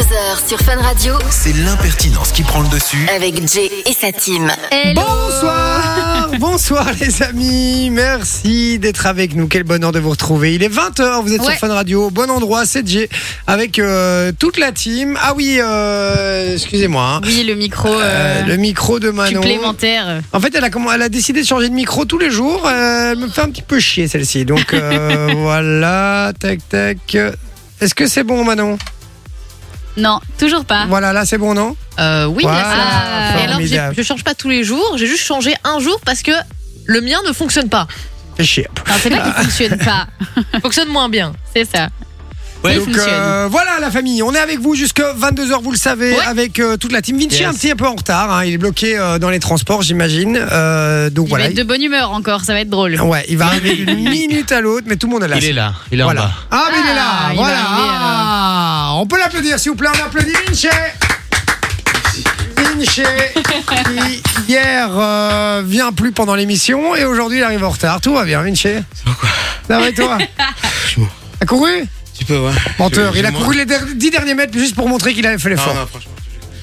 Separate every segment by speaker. Speaker 1: 22h sur Fun Radio
Speaker 2: C'est l'impertinence qui prend le dessus.
Speaker 1: avec Jay et sa team.
Speaker 3: Bonsoir Bonsoir les amis Merci d'être avec nous. Quel bonheur de vous retrouver. Il est 20h, vous êtes
Speaker 4: Ouais.
Speaker 3: sur Fun Radio, au bon endroit, c'est Jay, avec euh, toute la team. Ah oui, euh, excusez-moi. hein.
Speaker 4: Oui, le micro
Speaker 3: Euh,
Speaker 4: euh,
Speaker 3: le micro de Manon.
Speaker 4: supplémentaire. euh.
Speaker 3: En fait, elle a, comm- elle a décidé de changer de micro tous les jours. Euh, elle me fait un petit peu chier celle-ci. Donc euh, voilà, tac tac. Est-ce que c'est bon Manon
Speaker 4: Non, toujours pas. Ah,
Speaker 3: Voilà, là c'est bon non
Speaker 5: Euh, oui,
Speaker 3: Voilà,
Speaker 5: bien sûr.
Speaker 3: formidable.
Speaker 5: Et alors, j'ai- je change pas tous les jours, j'ai juste changé un jour parce que le mien ne fonctionne pas.
Speaker 3: Fais chier.
Speaker 4: Enfin, c'est pas qu'il fonctionne pas.
Speaker 5: fonctionne moins bien.
Speaker 4: C'est ça.
Speaker 3: Ouais,
Speaker 4: Il
Speaker 3: donc
Speaker 4: fonctionne.
Speaker 3: euh, voilà la famille, on est avec vous jusqu'à 22h, vous le savez,
Speaker 5: Ouais.
Speaker 3: avec euh, toute la team. Vinci
Speaker 2: Yes.
Speaker 3: un petit peu en retard, hein, il est bloqué euh, dans les transports, j'imagine. Euh, donc
Speaker 4: Il
Speaker 3: voilà.
Speaker 4: va être de bonne humeur encore, ça va être drôle.
Speaker 3: Ouais, il va arriver d'une minute à l'autre, mais tout le monde est là.
Speaker 2: Il est là, il est
Speaker 3: voilà.
Speaker 2: en bas.
Speaker 3: Ah, mais il est
Speaker 4: Ah,
Speaker 3: là,
Speaker 4: il va
Speaker 3: voilà.
Speaker 4: arriver, euh.
Speaker 3: Ah, on peut l'applaudir, s'il vous plaît, on applaudit Vinci. Vinci, qui hier euh, vient plus pendant l'émission et aujourd'hui il arrive en retard. Tout va bien, Vinci. Ça va et toi T'as couru
Speaker 6: Tu peux, ouais.
Speaker 3: Menteur,
Speaker 6: J'ai-
Speaker 3: il a
Speaker 6: j'ai moins-
Speaker 3: couru les 10 derniers mètres juste pour montrer qu'il avait fait
Speaker 6: Non,
Speaker 3: l'effort.
Speaker 6: non, franchement.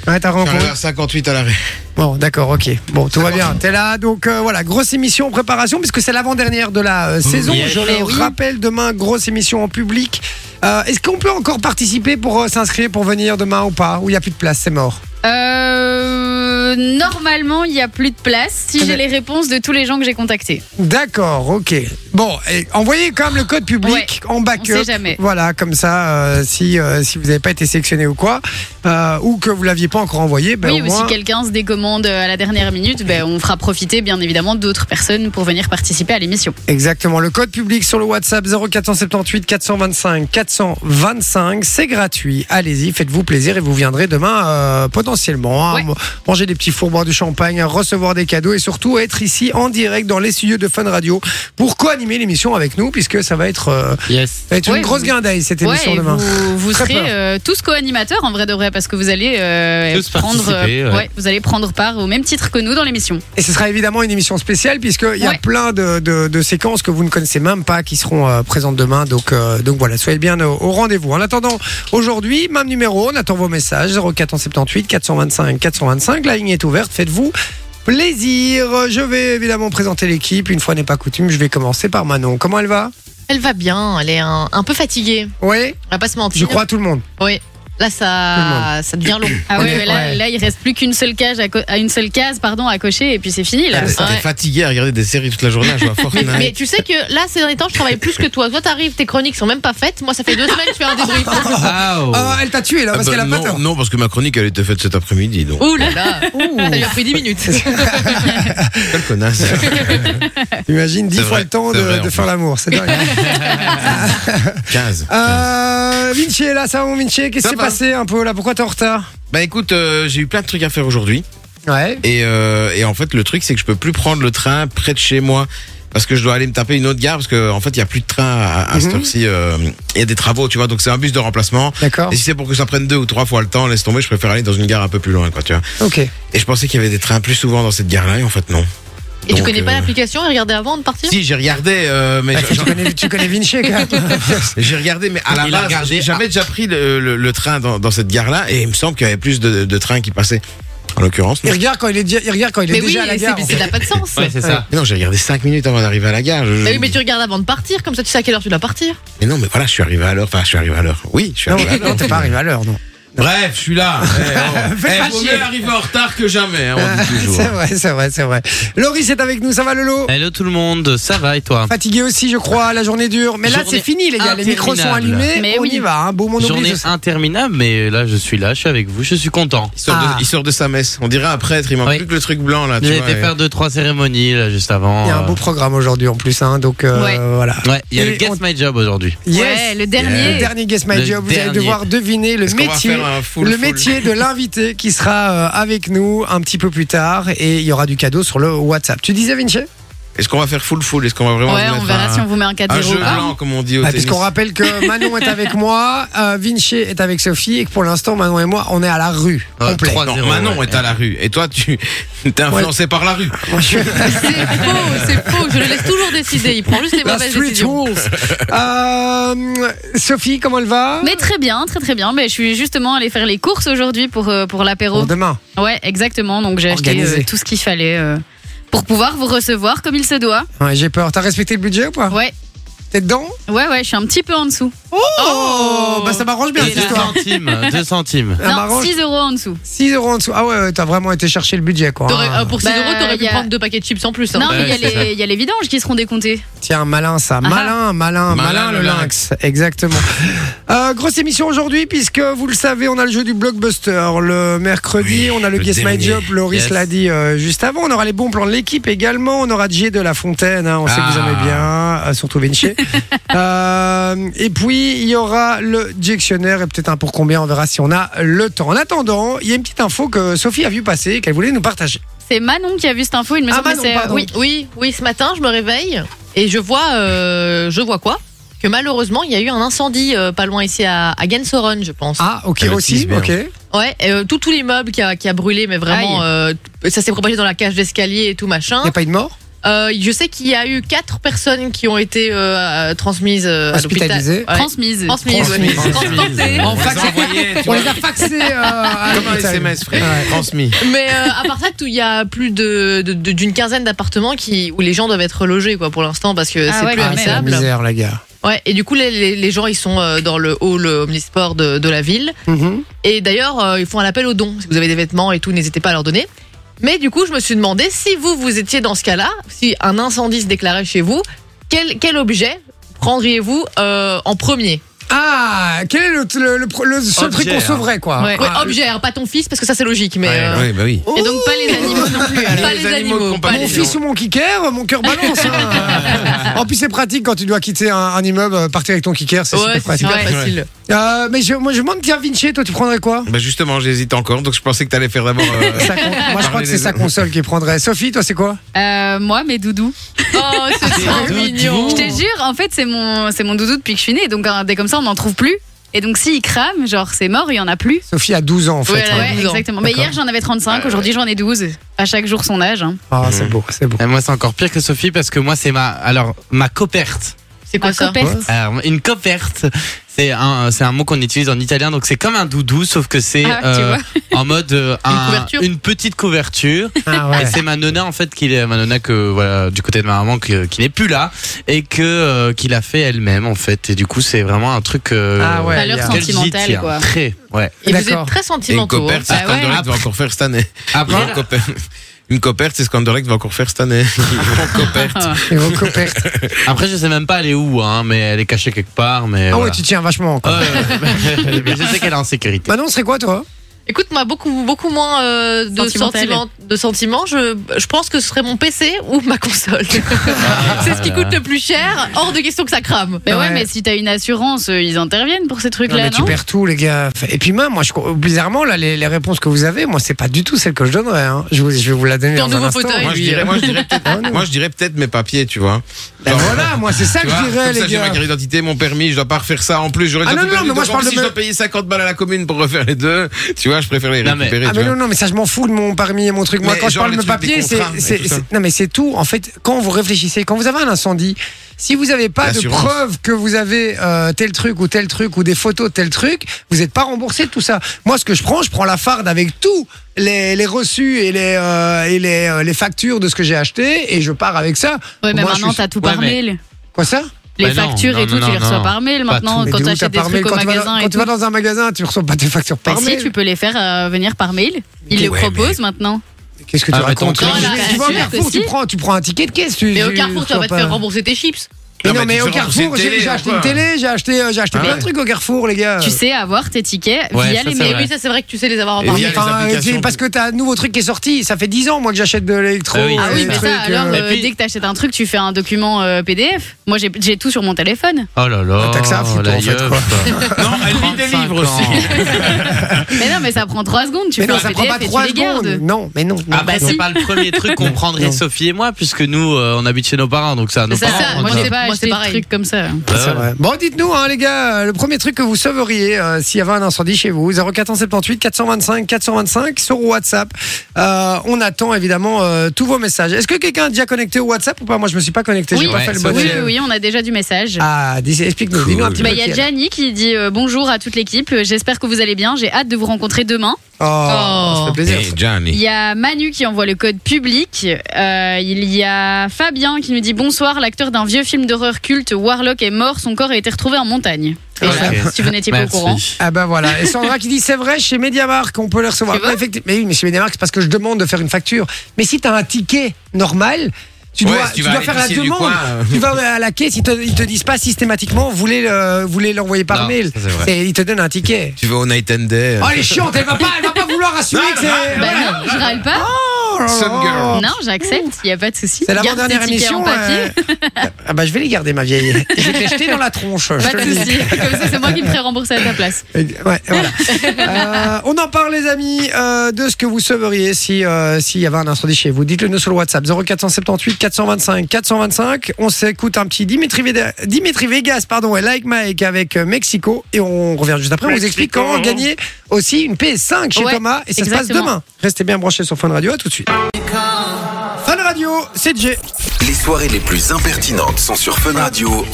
Speaker 3: Ouais, t'as
Speaker 6: J'en
Speaker 3: rencontré.
Speaker 6: ai 58 à l'arrêt.
Speaker 3: Bon, d'accord, ok. Bon, tout va bien. T'es là, donc euh, voilà, grosse émission en préparation, puisque c'est l'avant-dernière de la euh, saison.
Speaker 2: yes.
Speaker 3: Je
Speaker 4: Eh
Speaker 3: le
Speaker 4: oui.
Speaker 3: rappelle, demain, grosse émission en public. Euh, Est-ce qu'on peut encore participer pour euh, s'inscrire, pour venir demain ou pas Ou il n'y a plus de place, c'est mort
Speaker 4: Euh, normalement, il n'y a plus de place si j'ai
Speaker 3: Mais-
Speaker 4: les réponses de tous les gens que j'ai contactés.
Speaker 3: D'accord, ok. Bon, et envoyez quand même le code public en
Speaker 4: On
Speaker 3: backup.
Speaker 4: sait jamais.
Speaker 3: Voilà, comme ça, euh, si, euh, si vous n'avez pas été sélectionné ou quoi, euh, ou que vous l'aviez pas encore envoyé, ben,
Speaker 4: oui,
Speaker 3: au
Speaker 4: ou si
Speaker 3: moins,
Speaker 4: quelqu'un se décommande euh, à la dernière minute, ben, on fera profiter bien évidemment d'autres personnes pour venir participer à l'émission.
Speaker 3: Exactement, le code public sur le WhatsApp 0478 425 425, c'est gratuit. Allez-y, faites-vous plaisir et vous viendrez demain euh, potentiellement hein,
Speaker 4: Ouais.
Speaker 3: m- manger des petits fours, boire du champagne, recevoir des cadeaux et surtout être ici en direct dans les studios de Fun Radio pour co-animer l'émission avec nous puisque ça va être, euh,
Speaker 2: Yes.
Speaker 3: ça va être
Speaker 4: Ouais,
Speaker 3: une grosse
Speaker 4: vous-
Speaker 3: guindaille cette
Speaker 4: Ouais,
Speaker 3: émission
Speaker 4: et
Speaker 3: demain.
Speaker 4: vous, vous
Speaker 3: Très peur.
Speaker 4: serez euh, tous co-animateurs en vrai de vrai parce que vous allez euh,
Speaker 2: Tous
Speaker 4: prendre,
Speaker 2: participer, ouais.
Speaker 4: ouais, vous allez prendre part au même titre que nous dans l'émission.
Speaker 3: Et ce sera évidemment une émission spéciale puisqu'il y a
Speaker 4: Ouais.
Speaker 3: plein de, de- de séquences que vous ne connaissez même pas qui seront euh, présentes demain. Donc, euh, donc voilà, soyez bien au, au rendez-vous. En attendant, aujourd'hui, même numéro, on attend vos messages 0478 425 425. La ligne est ouverte, faites-vous plaisir. Je vais évidemment présenter l'équipe. Une fois n'est pas coutume, je vais commencer par Manon. Comment elle va
Speaker 5: Elle va bien, elle est un, un peu fatiguée.
Speaker 3: Oui,
Speaker 5: On va pas se mentir.
Speaker 3: je crois tout le monde.
Speaker 5: Oui. Là,
Speaker 3: le
Speaker 5: ça, ça devient long.
Speaker 4: Ah
Speaker 3: On
Speaker 4: ouais,
Speaker 3: est-
Speaker 4: mais là,
Speaker 3: ouais.
Speaker 4: là, il reste plus qu'une seule cage à, co- à une seule case pardon à cocher et puis c'est fini
Speaker 2: Ah,
Speaker 3: Ah,
Speaker 4: là.
Speaker 6: T'es
Speaker 5: Ouais.
Speaker 6: fatigué à regarder des séries toute la journée, je vois
Speaker 5: Mais, mais
Speaker 6: Fortnite.
Speaker 5: tu sais que là, ces derniers temps, je travaille plus que toi. Toi, t'arrives, tes chroniques sont même pas faites. Moi, ça fait deux semaines que je fais un débrief.
Speaker 3: Ah, elle t'a tué là parce qu'elle a pas
Speaker 6: Oh. bah non,
Speaker 3: tort.
Speaker 6: non, parce que ma chronique, elle était faite cet après-midi, donc.
Speaker 5: Ouh là là, ça lui a pris 10 minutes.
Speaker 6: Quelle connasse.
Speaker 3: Imagine 10
Speaker 6: C'est
Speaker 3: fois
Speaker 6: vrai,
Speaker 3: le temps
Speaker 6: c'est
Speaker 3: de,
Speaker 6: vrai,
Speaker 3: de
Speaker 6: en
Speaker 3: faire
Speaker 6: plus.
Speaker 3: l'amour. C'est dingue.
Speaker 6: 15.
Speaker 3: Euh, Vinci est là, ça va mon Vinci Qu'est-ce
Speaker 6: Ça
Speaker 3: qui s'est
Speaker 6: va.
Speaker 3: passé un peu là Pourquoi t'es en retard
Speaker 6: Bah écoute, euh, j'ai eu plein de trucs à faire aujourd'hui.
Speaker 3: Ouais.
Speaker 6: Et, euh, et en fait, le truc, c'est que je peux plus prendre le train près de chez moi. Parce que je dois aller me taper une autre gare, parce qu'en en fait, il n'y a plus de train à, à cette
Speaker 3: Mhm.
Speaker 6: heure-ci. euh, Il y a des travaux, tu vois, donc c'est un bus de remplacement.
Speaker 3: D'accord.
Speaker 6: Et si c'est pour que ça prenne deux ou trois fois le temps, laisse tomber, je préfère aller dans une gare un peu plus loin, quoi, tu vois.
Speaker 3: Ok. Bah,
Speaker 6: Et je pensais qu'il y avait des trains plus souvent dans cette gare-là, et en fait, non.
Speaker 5: Et tu
Speaker 6: Donc,
Speaker 5: connais pas
Speaker 6: euh,
Speaker 5: l'application et regarder avant de partir
Speaker 6: Si, j'ai regardé, euh, mais
Speaker 3: tu, connais, tu connais Vinci quand même.
Speaker 6: j'ai regardé, mais à la
Speaker 2: Il a
Speaker 6: base,
Speaker 2: regardé.
Speaker 6: j'ai jamais déjà pris le, le- le train dans, dans cette gare-là, et il me semble qu'il y avait plus de, de trains qui passaient. En l'occurrence, non.
Speaker 3: Il regarde quand il est, déjà- il regarde quand il est
Speaker 5: Mais oui,
Speaker 3: déjà à la
Speaker 5: c'est-
Speaker 3: gare. en
Speaker 5: c'est- ça n'a pas de sens.
Speaker 2: Ouais, c'est ça.
Speaker 6: Mais non, j'ai regardé 5 minutes avant d'arriver à la gare. je- je-
Speaker 5: Bah oui, mais tu regardes avant de partir, comme ça tu sais à quelle heure tu dois partir.
Speaker 6: Mais non, mais voilà, je suis arrivé à l'heure. Enfin, je suis arrivé à l'heure. Oui, je suis
Speaker 3: fait.
Speaker 6: arrivé à
Speaker 3: Non, non,
Speaker 6: l'heure.
Speaker 3: t'es pas arrivé à l'heure, non.
Speaker 6: Bref, je suis là. Eh,
Speaker 3: Fais pas
Speaker 6: vaut
Speaker 3: chier.
Speaker 6: mieux arriver en retard que jamais, hein, on dit toujours.
Speaker 3: Ah, c'est vrai, c'est vrai, c'est vrai. Loris est avec nous, ça va Lolo
Speaker 2: Hello tout le monde, ça va et toi
Speaker 3: Fatigué aussi, je crois, la journée dure. Mais là,
Speaker 2: Journée
Speaker 3: c'est fini, les gars. Les micros sont
Speaker 2: interminable.
Speaker 3: allumés.
Speaker 4: Mais
Speaker 3: on
Speaker 4: oui.
Speaker 3: y va. Hein. Beau monde
Speaker 2: Journée
Speaker 3: oblige.
Speaker 2: interminable, mais là je suis là, je suis avec vous, je suis content.
Speaker 6: Il sort,
Speaker 3: Ah.
Speaker 6: de, il sort de sa messe. On dirait un prêtre. Il manque
Speaker 2: Oui.
Speaker 6: plus que le truc blanc là. Tu
Speaker 2: J'ai
Speaker 6: vois,
Speaker 2: été
Speaker 6: et-
Speaker 2: faire deux trois cérémonies là juste avant.
Speaker 3: Il y a un beau programme aujourd'hui en plus, hein, donc euh,
Speaker 4: Ouais.
Speaker 3: voilà.
Speaker 2: Ouais, il y a
Speaker 3: Et
Speaker 2: le Guess
Speaker 3: on-
Speaker 2: My Job aujourd'hui.
Speaker 4: Ouais,
Speaker 3: Yes.
Speaker 4: le dernier.
Speaker 3: le dernier Guess My
Speaker 2: Le
Speaker 3: Job, vous allez
Speaker 2: dernier.
Speaker 3: devoir deviner le
Speaker 6: Est-ce qu'on va
Speaker 3: métier,
Speaker 6: faire un full,
Speaker 3: le
Speaker 6: full
Speaker 3: métier de l'invité qui sera euh, avec nous un petit peu plus tard et il y aura du cadeau sur le WhatsApp. Tu disais Vinci
Speaker 6: Est-ce qu'on va faire full full Est-ce qu'on va vraiment
Speaker 4: Ouais,
Speaker 6: vous mettre
Speaker 4: on verra
Speaker 6: un,
Speaker 4: si on vous met Ah. un 4
Speaker 6: un
Speaker 4: 0
Speaker 6: jeu blanc comme on dit au
Speaker 3: Ouais,
Speaker 6: tennis
Speaker 3: Bah, Puisqu'on rappelle que Manon est avec moi, euh, Vinci est avec Sophie et que pour l'instant, Manon et moi, on est à la rue.
Speaker 6: Ah,
Speaker 2: Ouais,
Speaker 3: complet.
Speaker 2: trois.
Speaker 6: Non,
Speaker 2: 0,
Speaker 6: Manon
Speaker 2: ouais.
Speaker 6: est à la rue et toi tu t'es influencé par la rue.
Speaker 3: Moi, je suis-
Speaker 5: C'est faux, c'est faux. Je le laisse toujours décider. Il prend juste les
Speaker 3: La
Speaker 5: mauvaises
Speaker 3: street
Speaker 5: décisions.
Speaker 3: rules. Euh, Sophie, comment elle va
Speaker 4: Mais très bien, très très bien. Mais je suis justement allée faire les courses aujourd'hui pour, euh, pour l'apéro.
Speaker 3: Pour demain.
Speaker 4: Ouais, exactement. Donc j'ai acheté
Speaker 3: Organisé.
Speaker 4: euh, tout ce qu'il fallait euh, pour pouvoir vous recevoir comme il se doit.
Speaker 3: Ouais, j'ai peur. T'as respecté le budget ou pas
Speaker 4: Ouais,
Speaker 3: T'es dedans
Speaker 4: ouais, ouais, je suis un petit peu en dessous.
Speaker 3: Oh, Bah ça m'arrange bien
Speaker 2: Deux
Speaker 3: cette histoire.
Speaker 2: centimes, deux centimes.
Speaker 3: Ça
Speaker 4: non,
Speaker 3: m'arrange.
Speaker 4: 6 euros en dessous.
Speaker 3: 6 euros en dessous. Ah ouais, ouais, t'as vraiment été chercher le budget quoi.
Speaker 5: T'aurais-
Speaker 3: Ah.
Speaker 5: euh, pour 6
Speaker 4: Bah,
Speaker 5: euros, t'aurais pu
Speaker 4: y a-
Speaker 5: prendre deux paquets de chips en plus. hein.
Speaker 4: non,
Speaker 2: bah
Speaker 4: mais il y a
Speaker 2: ouais, c'est ça.
Speaker 4: les- il y, a les vidanges qui seront décomptées.
Speaker 3: Tiens, malin ça. Malin, malin, malin,
Speaker 6: Ah, Malin,
Speaker 3: le
Speaker 6: le
Speaker 3: lynx. Exactement. Euh, grosse émission aujourd'hui, puisque vous le savez, on a le jeu du blockbuster le
Speaker 6: Oui,
Speaker 3: mercredi. on a le,
Speaker 6: le
Speaker 3: Guess My
Speaker 6: dernier.
Speaker 3: Job, Loris
Speaker 2: Yes.
Speaker 3: l'a dit euh, juste avant. On aura les bons plans de l'équipe également. On aura Jay de la Fontaine, hein, on sait que vous
Speaker 6: Ah.
Speaker 3: aimez bien, euh, surtout Vinci. Euh, et puis, il y aura le dictionnaire et peut-être un pour combien, on verra si on a le temps. En attendant, il y a une petite info que Sophie a vue passer et qu'elle voulait nous partager.
Speaker 4: C'est Manon qui a vu cette info. Il me
Speaker 3: Ah,
Speaker 4: semble que
Speaker 3: Manon,
Speaker 4: c'est-
Speaker 3: pardon.
Speaker 4: Oui,
Speaker 5: Oui, oui, oui. Ce matin, je me réveille et je vois, euh, je vois quoi Que malheureusement, il y a eu un incendie euh, pas loin ici à, à Gensoren, je pense.
Speaker 3: Ah, ok,
Speaker 6: Elle
Speaker 3: aussi,
Speaker 6: utilise bien.
Speaker 3: ok.
Speaker 5: Ouais, et, euh, tout tout l'immeuble qui a, qui a brûlé, mais vraiment, euh, ça s'est propagé dans la cage d'escalier et tout machin.
Speaker 3: Il n'y a pas eu de mort
Speaker 5: Euh, je sais qu'il y a eu quatre personnes qui ont été euh, euh, transmises euh, à l'hôpital.
Speaker 3: Hospitalisée.
Speaker 5: Ouais.
Speaker 4: transmise.
Speaker 5: Transmises, ouais.
Speaker 3: Transmises.
Speaker 5: Transportées.
Speaker 3: En fax,
Speaker 6: envoyé, tu
Speaker 3: On
Speaker 6: vois.
Speaker 3: les a faxés euh, à
Speaker 6: Comme un
Speaker 3: l'hôpital.
Speaker 6: SMS frère,
Speaker 3: Ouais.
Speaker 6: transmis.
Speaker 5: Mais euh, à part ça, tout- il y a plus de de- de- d'une quinzaine d'appartements qui où les gens doivent être logés quoi pour l'instant parce que
Speaker 4: Ah
Speaker 5: c'est
Speaker 4: ouais,
Speaker 5: plus
Speaker 4: quand même.
Speaker 3: c'est la
Speaker 5: habitable.
Speaker 3: misère, la gare.
Speaker 5: Ouais, et du coup, les, les- les gens, ils sont euh, dans le hall euh, omnisport de, de la ville.
Speaker 2: Mhm.
Speaker 5: Et d'ailleurs, euh, ils font un appel aux dons. Si vous avez des vêtements et tout, n'hésitez pas à leur donner. Mais du coup, je me suis demandé si vous, vous étiez dans ce cas-là, si un incendie se déclarait chez vous, quel, quel objet prendriez-vous euh, en premier
Speaker 3: Ah, quel est le, le, le pro- le seul
Speaker 2: Objet,
Speaker 3: truc qu'on
Speaker 2: hein.
Speaker 3: sauverait, quoi
Speaker 5: Ouais, Objet, alors pas ton fils, parce que ça, c'est logique. Mais, euh,
Speaker 6: Ouais, bah oui.
Speaker 5: Et donc, pas les animaux non plus.
Speaker 6: Les
Speaker 5: pas les
Speaker 6: animaux de
Speaker 5: animaux. pas
Speaker 6: compagnie.
Speaker 5: les-
Speaker 3: Mon
Speaker 6: Allez,
Speaker 2: hein.
Speaker 3: fils ou mon kicker, mon cœur balance. hein. en plus, c'est pratique quand tu dois quitter un, un immeuble, euh, partir avec ton kicker, c'est
Speaker 5: Ouais,
Speaker 3: super pratique.
Speaker 5: c'est super
Speaker 6: Ouais.
Speaker 5: facile.
Speaker 3: Euh, mais je, moi, je me demande, tiens, Vinci, toi, tu prendrais quoi
Speaker 6: Bah justement, j'hésite encore, donc je pensais que t'allais faire d'abord. euh,
Speaker 3: Sa con- Moi, je crois que
Speaker 6: Parler
Speaker 3: c'est
Speaker 6: des-
Speaker 3: sa console qui prendrait. Sophie, toi, c'est quoi
Speaker 4: Euh, moi, mes doudous.
Speaker 5: Oh, c'est trop mignon.
Speaker 4: Je te jure, en fait, c'est mon, c'est mon doudou depuis que je suis née. Donc, un- dès comme ça, on n'en trouve plus. Et donc, s'il crame, genre, c'est mort, il n'y en a plus.
Speaker 3: Sophie a 12 ans, en fait.
Speaker 5: Ouais,
Speaker 3: hein.
Speaker 5: ouais. 12 ans.
Speaker 4: exactement. Mais
Speaker 3: D'accord.
Speaker 4: hier, j'en avais 35. Aujourd'hui, j'en ai 12. À chaque jour, son âge. hein.
Speaker 3: Ah, c'est beau, c'est beau.
Speaker 2: Et moi, c'est encore pire que Sophie parce que moi, c'est ma, alors, ma coperte.
Speaker 5: C'est quoi
Speaker 4: Ma
Speaker 5: ça
Speaker 4: copette.
Speaker 2: Alors, une coperte, c'est un, c'est un mot qu'on utilise en italien, donc c'est comme un doudou, sauf que c'est
Speaker 4: Ah, tu
Speaker 2: en mode euh, un-
Speaker 5: couverture.
Speaker 2: une petite couverture.
Speaker 3: Ah, ouais.
Speaker 2: Et c'est ma nonna en fait qui est ma nonna que voilà du côté de ma maman que- qui n'est plus là et que euh, qui l'a fait elle-même en fait et du coup c'est vraiment un truc euh,
Speaker 3: Ah ouais,
Speaker 4: Valeur
Speaker 3: il y a-
Speaker 2: auquel j'y
Speaker 4: sentimentale,
Speaker 2: tiens.
Speaker 4: quoi.
Speaker 2: Très ouais.
Speaker 5: Et vous
Speaker 3: D'accord.
Speaker 5: êtes très
Speaker 6: Et une
Speaker 5: sentimentaux. hein.
Speaker 6: coperte, c'est
Speaker 4: Ah ouais. Ah.
Speaker 6: Scandorect va encore faire cette année.
Speaker 2: Après,
Speaker 6: Une coperte- Une coperte, c'est Scandorect va encore faire cette année. Une coperte.
Speaker 3: Et vos copertes.
Speaker 2: après je sais même pas elle est où hein mais elle est cachée quelque part mais
Speaker 3: Ah ouais,
Speaker 2: voilà.
Speaker 3: tu tiens vachement. Quoi.
Speaker 2: Euh, mais je sais qu'elle est en sécurité.
Speaker 3: Manon, c'est quoi, toi
Speaker 5: Écoute, moi, beaucoup, beaucoup moins euh, de,
Speaker 4: Sentimental.
Speaker 5: sentiments, de sentiments. Je, je pense que ce serait mon PC ou ma console.
Speaker 4: Ah,
Speaker 3: Ah
Speaker 5: c'est ce qui coûte le plus cher. Hors de question que ça crame.
Speaker 4: Mais ouais,
Speaker 3: Bah Ouais.
Speaker 4: mais si t'as une assurance, euh, ils interviennent pour ces
Speaker 3: Non, mais
Speaker 4: trucs-là, non,
Speaker 3: tu perds tout, les gars. Et puis même, moi, je, bizarrement, là, les, les réponses que vous avez, moi, c'est pas du tout celles que je donnerais. hein. Je, vous- je vais vous la donner
Speaker 5: Ton
Speaker 3: dans un
Speaker 5: nouveau
Speaker 3: instant.
Speaker 5: fauteuil.
Speaker 6: Moi, je
Speaker 5: lui,
Speaker 6: dirais,
Speaker 5: euh.
Speaker 6: moi, je dirais
Speaker 3: Ah, non.
Speaker 6: peut-être, moi, je dirais peut-être mes papiers, tu vois.
Speaker 3: Ben voilà, moi, c'est ça
Speaker 6: Tu
Speaker 3: que
Speaker 6: vois,
Speaker 3: je dirais,
Speaker 6: comme ça,
Speaker 3: les
Speaker 6: j'ai
Speaker 3: gars.
Speaker 6: ma carte d'identité, mon permis, je dois pas refaire ça en plus. J'aurais
Speaker 3: Ah
Speaker 6: déjà
Speaker 3: non,
Speaker 6: tout
Speaker 3: non,
Speaker 6: perdu.
Speaker 3: mais
Speaker 6: Donc,
Speaker 3: moi, je parle
Speaker 6: en plus, si je
Speaker 3: de me-
Speaker 6: dois payer 50 balles à la commune pour refaire les deux, tu vois, je préfère les
Speaker 2: Non, mais-
Speaker 6: récupérer.
Speaker 3: Ah
Speaker 6: tu
Speaker 3: mais
Speaker 6: vois.
Speaker 3: non non mais ça je m'en fous de mon permis et mon truc moi
Speaker 6: Mais
Speaker 3: quand je
Speaker 6: genre
Speaker 3: parle de
Speaker 6: les
Speaker 3: mes
Speaker 6: trucs des
Speaker 3: papiers c'est
Speaker 6: contrats et
Speaker 3: c'est-
Speaker 6: tout ça.
Speaker 3: c'est- non mais c'est tout en fait quand vous réfléchissez quand vous avez un incendie si vous n'avez pas de
Speaker 6: L'assurance.
Speaker 3: preuve que vous avez euh, tel truc ou tel truc ou des photos de tel truc vous n'êtes pas remboursé de tout ça moi ce que je prends je prends la farde avec tous les, les reçus et les euh, et les, euh, les factures de ce que j'ai acheté et je pars avec ça
Speaker 4: Ouais,
Speaker 3: Moi,
Speaker 4: mais
Speaker 3: je
Speaker 4: maintenant,
Speaker 3: suis-
Speaker 4: t'as tout
Speaker 2: Ouais,
Speaker 4: par
Speaker 2: mais-
Speaker 4: mail.
Speaker 3: quoi ça
Speaker 4: Les
Speaker 2: Bah non,
Speaker 4: factures et
Speaker 2: non,
Speaker 4: tout,
Speaker 2: non,
Speaker 4: tu les
Speaker 2: non,
Speaker 4: reçois
Speaker 2: non.
Speaker 4: par mail
Speaker 2: Pas
Speaker 4: maintenant.
Speaker 2: tout.
Speaker 3: Mais
Speaker 4: Quand
Speaker 3: d'où
Speaker 4: t'achètes des
Speaker 3: t'as par mail
Speaker 4: trucs au
Speaker 3: Quand tu vas dans-
Speaker 4: magasin
Speaker 3: quand
Speaker 4: et
Speaker 3: tu
Speaker 4: tout.
Speaker 3: vas dans un magasin tu reçois pas tes factures
Speaker 4: Bah
Speaker 3: par
Speaker 4: si,
Speaker 3: mail
Speaker 4: tu peux les faire euh, venir par mail. Ils
Speaker 6: Ok,
Speaker 4: le
Speaker 6: ouais,
Speaker 4: proposent maintenant.
Speaker 3: qu'est-ce que tu
Speaker 2: Ah, mais
Speaker 3: racontes
Speaker 2: ton
Speaker 3: tu,
Speaker 5: code,
Speaker 3: vas-
Speaker 5: la
Speaker 3: tu vas au
Speaker 5: facture
Speaker 3: Carrefour, tu
Speaker 4: aussi.
Speaker 3: prends tu prends un ticket de caisse tu,
Speaker 5: Mais au
Speaker 3: tu-
Speaker 5: Carrefour, tu vas
Speaker 3: sois
Speaker 5: pas te
Speaker 3: pas-
Speaker 5: faire rembourser tes chips.
Speaker 3: Mais
Speaker 6: Non,
Speaker 3: non,
Speaker 6: mais
Speaker 3: mais
Speaker 6: tu
Speaker 3: au
Speaker 6: te fais rembourser
Speaker 3: Carrefour,
Speaker 6: une
Speaker 3: j'ai
Speaker 6: télé,
Speaker 3: j'ai acheté une
Speaker 6: quoi.
Speaker 3: télé, j'ai acheté, euh, j'ai acheté
Speaker 6: Ah
Speaker 3: plein de
Speaker 6: ouais.
Speaker 3: trucs au Carrefour, les gars.
Speaker 4: Tu sais avoir tes tickets
Speaker 2: Ouais, ça,
Speaker 4: via les
Speaker 2: c'est
Speaker 4: mails.
Speaker 2: vrai.
Speaker 5: Oui, ça, c'est vrai que tu sais les avoir en
Speaker 6: Et
Speaker 5: parmi.
Speaker 6: via les
Speaker 3: Enfin, euh,
Speaker 6: applications.
Speaker 3: c'est parce que t'as un nouveau truc qui est sorti. Ça fait 10 ans, moi, que j'achète de l'électro.
Speaker 2: Ah oui.
Speaker 3: et
Speaker 4: Ah oui,
Speaker 3: des
Speaker 4: mais
Speaker 3: trucs,
Speaker 4: ça, alors,
Speaker 3: euh,
Speaker 4: euh,
Speaker 2: puis-
Speaker 4: dès que t'achètes un truc, tu fais un document euh, PDF. Moi, j'ai- j'ai tout sur mon téléphone.
Speaker 2: Oh là là.
Speaker 3: T'as que ça à foutre,
Speaker 2: la
Speaker 3: en fait,
Speaker 2: yeuf.
Speaker 6: Non, elle lit des
Speaker 2: 35
Speaker 6: livres
Speaker 2: ans.
Speaker 6: aussi.
Speaker 4: Mais non, mais ça prend 3 secondes. Tu
Speaker 3: mais
Speaker 4: fais
Speaker 3: non,
Speaker 4: un
Speaker 3: ça prend
Speaker 4: PDF
Speaker 3: pas
Speaker 4: et tu
Speaker 3: trois
Speaker 4: les gardes.
Speaker 3: secondes. Non, mais non. non,
Speaker 2: Ah bah
Speaker 3: non.
Speaker 2: c'est pas le premier truc qu'on prendrait
Speaker 3: Non.
Speaker 2: Sophie et moi puisque nous euh, on habite chez nos parents donc ça nos
Speaker 4: C'est
Speaker 2: parents.
Speaker 4: ça,
Speaker 2: on
Speaker 4: moi
Speaker 2: doit-
Speaker 4: j'ai pas
Speaker 5: Moi, c'est
Speaker 4: acheté de
Speaker 5: pareil.
Speaker 4: trucs comme ça.
Speaker 2: Bah
Speaker 3: C'est
Speaker 2: ouais.
Speaker 3: vrai. Bon, dites-nous, hein, les gars, euh, le premier truc que vous sauveriez euh, s'il y avait un incendie chez vous, 0478 425 425 sur WhatsApp. Euh, on attend évidemment euh, tous vos messages. Est-ce que quelqu'un est déjà connecté au WhatsApp ou pas Moi, je me suis pas connecté.
Speaker 4: Oui,
Speaker 3: j'ai pas
Speaker 2: ouais,
Speaker 3: fait le
Speaker 2: ça
Speaker 3: bon.
Speaker 4: Oui, oui,
Speaker 3: élève.
Speaker 4: oui, on a déjà du message.
Speaker 3: Ah, dis- explique-nous,
Speaker 6: Cool.
Speaker 3: dis-nous un petit
Speaker 4: Bah,
Speaker 3: peu.
Speaker 4: Il
Speaker 3: qui
Speaker 4: y a
Speaker 3: est là.
Speaker 4: Gianni qui dit euh, bonjour à toute l'équipe, euh, j'espère que vous allez bien, j'ai hâte de vous rencontrer demain.
Speaker 3: Oh, ça fait plaisir.
Speaker 6: Hey,
Speaker 4: Il
Speaker 6: Gianni.
Speaker 4: y a Manu qui envoie le code public, Euh, il y a Fabien qui nous dit bonsoir, l'acteur d'un vieux film d'horreur culte Warlock est mort, son corps a été retrouvé en montagne. Et
Speaker 2: Ok.
Speaker 4: là, si vous n'étiez pas au
Speaker 2: Merci.
Speaker 4: courant.
Speaker 3: Ah ben voilà. Et Sandra qui dit c'est vrai chez MediaMarkt on peut les recevoir.
Speaker 4: C'est vrai
Speaker 3: Mais, effectivement- mais oui, mais chez MediaMarkt c'est parce que je demande de faire une facture. Mais si t'as un ticket normal, tu
Speaker 6: Ouais,
Speaker 3: dois,
Speaker 6: si tu
Speaker 3: tu
Speaker 6: vas
Speaker 3: dois
Speaker 6: à
Speaker 3: faire la
Speaker 6: l'épicier du
Speaker 3: demande.
Speaker 6: coin, euh.
Speaker 3: tu vas à la caisse, ils te, ils te disent pas systématiquement vous voulez euh, vous voulez l'envoyer par
Speaker 2: Non,
Speaker 3: mail.
Speaker 2: ça, c'est vrai.
Speaker 3: Et ils te donnent un ticket.
Speaker 6: Tu vas au Night and Day.
Speaker 3: Oh elle est chiante, elle va pas, elle va pas vouloir assumer que c'est.
Speaker 4: Bah non, je râle pas.
Speaker 3: Oh là là.
Speaker 6: Some girl.
Speaker 4: Non, j'accepte, il n'y a pas de souci.
Speaker 3: C'est
Speaker 4: Garde
Speaker 3: l'avant-dernière
Speaker 4: tes tickets
Speaker 3: émission.
Speaker 4: en papier.
Speaker 3: euh. Ah bah je vais les garder ma vieille. Je vais te les jeter dans la tronche. je te
Speaker 4: Pas
Speaker 3: le
Speaker 4: de
Speaker 3: dis.
Speaker 4: souci. Comme ça, c'est moi qui me ferai rembourser à ta place.
Speaker 3: Et- Ouais, voilà. Euh, on en parle, les amis, euh, de ce que vous sauveriez si euh, s'il y avait un incendie chez vous. Dites-le nous sur le WhatsApp 0478 425 425. On s'écoute un petit Dimitri, Veda- Dimitri Vegas, pardon, et Like Mike avec euh, Mexico. Et on revient juste après. On vous explique comment gagner aussi une PS5 chez
Speaker 4: Ouais,
Speaker 3: Thomas. Et ça se passe
Speaker 4: exactement.
Speaker 3: demain. Restez bien branchés sur Fun Radio. À tout de suite. Fun Radio, c'est Jay.
Speaker 7: Les soirées les plus impertinentes sont sur Fun Radio.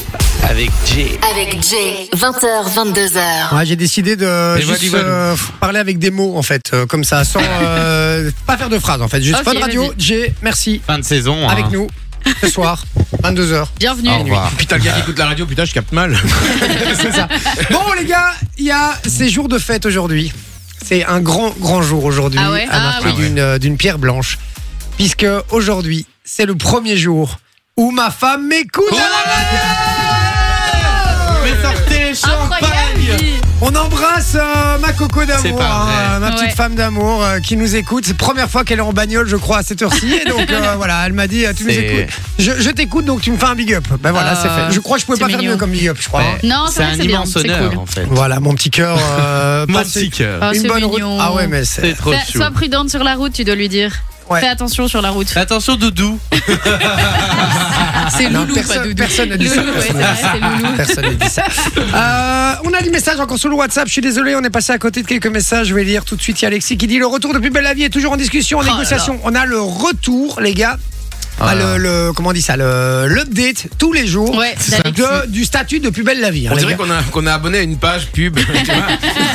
Speaker 2: Avec Jay.
Speaker 1: Avec Jay, 20h, 22h.
Speaker 3: Ouais, Ah, j'ai décidé de
Speaker 2: Les
Speaker 3: juste,
Speaker 2: voix du vol.
Speaker 3: euh, f- parler avec des mots en fait, euh, comme ça, sans euh, pas faire de phrase en fait. Juste
Speaker 4: Ok,
Speaker 3: Fun Radio,
Speaker 4: vas-y.
Speaker 3: Jay, merci
Speaker 2: Fin de saison. hein.
Speaker 3: avec nous ce soir, 22 h
Speaker 4: Bienvenue.
Speaker 2: Au revoir.
Speaker 6: Putain, le gars qui écoute la radio, putain, je capte mal.
Speaker 3: C'est ça. Bon les gars, il y a ces jours de fête aujourd'hui. C'est un grand grand jour aujourd'hui,
Speaker 4: Ah ouais
Speaker 3: à marquer
Speaker 4: Ah oui.
Speaker 3: d'une euh, d'une pierre blanche, puisque aujourd'hui c'est le premier jour où ma femme m'écoute. à la radio.
Speaker 2: Mais sortez les champagnes.
Speaker 4: Incroyable.
Speaker 3: On embrasse euh, ma coco
Speaker 2: C'est
Speaker 3: d'amour, hein,
Speaker 2: pas vrai.
Speaker 3: ma petite
Speaker 4: Ouais.
Speaker 3: femme d'amour euh, qui nous écoute. C'est la première fois qu'elle est en bagnole, je crois, à cette heure-ci. Et donc euh, voilà, elle m'a dit euh, Tu nous
Speaker 2: C'est-
Speaker 3: écoutes. Je, je t'écoute, donc tu me fais un big up. Ben voilà,
Speaker 5: Ah,
Speaker 3: c'est fait. Je crois que je pouvais
Speaker 5: c'est
Speaker 3: pas faire
Speaker 5: mignon.
Speaker 3: mieux comme big up, je crois.
Speaker 2: Ouais.
Speaker 4: Non, c'est
Speaker 2: c'est
Speaker 4: vrai que
Speaker 2: un
Speaker 4: c'est bien,
Speaker 2: immense
Speaker 4: c'est
Speaker 2: honneur
Speaker 4: cool.
Speaker 2: en fait.
Speaker 3: Voilà, mon petit cœur. euh,
Speaker 2: Mon
Speaker 3: passe
Speaker 2: petit cœur.
Speaker 4: Ah,
Speaker 3: Une
Speaker 4: c'est
Speaker 3: bonne route.
Speaker 4: mignon.
Speaker 3: Ah ouais, mais c'est.
Speaker 2: C'est trop
Speaker 4: Fais-
Speaker 2: Oh, chou.
Speaker 4: Sois prudente sur la route, tu dois lui dire.
Speaker 3: Ouais.
Speaker 4: Fais attention sur la route.
Speaker 2: Attention Doudou.
Speaker 5: C'est
Speaker 3: Non,
Speaker 5: loulou, pas
Speaker 3: personne
Speaker 5: doudou.
Speaker 3: personne n'a dit ça.
Speaker 4: Loulou, ouais, c'est vrai, c'est loulou.
Speaker 3: Personne n'a dit ça. Euh, on a des messages encore sur le WhatsApp. Je suis désolé, on est passé à côté de quelques messages. Je vais lire tout de suite. Il y a Alexis qui dit le retour de Plus belle la vie est toujours en discussion, en
Speaker 5: là
Speaker 3: négociation. On a le retour, les gars. à le,
Speaker 6: Ah.
Speaker 3: le- comment on dit ça le- L'update tous les jours
Speaker 4: Ouais, d'Alexis.
Speaker 3: de, du statut de Plus belle la vie. hein,
Speaker 6: On
Speaker 3: les
Speaker 6: dirait
Speaker 3: gars.
Speaker 6: qu'on a- qu'on est abonné à une page pub. tu vois.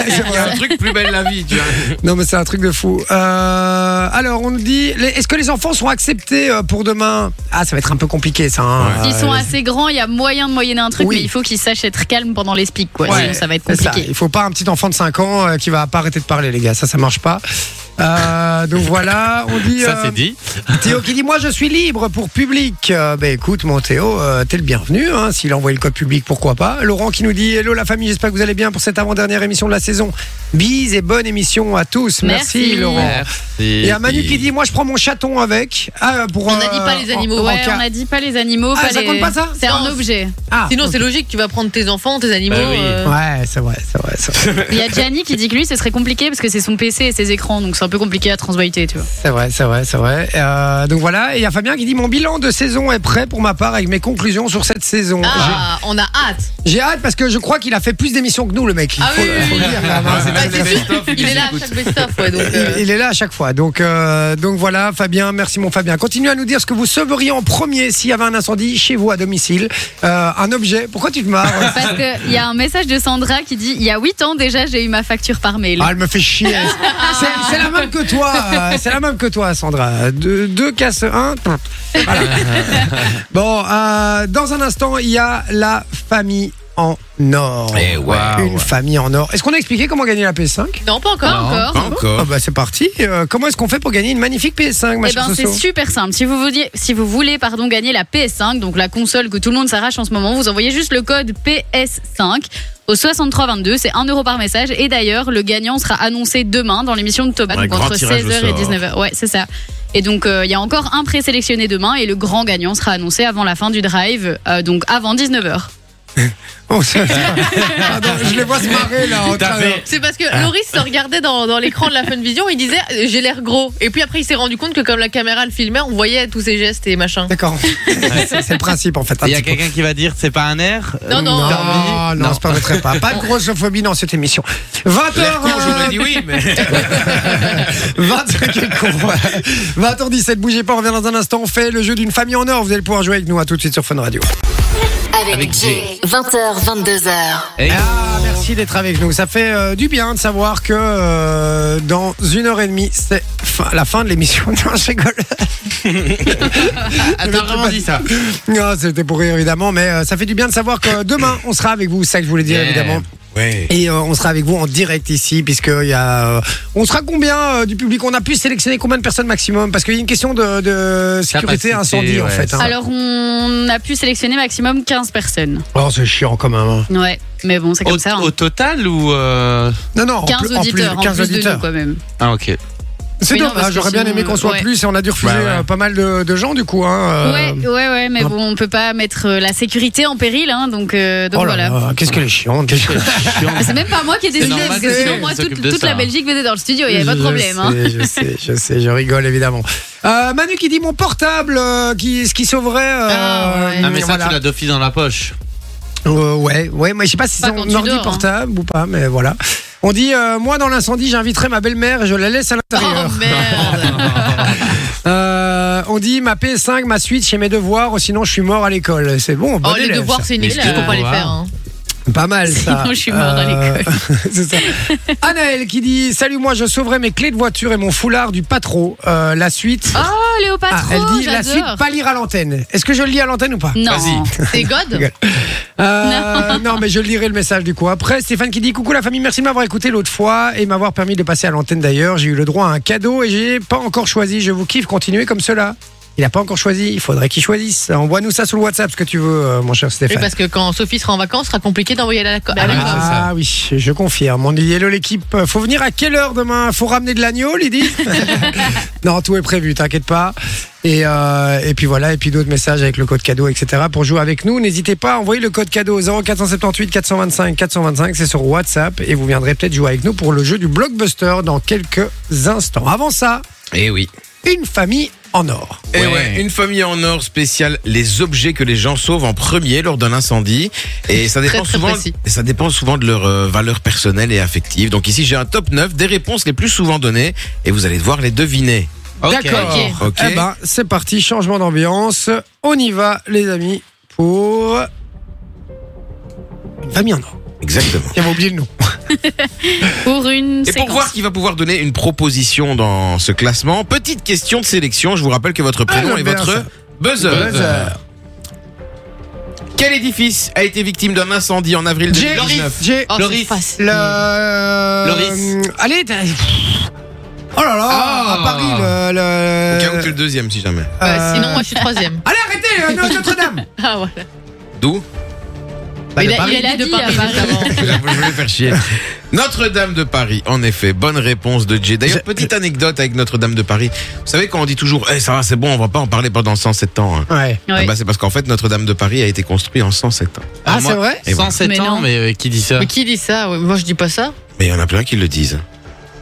Speaker 6: Il y a un truc plus belle la vie, tu vois.
Speaker 3: Non, mais c'est un truc de fou. Euh, alors, on nous dit les- est-ce que les enfants sont acceptés euh, pour demain Ah, ça va être un peu compliqué, ça. hein.
Speaker 6: Ouais.
Speaker 4: S'ils
Speaker 3: Euh,
Speaker 4: sont assez grands, il y a moyen de moyenner un truc,
Speaker 3: Oui.
Speaker 4: mais il faut qu'ils sachent être calmes pendant les speaks, quoi.
Speaker 3: Ouais,
Speaker 4: Sinon, ça va être
Speaker 3: c'est ça.
Speaker 4: compliqué.
Speaker 3: Il faut pas un petit enfant de 5 ans euh, qui va pas arrêter de parler, les gars. Ça, ça marche pas. Euh, donc voilà, on dit.
Speaker 2: Ça
Speaker 3: euh,
Speaker 2: c'est dit.
Speaker 3: Théo qui dit Moi je suis libre pour public. Euh, ben écoute, mon Théo, euh, t'es le bienvenu. hein. S'il a envoyé le code public, pourquoi pas. Laurent qui nous dit Hello la famille, j'espère que vous allez bien pour cette avant-dernière émission de la saison. Bise et bonne émission à tous. Merci,
Speaker 4: Merci.
Speaker 3: Laurent. Il y a Manu qui
Speaker 2: dit
Speaker 3: dit Moi je prends mon chaton avec. Ah, pour,
Speaker 5: On n'a dit pas les animaux,
Speaker 3: en
Speaker 4: Ouais,
Speaker 3: cas-
Speaker 4: on n'a dit pas les animaux.
Speaker 3: Ah,
Speaker 4: pas
Speaker 3: ça
Speaker 4: les-
Speaker 3: compte pas, ça
Speaker 4: C'est un
Speaker 5: Non.
Speaker 4: objet.
Speaker 3: Ah,
Speaker 5: Sinon,
Speaker 3: ok.
Speaker 5: c'est logique, tu vas prendre tes enfants, tes animaux.
Speaker 2: Bah oui.
Speaker 5: euh,
Speaker 3: Ouais, c'est vrai, c'est vrai, c'est vrai,
Speaker 4: Il y a Gianni qui dit que lui, ce serait compliqué parce que c'est son PC et ses écrans, donc c'est un peu compliqué à transbiter, tu vois.
Speaker 3: c'est vrai, c'est vrai. c'est vrai. Euh, donc voilà, et il y a Fabien qui dit Mon bilan de saison est prêt pour ma part avec mes conclusions sur cette saison.
Speaker 5: Ah, on a hâte.
Speaker 3: J'ai- J'ai hâte parce que je crois qu'il a fait plus d'émissions que nous, le mec. Il
Speaker 5: Ah
Speaker 3: faut-
Speaker 5: oui,
Speaker 3: faut
Speaker 5: oui,
Speaker 3: le
Speaker 5: oui.
Speaker 3: dire, quand même, hein.
Speaker 5: Ah, c'est
Speaker 6: Bah,
Speaker 5: pas-
Speaker 6: c'est
Speaker 5: c'est
Speaker 6: sûr.
Speaker 5: sûr. Il est là à chaque best-of, ouais, donc. euh,
Speaker 3: Il, il est là à chaque fois. Donc, euh, donc voilà, Fabien, merci mon Fabien. Continue à nous dire ce que vous sauveriez en premier s'il y avait un incendie chez vous à domicile. Euh, un objet. Pourquoi tu te marres
Speaker 4: Parce qu'il y a un message de Sandra qui dit Il y a 8 ans déjà, j'ai eu ma facture par mail.
Speaker 3: Ah, elle me fait chier. C'est- C'est la même que toi. euh, C'est la même que toi, Sandra. Deux, deux casse un. Voilà. Bon, euh, dans un instant, il y a la famille en or.
Speaker 6: Eh ouais.
Speaker 3: Une famille en or. Est-ce qu'on a expliqué comment gagner la PS5
Speaker 5: Non, pas encore.
Speaker 4: Pas
Speaker 6: Pas
Speaker 4: encore.
Speaker 3: Ah
Speaker 6: encore.
Speaker 3: bah c'est parti. Euh, comment est-ce qu'on fait pour gagner une magnifique PS5 ma
Speaker 4: Eh
Speaker 3: chère
Speaker 4: ben, c'est
Speaker 3: Soso
Speaker 4: super simple. Si vous vouliez, si vous voulez pardon, gagner la PS5, donc la console que tout le monde s'arrache en ce moment, vous envoyez juste le code PS5 au 6322. C'est 1 euro par message. Et d'ailleurs, le gagnant sera annoncé demain dans l'émission de Thomas,
Speaker 6: Ouais,
Speaker 4: donc
Speaker 6: grand
Speaker 4: entre
Speaker 6: tirage au
Speaker 4: 16h et
Speaker 6: sort.
Speaker 4: 19h. Ouais, c'est ça. Et donc, euh, il y a encore un présélectionné demain et le grand gagnant sera annoncé avant la fin du drive, euh, donc avant 19h.
Speaker 3: Oh, ça- Pardon, je les vois se marrer là. En train de-
Speaker 2: T'avais-
Speaker 5: C'est parce que Loris se regardait dans, dans l'écran de la Fun Vision, il disait euh, j'ai l'air gros. Et puis après il s'est rendu compte que comme la caméra le filmait, on voyait tous ses gestes et machin.
Speaker 3: D'accord. c'est c'est le principe en fait. un
Speaker 2: Il y a
Speaker 3: petit peu.
Speaker 2: quelqu'un qui va dire c'est pas un air Euh,
Speaker 5: Non, non.
Speaker 3: non,
Speaker 2: T'as envie
Speaker 3: non,
Speaker 2: Non.
Speaker 3: je permettrai pas. Pas de grossophobie dans cette émission. euh, 20h.
Speaker 2: oui, mais.
Speaker 3: 20, quel con. 20h17, bougez pas, on revient dans un instant. On fait le jeu d'une famille en or. Vous allez pouvoir jouer avec nous. À tout de suite sur Fun Radio.
Speaker 1: Avec,
Speaker 2: Avec
Speaker 1: Jay. 20h, 22h.
Speaker 3: Ah, merci d'être avec nous. Ça fait euh, du bien de savoir que euh, dans une heure et demie, c'est fin- la fin de l'émission. Non, je rigole.
Speaker 2: T'as vraiment dit ça
Speaker 3: Non, c'était pour rire évidemment, mais euh, ça fait du bien de savoir que demain, on sera avec vous. C'est ça que je voulais dire
Speaker 2: Yeah.
Speaker 3: évidemment.
Speaker 6: Ouais.
Speaker 3: Et euh, on sera avec vous en direct ici, puisque il y a, euh, on sera combien euh, du public On a pu sélectionner combien de personnes maximum Parce qu'il y a une question de, de sécurité
Speaker 2: Capacité,
Speaker 3: incendie en
Speaker 2: ouais.
Speaker 3: fait. hein.
Speaker 4: Alors, on a pu sélectionner maximum 15 personnes.
Speaker 3: Oh, c'est chiant quand même. hein.
Speaker 4: Ouais, mais bon, c'est comme
Speaker 2: au,
Speaker 4: ça. hein.
Speaker 2: au total ou. euh,
Speaker 3: Non, non, en
Speaker 4: 15
Speaker 3: plus- en plus,
Speaker 4: auditeurs, en plus,
Speaker 3: 15
Speaker 4: de
Speaker 3: auditeurs.
Speaker 4: nous quand même.
Speaker 2: Ah, ok.
Speaker 3: C'est
Speaker 4: Oui, non, parce
Speaker 3: dommage,
Speaker 4: que
Speaker 3: j'aurais bien
Speaker 4: sinon,
Speaker 3: aimé qu'on soit
Speaker 4: ouais.
Speaker 3: plus et on a dû refuser
Speaker 2: Ouais, ouais.
Speaker 3: euh, pas mal de, de gens du coup. Hein, euh.
Speaker 4: Ouais, ouais, ouais, mais
Speaker 3: un-
Speaker 4: bon, on peut pas mettre euh, la sécurité en péril, hein, donc, euh, donc
Speaker 3: Oh là
Speaker 4: voilà.
Speaker 3: là, qu'est-ce qu'elle est chiante. qu'est-ce que-
Speaker 4: Ah, C'est même pas moi qui ai décidé,
Speaker 2: normal
Speaker 4: parce que
Speaker 2: que
Speaker 4: sinon,
Speaker 2: c'est-
Speaker 4: moi,
Speaker 2: ils
Speaker 4: toute,
Speaker 2: s'occupent de
Speaker 4: toute
Speaker 2: ça,
Speaker 4: la
Speaker 2: hein.
Speaker 4: Belgique venait dans le studio, il n'y avait pas de
Speaker 3: Je
Speaker 4: problème. hein.
Speaker 3: sais, Je sais, je sais, je rigole évidemment. Euh, Manu qui dit mon portable, euh, qui, ce qui sauverait. euh,
Speaker 5: Ah, ouais.
Speaker 2: Ah, mais ça,
Speaker 3: voilà.
Speaker 2: tu l'as d'office dans la poche.
Speaker 3: Euh, ouais, ouais, mais je sais pas si
Speaker 4: Pas
Speaker 3: c'est
Speaker 4: quand
Speaker 3: un
Speaker 4: tu
Speaker 3: ordi
Speaker 4: dors, hein.
Speaker 3: portable ou pas, mais voilà. On dit, euh, moi dans l'incendie, j'inviterai ma belle-mère et je la laisse à l'intérieur.
Speaker 5: Oh merde
Speaker 3: Euh, on dit, ma PS5, ma Switch et mes devoirs, ou sinon je suis mort à l'école. C'est bon, bon
Speaker 5: Oh les devoirs c'est nul,
Speaker 2: Mais
Speaker 5: faut pas les
Speaker 2: devoirs.
Speaker 5: faire. hein.
Speaker 3: Pas mal ça. Euh,
Speaker 4: Sinon, je suis mort à l'école.
Speaker 3: c'est ça. Anaël qui dit, salut moi, je sauverai mes clés de voiture et mon foulard du patro. Euh, la suite.
Speaker 4: Oh, Léopatro,
Speaker 3: Ah, elle dit, la suite,
Speaker 4: j'adore.
Speaker 3: pas lire à l'antenne. Est-ce que je le lis à l'antenne ou pas
Speaker 4: Non.
Speaker 2: Vas-y.
Speaker 5: C'est God
Speaker 3: Euh, non. mais je lirai le message du coup. Après, Stéphane qui dit Coucou la famille, merci de m'avoir écouté l'autre fois et m'avoir permis de passer à l'antenne d'ailleurs. J'ai eu le droit à un cadeau et j'ai pas encore choisi. Je vous kiffe, continuez comme cela. Il a pas encore choisi, il faudrait qu'il choisisse. Envoie-nous ça sur le WhatsApp ce que tu veux, euh, mon cher
Speaker 5: Oui,
Speaker 3: Stéphane.
Speaker 5: parce que quand Sophie sera en vacances, ce sera compliqué d'envoyer la la- à la-
Speaker 2: oui, c'est
Speaker 3: Ah
Speaker 2: ça.
Speaker 3: oui, je confirme. On dit hello l'équipe. Euh, Faut venir à quelle heure demain Faut ramener de l'agneau, Lydie Non, tout est prévu, t'inquiète pas. Et, euh, et puis voilà, et puis d'autres messages avec le code cadeau, etc. Pour jouer avec nous, n'hésitez pas à envoyer le code cadeau 0478 425 425, c'est sur WhatsApp, et vous viendrez peut-être jouer avec nous pour le jeu du blockbuster dans quelques instants. Avant ça,
Speaker 6: Eh oui.
Speaker 3: une famille en or.
Speaker 6: Et Eh ouais.
Speaker 2: Ouais.
Speaker 6: une famille en or spéciale, les objets que les gens sauvent en premier lors d'un incendie. Et ça dépend
Speaker 5: Très, très
Speaker 6: souvent,
Speaker 5: précis.
Speaker 6: et ça dépend souvent de leur euh, valeur personnelle et affective. Donc ici, j'ai un top 9 des réponses les plus souvent données et vous allez devoir les deviner.
Speaker 2: Ok.
Speaker 3: D'accord.
Speaker 6: Ok.
Speaker 3: Eh ben, c'est parti, changement d'ambiance. On y va, les amis, pour une famille en or.
Speaker 6: Exactement.
Speaker 3: J'avais oublié le nom.
Speaker 4: Pour une
Speaker 6: Et
Speaker 4: séquence.
Speaker 6: pour voir qui va pouvoir donner une proposition dans ce classement, petite question de sélection. Je vous rappelle que votre prénom
Speaker 3: j'aime
Speaker 6: est
Speaker 3: bien
Speaker 6: votre
Speaker 3: ça.
Speaker 6: buzzer. Quel édifice a été victime d'un incendie en avril
Speaker 3: J'ai
Speaker 6: 2019
Speaker 3: j'ai
Speaker 5: Oh, c'est
Speaker 2: Loris.
Speaker 5: facile.
Speaker 3: le.
Speaker 2: Loris.
Speaker 3: Allez. t'as- Oh là là,
Speaker 2: Ah.
Speaker 3: à Paris le. le-
Speaker 6: Au cas où t'es le deuxième, si jamais.
Speaker 5: Euh,
Speaker 3: euh,
Speaker 5: Sinon moi je suis troisième.
Speaker 3: Allez arrêtez euh, no- Notre-Dame.
Speaker 5: Ah voilà.
Speaker 6: D'où
Speaker 3: Bah,
Speaker 5: Mais
Speaker 3: de
Speaker 5: il a-
Speaker 3: Paris.
Speaker 5: il a dit de
Speaker 4: Il a
Speaker 5: Paris
Speaker 4: dit à Paris.
Speaker 5: notamment.
Speaker 6: Je voulais faire chier. Notre-Dame de Paris, en effet, bonne réponse de Jay. D'ailleurs, petite anecdote avec Notre-Dame de Paris. Vous savez quand on dit toujours, eh, ça va, c'est bon, on va pas en parler pendant 107 ans. hein.
Speaker 3: Ouais.
Speaker 4: Ouais.
Speaker 6: Ah bah, c'est parce qu'en fait, Notre-Dame de Paris a été construite en 107 ans.
Speaker 3: Ah,
Speaker 2: Ah, moi-
Speaker 3: c'est vrai.
Speaker 6: Et voilà.
Speaker 2: 107
Speaker 4: Mais
Speaker 2: ans,
Speaker 4: non.
Speaker 2: mais euh, qui dit ça
Speaker 5: Mais qui dit ça Ouais, Moi je dis pas ça.
Speaker 6: Mais il y en a plein qui le disent.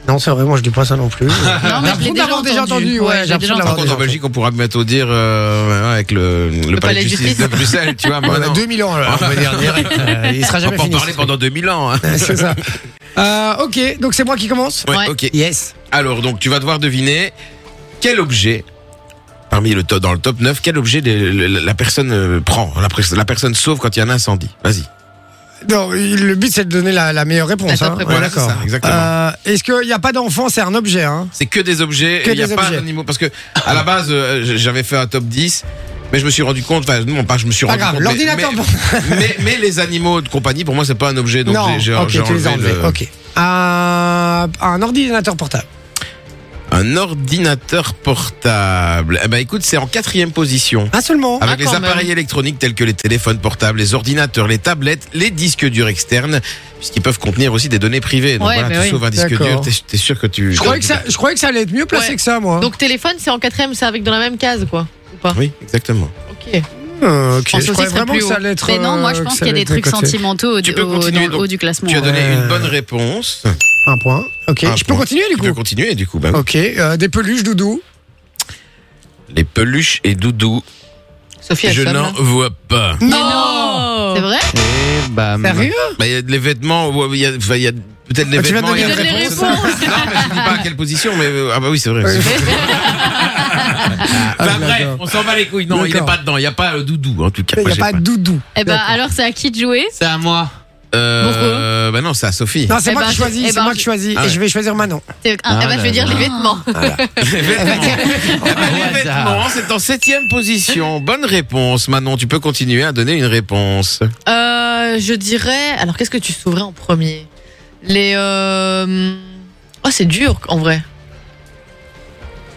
Speaker 3: Non, c'est vrai. Moi, je dis pas ça non plus.
Speaker 4: Non, mais
Speaker 3: J'ai
Speaker 4: je l'ai
Speaker 3: l'impression
Speaker 4: déjà
Speaker 3: d'avoir déjà entendu.
Speaker 4: entendu.
Speaker 3: Ouais,
Speaker 4: Ouais,
Speaker 3: j'ai
Speaker 4: j'ai déjà
Speaker 3: l'impression
Speaker 6: Par
Speaker 3: d'avoir
Speaker 6: contre, en
Speaker 3: déjà
Speaker 6: Belgique, on pourra bientôt dire euh, avec le, le palais, de justice de Bruxelles, tu vois.
Speaker 3: entendu. On
Speaker 6: maintenant.
Speaker 3: a 2000 ans là.
Speaker 6: On va dire direct.
Speaker 3: Euh, il sera
Speaker 6: On
Speaker 3: jamais
Speaker 6: va en
Speaker 3: fini.
Speaker 6: parler pendant 2000 ans. hein.
Speaker 3: C'est ça. Euh, ok, donc c'est moi qui commence.
Speaker 6: Ouais,
Speaker 5: Ouais.
Speaker 6: ok.
Speaker 3: Yes.
Speaker 6: Alors, donc, tu vas devoir deviner quel objet, parmi le top, dans le top 9, quel objet le- le- la, personne euh, prend, la, pres- la personne sauve quand il y a un incendie. Vas-y.
Speaker 3: Non, il- le but c'est de donner la, la meilleure réponse.
Speaker 5: La
Speaker 3: hein.
Speaker 5: top réponse.
Speaker 3: Ouais,
Speaker 6: Voilà,
Speaker 3: D'accord.
Speaker 6: c'est ça, exactement.
Speaker 3: Euh, Est-ce qu'il n'y a pas d'enfant C'est un objet. Hein.
Speaker 6: C'est que des objets,
Speaker 3: Que
Speaker 6: et il n'y a
Speaker 3: des
Speaker 6: pas
Speaker 3: objets.
Speaker 6: d'animaux. Parce que, à la base, euh, j- j'avais fait un top 10. Mais je me suis rendu compte, enfin non pas je me suis
Speaker 3: Pas
Speaker 6: rendu
Speaker 3: grave,
Speaker 6: compte. mais-
Speaker 3: l'ordinateur.
Speaker 6: Mais, mais, mais les animaux de compagnie, pour moi, c'est pas un objet. Donc
Speaker 3: non.
Speaker 6: j'ai- j'ai-
Speaker 3: ok,
Speaker 6: j'ai
Speaker 3: tu les as
Speaker 6: enlevé
Speaker 3: enlevés.
Speaker 6: le-
Speaker 3: Ok. Un- un ordinateur portable.
Speaker 6: Un ordinateur portable. Eh ben écoute, c'est en quatrième position.
Speaker 3: Un seulement.
Speaker 6: Avec
Speaker 5: Ah,
Speaker 6: les
Speaker 5: quand
Speaker 6: appareils
Speaker 5: même.
Speaker 6: électroniques tels que les téléphones portables, les ordinateurs, les tablettes, les disques durs externes, puisqu'ils peuvent contenir aussi des données privées. Donc
Speaker 5: Ouais,
Speaker 6: voilà,
Speaker 5: mais
Speaker 6: tu
Speaker 5: oui.
Speaker 6: sauves un disque
Speaker 3: bah
Speaker 6: dur,
Speaker 3: D'accord.
Speaker 6: t'es, t'es sûr que tu.
Speaker 3: je, croyais que ça, je croyais que ça allait être mieux placé
Speaker 5: Ouais.
Speaker 3: que ça, moi.
Speaker 5: Donc téléphone c'est en quatrième, c'est avec dans la même case quoi.
Speaker 6: Oui, exactement.
Speaker 5: Ok.
Speaker 3: Euh, ok.
Speaker 5: En
Speaker 3: Je
Speaker 5: saucisse
Speaker 3: croyais
Speaker 5: serait
Speaker 3: vraiment
Speaker 5: plus
Speaker 3: que ça allait être.
Speaker 4: Mais non, moi
Speaker 3: euh,
Speaker 4: je
Speaker 3: que
Speaker 4: pense
Speaker 3: ça
Speaker 4: qu'il y a
Speaker 3: allait
Speaker 4: des
Speaker 3: être
Speaker 4: trucs
Speaker 3: côté.
Speaker 4: sentimentaux au,
Speaker 6: Tu peux
Speaker 4: au-
Speaker 6: continuer,
Speaker 4: dans le
Speaker 6: donc.
Speaker 4: haut du classement.
Speaker 6: Tu as donné
Speaker 3: Ouais.
Speaker 6: une bonne réponse.
Speaker 3: Un point. Ok.
Speaker 6: Un
Speaker 3: je
Speaker 6: point.
Speaker 3: peux continuer du
Speaker 6: Tu peux
Speaker 3: coup.
Speaker 6: continuer du coup. bah oui.
Speaker 3: Ok. euh, des peluches, doudou.
Speaker 6: Les peluches et doudou.
Speaker 5: Sophie, elle
Speaker 6: Je
Speaker 5: sonne,
Speaker 6: n'en
Speaker 5: là.
Speaker 6: vois pas.
Speaker 4: Mais non C'est vrai
Speaker 3: Eh,
Speaker 2: Et bam.
Speaker 3: Sérieux
Speaker 6: Bah, il y a les vêtements, ouais, il y a, enfin, il y a peut-être les
Speaker 3: Ah, tu vas
Speaker 6: vêtements.
Speaker 3: donner
Speaker 6: il y a
Speaker 4: les
Speaker 6: la réponse.
Speaker 4: réponses.
Speaker 6: non, mais je dis pas à quelle position, mais euh, ah bah oui, c'est vrai.
Speaker 3: Ouais.
Speaker 6: c'est vrai.
Speaker 3: Ah,
Speaker 6: Bah,
Speaker 3: je
Speaker 6: bref,
Speaker 3: l'adore.
Speaker 6: on s'en bat les couilles. Non, il n'est
Speaker 3: D'accord.
Speaker 6: pas dedans. Il n'y a pas euh, doudou en tout cas.
Speaker 3: Il n'y
Speaker 6: Moi,
Speaker 3: a
Speaker 6: j'ai
Speaker 3: pas doudou.
Speaker 4: Eh ben
Speaker 3: D'accord.
Speaker 4: alors c'est à qui de jouer
Speaker 2: C'est à moi.
Speaker 6: Euh, bah non, c'est à Sophie.
Speaker 3: Non, c'est
Speaker 4: Eh
Speaker 3: moi
Speaker 4: ben,
Speaker 3: qui
Speaker 4: je-
Speaker 3: choisis.
Speaker 4: eh
Speaker 3: c'est
Speaker 4: ben,
Speaker 3: moi
Speaker 4: je-
Speaker 3: qui choisis.
Speaker 6: Ah
Speaker 3: Et
Speaker 6: ouais.
Speaker 3: je vais choisir Manon.
Speaker 4: C'est- ah,
Speaker 2: Ah
Speaker 5: eh ben,
Speaker 4: Elle va
Speaker 2: là
Speaker 4: te dire
Speaker 2: là.
Speaker 4: les vêtements.
Speaker 6: Les vêtements.
Speaker 3: Eh,
Speaker 6: Ah bah,
Speaker 2: Au
Speaker 6: les
Speaker 2: hasard.
Speaker 6: vêtements, c'est en septième position. Bonne réponse, Manon. Tu peux continuer à donner une réponse.
Speaker 5: Euh, je dirais. Alors, qu'est-ce que tu sauverais en premier Les. Euh... Oh, c'est dur en vrai.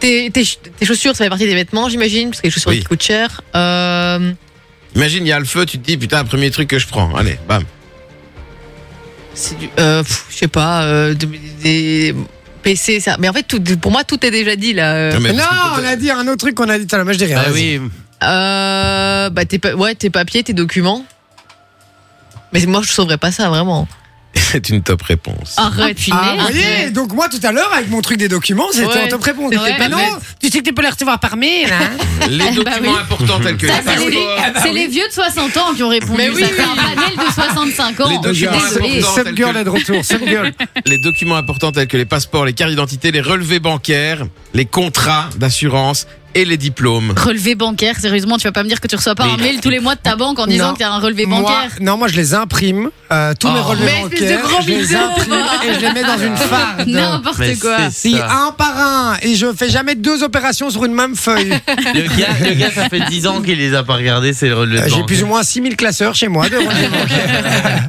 Speaker 5: Tes, tes ch- tes chaussures, ça fait partie des vêtements, j'imagine, parce que les chaussures
Speaker 6: Oui.
Speaker 5: qui coûtent cher. Euh...
Speaker 6: Imagine, il y a le feu, tu te dis, putain, premier truc que je prends. Allez, bam.
Speaker 5: C'est du. euh, pff, je sais pas, euh, de- des PC, ça. Mais en fait, tout, pour moi, tout est déjà dit là. Euh,
Speaker 6: Non, mais
Speaker 3: non,
Speaker 6: parce que
Speaker 3: on a dit un autre truc qu'on a dit tout à l'heure. mais je dis rien.
Speaker 2: Bah
Speaker 3: vas-y.
Speaker 2: oui.
Speaker 5: Euh, bah, tes, pa- ouais, tes papiers, tes documents. Mais moi, je sauverais pas ça vraiment.
Speaker 6: C'est une top réponse.
Speaker 5: Arrête,
Speaker 3: Ah, vous voyez, donc moi tout à l'heure, avec mon truc des documents, c'était
Speaker 5: Ouais.
Speaker 3: en top réponse.
Speaker 5: C'était Ouais. pas
Speaker 3: non,
Speaker 5: bête.
Speaker 3: tu sais que tu peux les recevoir par mail. hein.
Speaker 6: Les documents
Speaker 4: oui.
Speaker 6: importants tels que
Speaker 4: Ça,
Speaker 6: les
Speaker 4: c'est les,
Speaker 6: passeports,
Speaker 4: c'est les vieux de 60 ans qui ont répondu.
Speaker 5: Mais oui,
Speaker 4: ça fait un panel de 65 ans.
Speaker 3: Oh,
Speaker 6: Les
Speaker 4: Je suis
Speaker 6: documents
Speaker 4: désolée.
Speaker 6: importants.
Speaker 3: Sub girl est de retour, sub girl.
Speaker 6: les documents importants tels que les passeports, les cartes d'identité, les relevés bancaires, les contrats d'assurance et les diplômes.
Speaker 4: Relevé bancaire, sérieusement, tu vas pas me dire que tu reçois pas un mail tous les mois de ta banque en disant
Speaker 3: Non.
Speaker 4: que t'as un relevé
Speaker 3: Moi,
Speaker 4: bancaire.
Speaker 3: non, moi je les imprime, euh, tous mes
Speaker 2: Oh.
Speaker 3: relevés
Speaker 5: Mais espèce de
Speaker 3: bancaires,
Speaker 5: grand
Speaker 3: je les
Speaker 5: mytho,
Speaker 3: imprime et je les mets dans
Speaker 6: Ah.
Speaker 3: une farde.
Speaker 2: Mais
Speaker 4: N'importe quoi.
Speaker 2: c'est
Speaker 3: Si,
Speaker 2: ça.
Speaker 3: un par un, et je fais jamais deux opérations sur une même feuille.
Speaker 2: Le gars, le gars, ça fait 10 ans qu'il les a pas regardés, c'est le relevé
Speaker 3: Euh,
Speaker 2: de
Speaker 3: J'ai
Speaker 2: banque.
Speaker 3: plus ou moins 6000 classeurs chez moi. de relevés bancaires.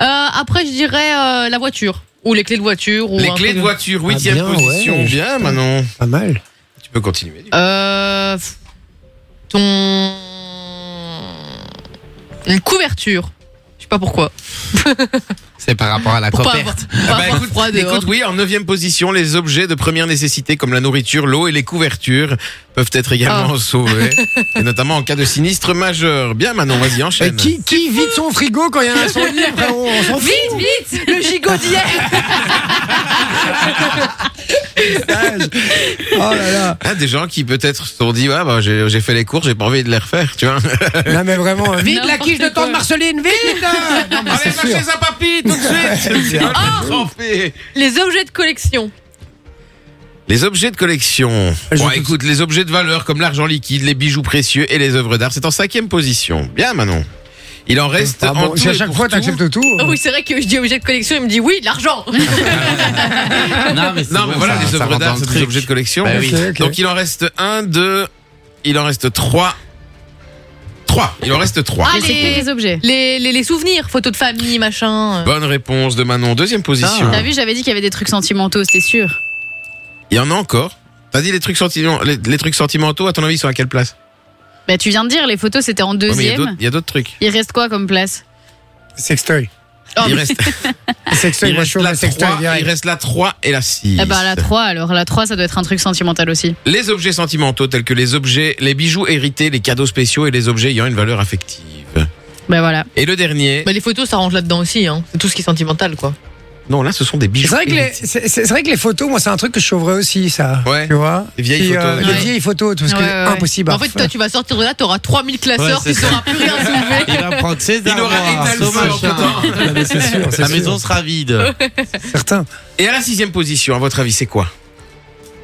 Speaker 5: Euh, après, je dirais euh, la voiture. Ou les clés de voiture. Ou
Speaker 6: Les
Speaker 5: Oh, un
Speaker 6: clés
Speaker 5: truc
Speaker 6: de voiture, huitième
Speaker 3: bien,
Speaker 6: position.
Speaker 3: ouais.
Speaker 6: Bien, Manon.
Speaker 3: Pas mal.
Speaker 6: Tu peux continuer. du coup.
Speaker 5: Euh, pff, ton. Une couverture. Je sais pas pourquoi.
Speaker 2: C'est par rapport à la
Speaker 5: Pour pas
Speaker 2: coperte.
Speaker 5: avoir, pas
Speaker 6: Ah bah,
Speaker 5: avoir
Speaker 6: écoute,
Speaker 5: froid dehors.
Speaker 6: écoute, oui, en neuvième position, les objets de première nécessité comme la nourriture, l'eau et les couvertures peuvent être également
Speaker 3: Oh.
Speaker 6: sauvés, et notamment en cas de sinistre majeur. Bien, Manon, vas-y,
Speaker 3: Euh,
Speaker 6: enchaîne.
Speaker 3: qui, qui vide son frigo quand il y en a son livre frérot On s'en fout.
Speaker 4: Vite, le gigot d'hier.
Speaker 3: Oh là là.
Speaker 6: Ah, des gens qui peut-être se sont dit, ouais, bah, j'ai j'ai fait les cours, j'ai pas envie de les refaire, tu vois.
Speaker 3: Non mais vraiment, euh, vide la
Speaker 4: N'importe
Speaker 3: quiche de
Speaker 4: quoi.
Speaker 3: temps de Marceline, vide Non, mais c'est sûr.
Speaker 6: sa papy tout de suite Trempé.
Speaker 5: Les objets de collection.
Speaker 6: Les objets de collection.
Speaker 3: Je
Speaker 6: Bon,
Speaker 3: te-
Speaker 6: écoute, les objets de valeur comme l'argent liquide, les bijoux précieux et les œuvres d'art, c'est en cinquième position. Bien, Manon. Il en reste
Speaker 3: Ah
Speaker 6: en
Speaker 3: bon,
Speaker 6: tout
Speaker 3: si à
Speaker 6: et
Speaker 3: chaque
Speaker 6: pour
Speaker 3: fois
Speaker 6: tout-
Speaker 3: t'acceptes tout. euh,
Speaker 5: Ah oui, c'est vrai que je dis objets de collection, il me dit oui, l'argent.
Speaker 2: Non, mais, c'est
Speaker 6: Non, mais
Speaker 2: bon,
Speaker 6: voilà,
Speaker 2: ça-
Speaker 6: les
Speaker 2: ça
Speaker 6: œuvres
Speaker 2: rentre
Speaker 6: d'art, c'est
Speaker 2: dans le
Speaker 6: des
Speaker 2: truc.
Speaker 6: objets de collection.
Speaker 2: Bah oui.
Speaker 3: Ok, ok.
Speaker 6: Donc il en reste un, deux, il en reste trois. Trois. Il en reste trois.
Speaker 5: Ah,
Speaker 4: Allez, c'est que des objets.
Speaker 5: les, les, les souvenirs, photos de famille, machin.
Speaker 6: Bonne réponse de Manon. Deuxième position.
Speaker 4: T'as vu, j'avais dit qu'il y avait des trucs sentimentaux, c'était sûr.
Speaker 6: Il y en a encore. T'as dit les trucs sentimentaux, les, les trucs sentimentaux, à ton avis, ils sont à quelle place
Speaker 4: Bah, tu viens de dire, les photos c'était en
Speaker 6: Ouais, mais il y a
Speaker 4: deuxième.
Speaker 6: d'autres- Il y a d'autres trucs.
Speaker 4: Il reste quoi comme place
Speaker 3: Sextoy.
Speaker 6: il reste,
Speaker 3: Sextoy,
Speaker 6: il
Speaker 3: moi
Speaker 6: reste
Speaker 3: je suis au
Speaker 6: la
Speaker 3: sextoy
Speaker 6: 3, il
Speaker 3: direct.
Speaker 6: reste la 3 et la 6.
Speaker 4: Eh ben, la 3 alors. La 3, ça doit être un truc sentimental aussi.
Speaker 6: Les objets sentimentaux tels que les objets, les bijoux hérités, les cadeaux spéciaux et les objets ayant une valeur affective.
Speaker 4: Ben voilà.
Speaker 6: Et le dernier.
Speaker 5: Bah, les photos, ça rentre là-dedans aussi. Hein. C'est tout ce qui est sentimental, quoi.
Speaker 6: Non, là, ce sont des bijoux.
Speaker 3: C'est vrai, que les,
Speaker 6: hérités.
Speaker 3: c'est, c'est vrai que les photos, moi, c'est un truc que je sauverais aussi, ça.
Speaker 6: Ouais.
Speaker 3: Tu vois
Speaker 6: Les vieilles
Speaker 3: Puis, euh,
Speaker 6: photos.
Speaker 3: Les
Speaker 6: Ouais.
Speaker 3: vieilles photos, parce que
Speaker 4: Ouais, ouais, ouais.
Speaker 3: impossible. hein. à
Speaker 5: en fait,
Speaker 3: refaire.
Speaker 5: toi, tu vas sortir de là, t'auras 3000 classeurs,
Speaker 2: Ouais, c'est
Speaker 5: tu sauras plus rien soulever.
Speaker 2: Il va prendre ses
Speaker 6: Il aura
Speaker 2: armoires,
Speaker 6: étalé
Speaker 2: son
Speaker 6: ça
Speaker 2: machin.
Speaker 6: entre-temps.
Speaker 3: Ah, mais c'est sûr, c'est
Speaker 2: La
Speaker 3: sûr.
Speaker 2: maison sera vide.
Speaker 3: Certain.
Speaker 6: Et à la sixième position, à votre avis, c'est quoi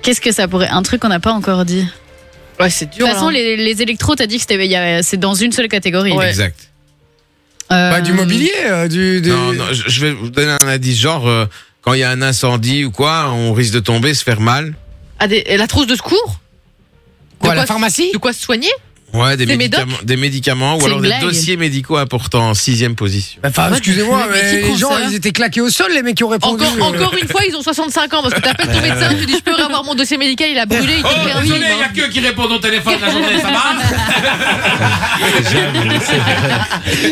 Speaker 4: Qu'est-ce que ça pourrait. Un truc qu'on n'a pas encore dit.
Speaker 5: Ouais, c'est
Speaker 4: De
Speaker 5: dur.
Speaker 4: toute façon,
Speaker 5: là.
Speaker 4: les, les électros, t'as dit que c'était- il y a- c'est dans une seule catégorie.
Speaker 5: Ouais.
Speaker 6: Exact.
Speaker 4: Euh,
Speaker 3: Bah, du mobilier, euh, du. du-
Speaker 6: Non, non, je je vais vous donner un indice. Genre, euh, quand il y a un incendie ou quoi, on risque de tomber, se faire mal.
Speaker 5: Ah, des- et la trousse de secours
Speaker 3: Quoi,
Speaker 5: de
Speaker 3: la
Speaker 5: quoi-
Speaker 3: pharmacie
Speaker 5: De quoi se soigner
Speaker 6: Ouais, des
Speaker 5: Des médocs
Speaker 6: médicaments, des médicaments ou
Speaker 4: C'est
Speaker 6: alors
Speaker 4: une
Speaker 6: des
Speaker 4: blague.
Speaker 6: dossiers médicaux importants en sixième position.
Speaker 3: Bah, Enfin, excusez-moi,
Speaker 4: mais qui
Speaker 3: mais les
Speaker 4: prend
Speaker 3: gens,
Speaker 4: ça
Speaker 3: ils étaient claqués au sol, les mecs qui ont répondu.
Speaker 5: Encore,
Speaker 3: euh,
Speaker 5: encore une fois, ils ont 65 ans parce que t'appelles ton médecin, tu dis je peux avoir mon dossier médical, il a brûlé, il
Speaker 3: Oh,
Speaker 5: te
Speaker 6: Ah
Speaker 5: fait un livre, hein.
Speaker 6: que qui répondent au téléphone la journée, ça va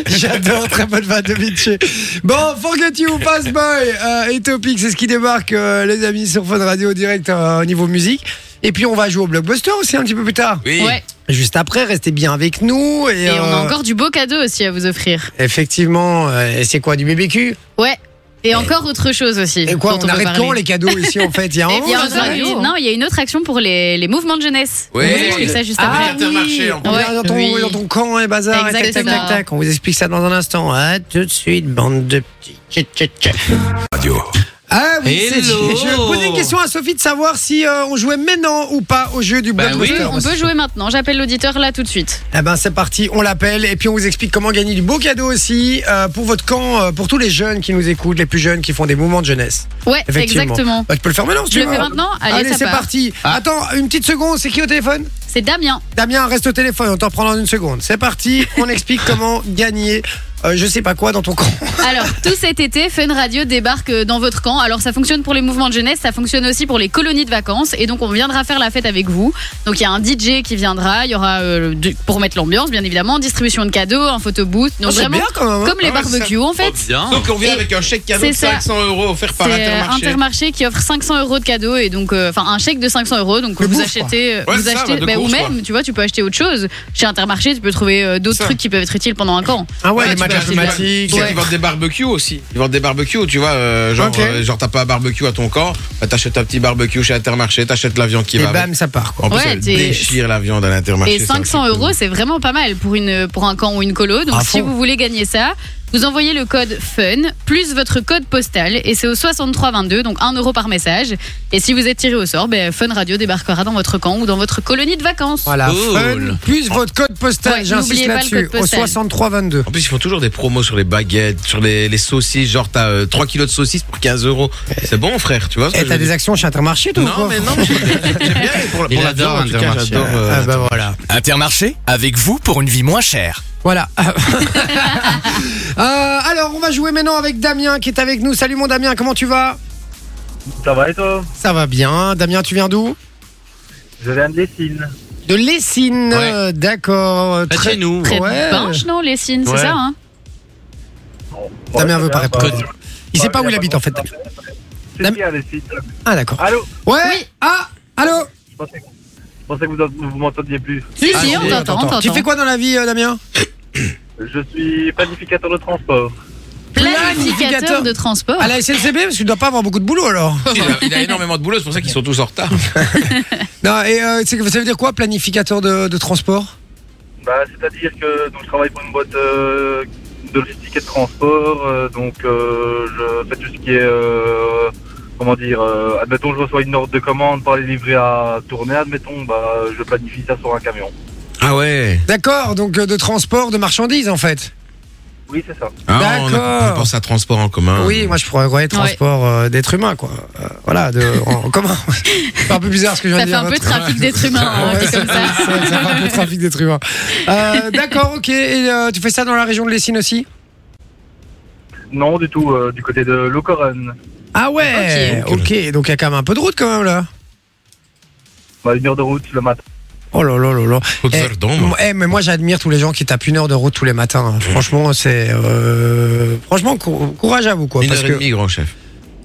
Speaker 3: J'adore, très bonne vanne de Vinci. Bon, Forget You, Fast Boy euh, et Topic, c'est ce qui débarque, euh, les amis, sur Fun Radio direct euh, au niveau musique. Et puis, on va jouer au Blockbuster aussi un petit peu plus tard.
Speaker 6: Oui.
Speaker 4: Ouais.
Speaker 3: Juste après, restez bien avec nous. Et,
Speaker 4: Et on a
Speaker 3: euh,
Speaker 4: encore du beau cadeau aussi à vous offrir.
Speaker 3: Effectivement, euh, et c'est quoi du BBQ
Speaker 4: Ouais. Et encore autre chose aussi.
Speaker 3: Et quoi
Speaker 4: dont
Speaker 3: On
Speaker 4: peut
Speaker 3: arrête
Speaker 4: parler.
Speaker 3: quand les cadeaux ici en fait Il y a
Speaker 4: Et
Speaker 3: un
Speaker 4: puis,
Speaker 5: on
Speaker 4: on aura
Speaker 5: va
Speaker 4: une-
Speaker 5: dire.
Speaker 4: Non, il y a une autre action pour les, les mouvements de jeunesse.
Speaker 6: Ouais.
Speaker 4: On vous explique ça juste
Speaker 6: Ah,
Speaker 4: après.
Speaker 6: Intermarché, en
Speaker 3: On
Speaker 4: Ouais.
Speaker 3: vient dans, ton,
Speaker 4: Oui.
Speaker 3: dans ton camp et bazar, et tac, tac,
Speaker 4: Exactement.
Speaker 3: tac, tac. On vous explique ça dans un instant. À tout de suite, bande de petits. tchit, tchit, tchit.
Speaker 7: Radio.
Speaker 3: Ah oui, c'est
Speaker 2: Hello.
Speaker 3: Je vais poser une question à Sophie de savoir si euh, on jouait maintenant ou pas au jeu du
Speaker 2: Bah oui,
Speaker 3: Blockbuster.
Speaker 4: On peut jouer maintenant. J'appelle l'auditeur là tout de suite.
Speaker 3: Eh ben c'est parti, on l'appelle et puis on vous explique comment gagner du beau cadeau aussi euh, pour votre camp, euh, pour tous les jeunes qui nous écoutent, les plus jeunes qui font des mouvements de jeunesse.
Speaker 4: Ouais,
Speaker 3: Effectivement.
Speaker 4: exactement.
Speaker 3: Bah, tu peux le faire maintenant si
Speaker 4: Je
Speaker 3: tu
Speaker 4: le
Speaker 3: veux.
Speaker 4: fais maintenant Allez,
Speaker 3: Allez,
Speaker 4: ça
Speaker 3: c'est
Speaker 4: part. Ah.
Speaker 3: parti. Attends, une petite seconde, c'est qui au téléphone
Speaker 4: C'est Damien.
Speaker 3: Damien, reste au téléphone, on t'en prend dans une seconde. C'est parti, on explique comment gagner euh, je sais pas quoi dans ton camp.
Speaker 4: Alors, tout cet été, Fun Radio débarque euh, dans votre camp. Alors, ça fonctionne pour les mouvements de jeunesse, ça fonctionne aussi pour les colonies de vacances. Et donc, on viendra faire la fête avec vous. Donc, il y a un DJ qui viendra, il y aura euh, du- pour mettre l'ambiance, bien évidemment, distribution de cadeaux, un photo booth.
Speaker 3: Oh,
Speaker 4: Donc,
Speaker 3: c'est
Speaker 4: vraiment,
Speaker 3: bien quand même. hein.
Speaker 4: comme les
Speaker 6: Ah ouais, c'est ça.
Speaker 4: barbecues, en fait.
Speaker 2: Oh, Bien.
Speaker 6: Donc on vient
Speaker 4: Et
Speaker 6: avec un chèque cadeau
Speaker 4: c'est
Speaker 6: de
Speaker 4: ça.
Speaker 6: 500 euros offert Oh, par
Speaker 4: C'est euh,
Speaker 6: Intermarché.
Speaker 4: Intermarché qui offre 500 euros de cadeaux et donc euh, enfin un chèque de 500 euros donc
Speaker 3: De
Speaker 4: vous
Speaker 3: bouffe,
Speaker 4: achetez
Speaker 6: Ouais,
Speaker 4: vous
Speaker 6: c'est ça,
Speaker 4: achetez
Speaker 6: bah, de
Speaker 4: bah, ou
Speaker 6: course,
Speaker 4: même tu vois tu peux acheter autre chose chez Intermarché tu peux trouver euh, d'autres
Speaker 6: Ça.
Speaker 4: trucs qui peuvent être utiles pendant un camp
Speaker 3: Ah ouais,
Speaker 6: Ouais,
Speaker 3: les
Speaker 6: tu
Speaker 3: matchs
Speaker 6: peux acheter des
Speaker 3: mathématiques.
Speaker 6: barbecues.
Speaker 4: Ouais.
Speaker 6: Ils vendent des barbecues aussi. Ils vendent des barbecues, tu vois. euh, genre,
Speaker 3: Ok.
Speaker 6: euh, genre t'as pas un barbecue à ton camp, bah, t'achètes un petit barbecue chez Intermarché, t'achètes la viande qui
Speaker 3: Et
Speaker 6: va. avec.
Speaker 3: bam, ça part quoi.
Speaker 6: En plus,
Speaker 4: Ouais,
Speaker 6: elle
Speaker 4: t'es-
Speaker 6: déchire la viande à l'Intermarché.
Speaker 4: et
Speaker 6: c'est un
Speaker 4: 500
Speaker 6: truc de
Speaker 4: euros
Speaker 6: ouf.
Speaker 4: c'est vraiment pas mal pour une pour un camp ou une colo donc
Speaker 3: À
Speaker 4: si
Speaker 3: fond.
Speaker 4: vous voulez gagner ça vous envoyez le code FUN plus votre code postal et c'est au 6322 donc 1 euro par message et si vous êtes tiré au sort ben, Fun Radio débarquera dans votre camp ou dans votre colonie de vacances
Speaker 3: Voilà,
Speaker 2: Cool.
Speaker 3: fun, plus votre code postal,
Speaker 4: Ouais,
Speaker 3: j'insiste
Speaker 4: n'oubliez pas le
Speaker 3: là-dessus,
Speaker 4: code
Speaker 3: au
Speaker 4: postal.
Speaker 3: 6322.
Speaker 6: En plus, ils font toujours des promos sur les baguettes, sur les, les saucisses. Genre, t'as euh, 3 kilos de saucisses pour 15 euros. C'est bon, frère, tu vois ce que
Speaker 3: Et
Speaker 6: je
Speaker 3: Eh, t'as
Speaker 6: veux
Speaker 3: des
Speaker 6: dire
Speaker 3: actions chez Intermarché, toi ou
Speaker 6: Non,
Speaker 3: quoi
Speaker 6: mais non, mais j'aime bien. et Pour,
Speaker 2: Il
Speaker 6: pour la
Speaker 2: adore
Speaker 6: viande, en tout cas,
Speaker 2: Intermarché.
Speaker 6: j'adore, euh,
Speaker 3: Ah bah voilà.
Speaker 8: Intermarché, avec vous pour une vie moins chère.
Speaker 3: Voilà. Euh, alors, on va jouer maintenant avec Damien qui est avec nous. Salut mon Damien, comment tu vas
Speaker 9: Ça va et toi
Speaker 3: Ça va bien. Damien, tu viens d'où
Speaker 9: Je viens de Lessine.
Speaker 3: De Lessine.
Speaker 2: Ouais.
Speaker 3: Euh, D'accord. Euh,
Speaker 6: Bah,
Speaker 2: Pas de
Speaker 3: très-
Speaker 2: chez nous.
Speaker 4: Très
Speaker 3: Ouais.
Speaker 4: pinche, non, les signes, c'est
Speaker 2: Ouais.
Speaker 4: ça, hein
Speaker 3: Damien veut pas répondre.
Speaker 2: Code.
Speaker 3: Il sait pas où il habite en fait.
Speaker 9: C'est qui à Lessine
Speaker 3: Ah d'accord.
Speaker 9: Allô
Speaker 3: Ouais. Ah, allô
Speaker 9: Je pensais que je pensais que vous, vous m'entendiez plus.
Speaker 4: Si,
Speaker 3: Ah,
Speaker 4: si,
Speaker 3: non,
Speaker 4: on t'entend, on
Speaker 3: Tu
Speaker 4: t'entend.
Speaker 3: fais quoi dans la vie, euh, Damien
Speaker 9: Je suis planificateur de transport.
Speaker 4: Planificateur de transport.
Speaker 3: À la SNCB parce que tu dois pas avoir beaucoup de boulot alors.
Speaker 6: il, a, il a énormément de boulot, c'est pour ça qu'ils sont tous en retard.
Speaker 3: Non, et euh, c'est- ça veut dire quoi, planificateur de, de transport
Speaker 9: Bah, C'est-à-dire que donc, je travaille pour une boîte euh, de logistique et de transport. euh, donc euh, je fais tout ce qui est... euh, comment dire euh, Admettons, je reçois une ordre de commande par les livrés à tourner. Admettons, bah, je planifie ça sur un camion.
Speaker 6: Ah ouais.
Speaker 3: D'accord, donc euh, de transport de marchandises en fait.
Speaker 9: Oui, c'est ça.
Speaker 6: Ah, on, a-
Speaker 3: D'accord.
Speaker 6: on pense à transport en commun.
Speaker 3: Oui, moi je pourrais ouais, transport euh, d'êtres humains, quoi. Euh, voilà, de, en, en commun. C'est un peu bizarre ce que je viens
Speaker 4: Ça
Speaker 3: de
Speaker 4: fait
Speaker 3: dire.
Speaker 4: un peu trafic d'êtres humains, hein,
Speaker 3: Ouais,
Speaker 4: dit comme ça.
Speaker 3: ça, ça fait un peu trafic d'êtres humains. Euh, D'accord, ok. Et euh, tu fais ça dans la région de Lessine aussi
Speaker 9: Non, du tout. euh, du côté de Locoren.
Speaker 3: Ah ouais
Speaker 6: Ok.
Speaker 3: ok, donc il y a quand même un peu de route quand même là.
Speaker 9: Bah, une heure de route le matin.
Speaker 3: Oh là là là là.
Speaker 6: Faut te
Speaker 3: Eh,
Speaker 6: faire don,
Speaker 3: Moi,
Speaker 6: moi.
Speaker 3: eh, mais moi j'admire tous les gens qui tapent une heure de route tous les matins. hein. Franchement, c'est euh, franchement cou- courage à vous quoi.
Speaker 6: Une
Speaker 3: parce
Speaker 6: heure et
Speaker 3: que
Speaker 6: demie, grand chef.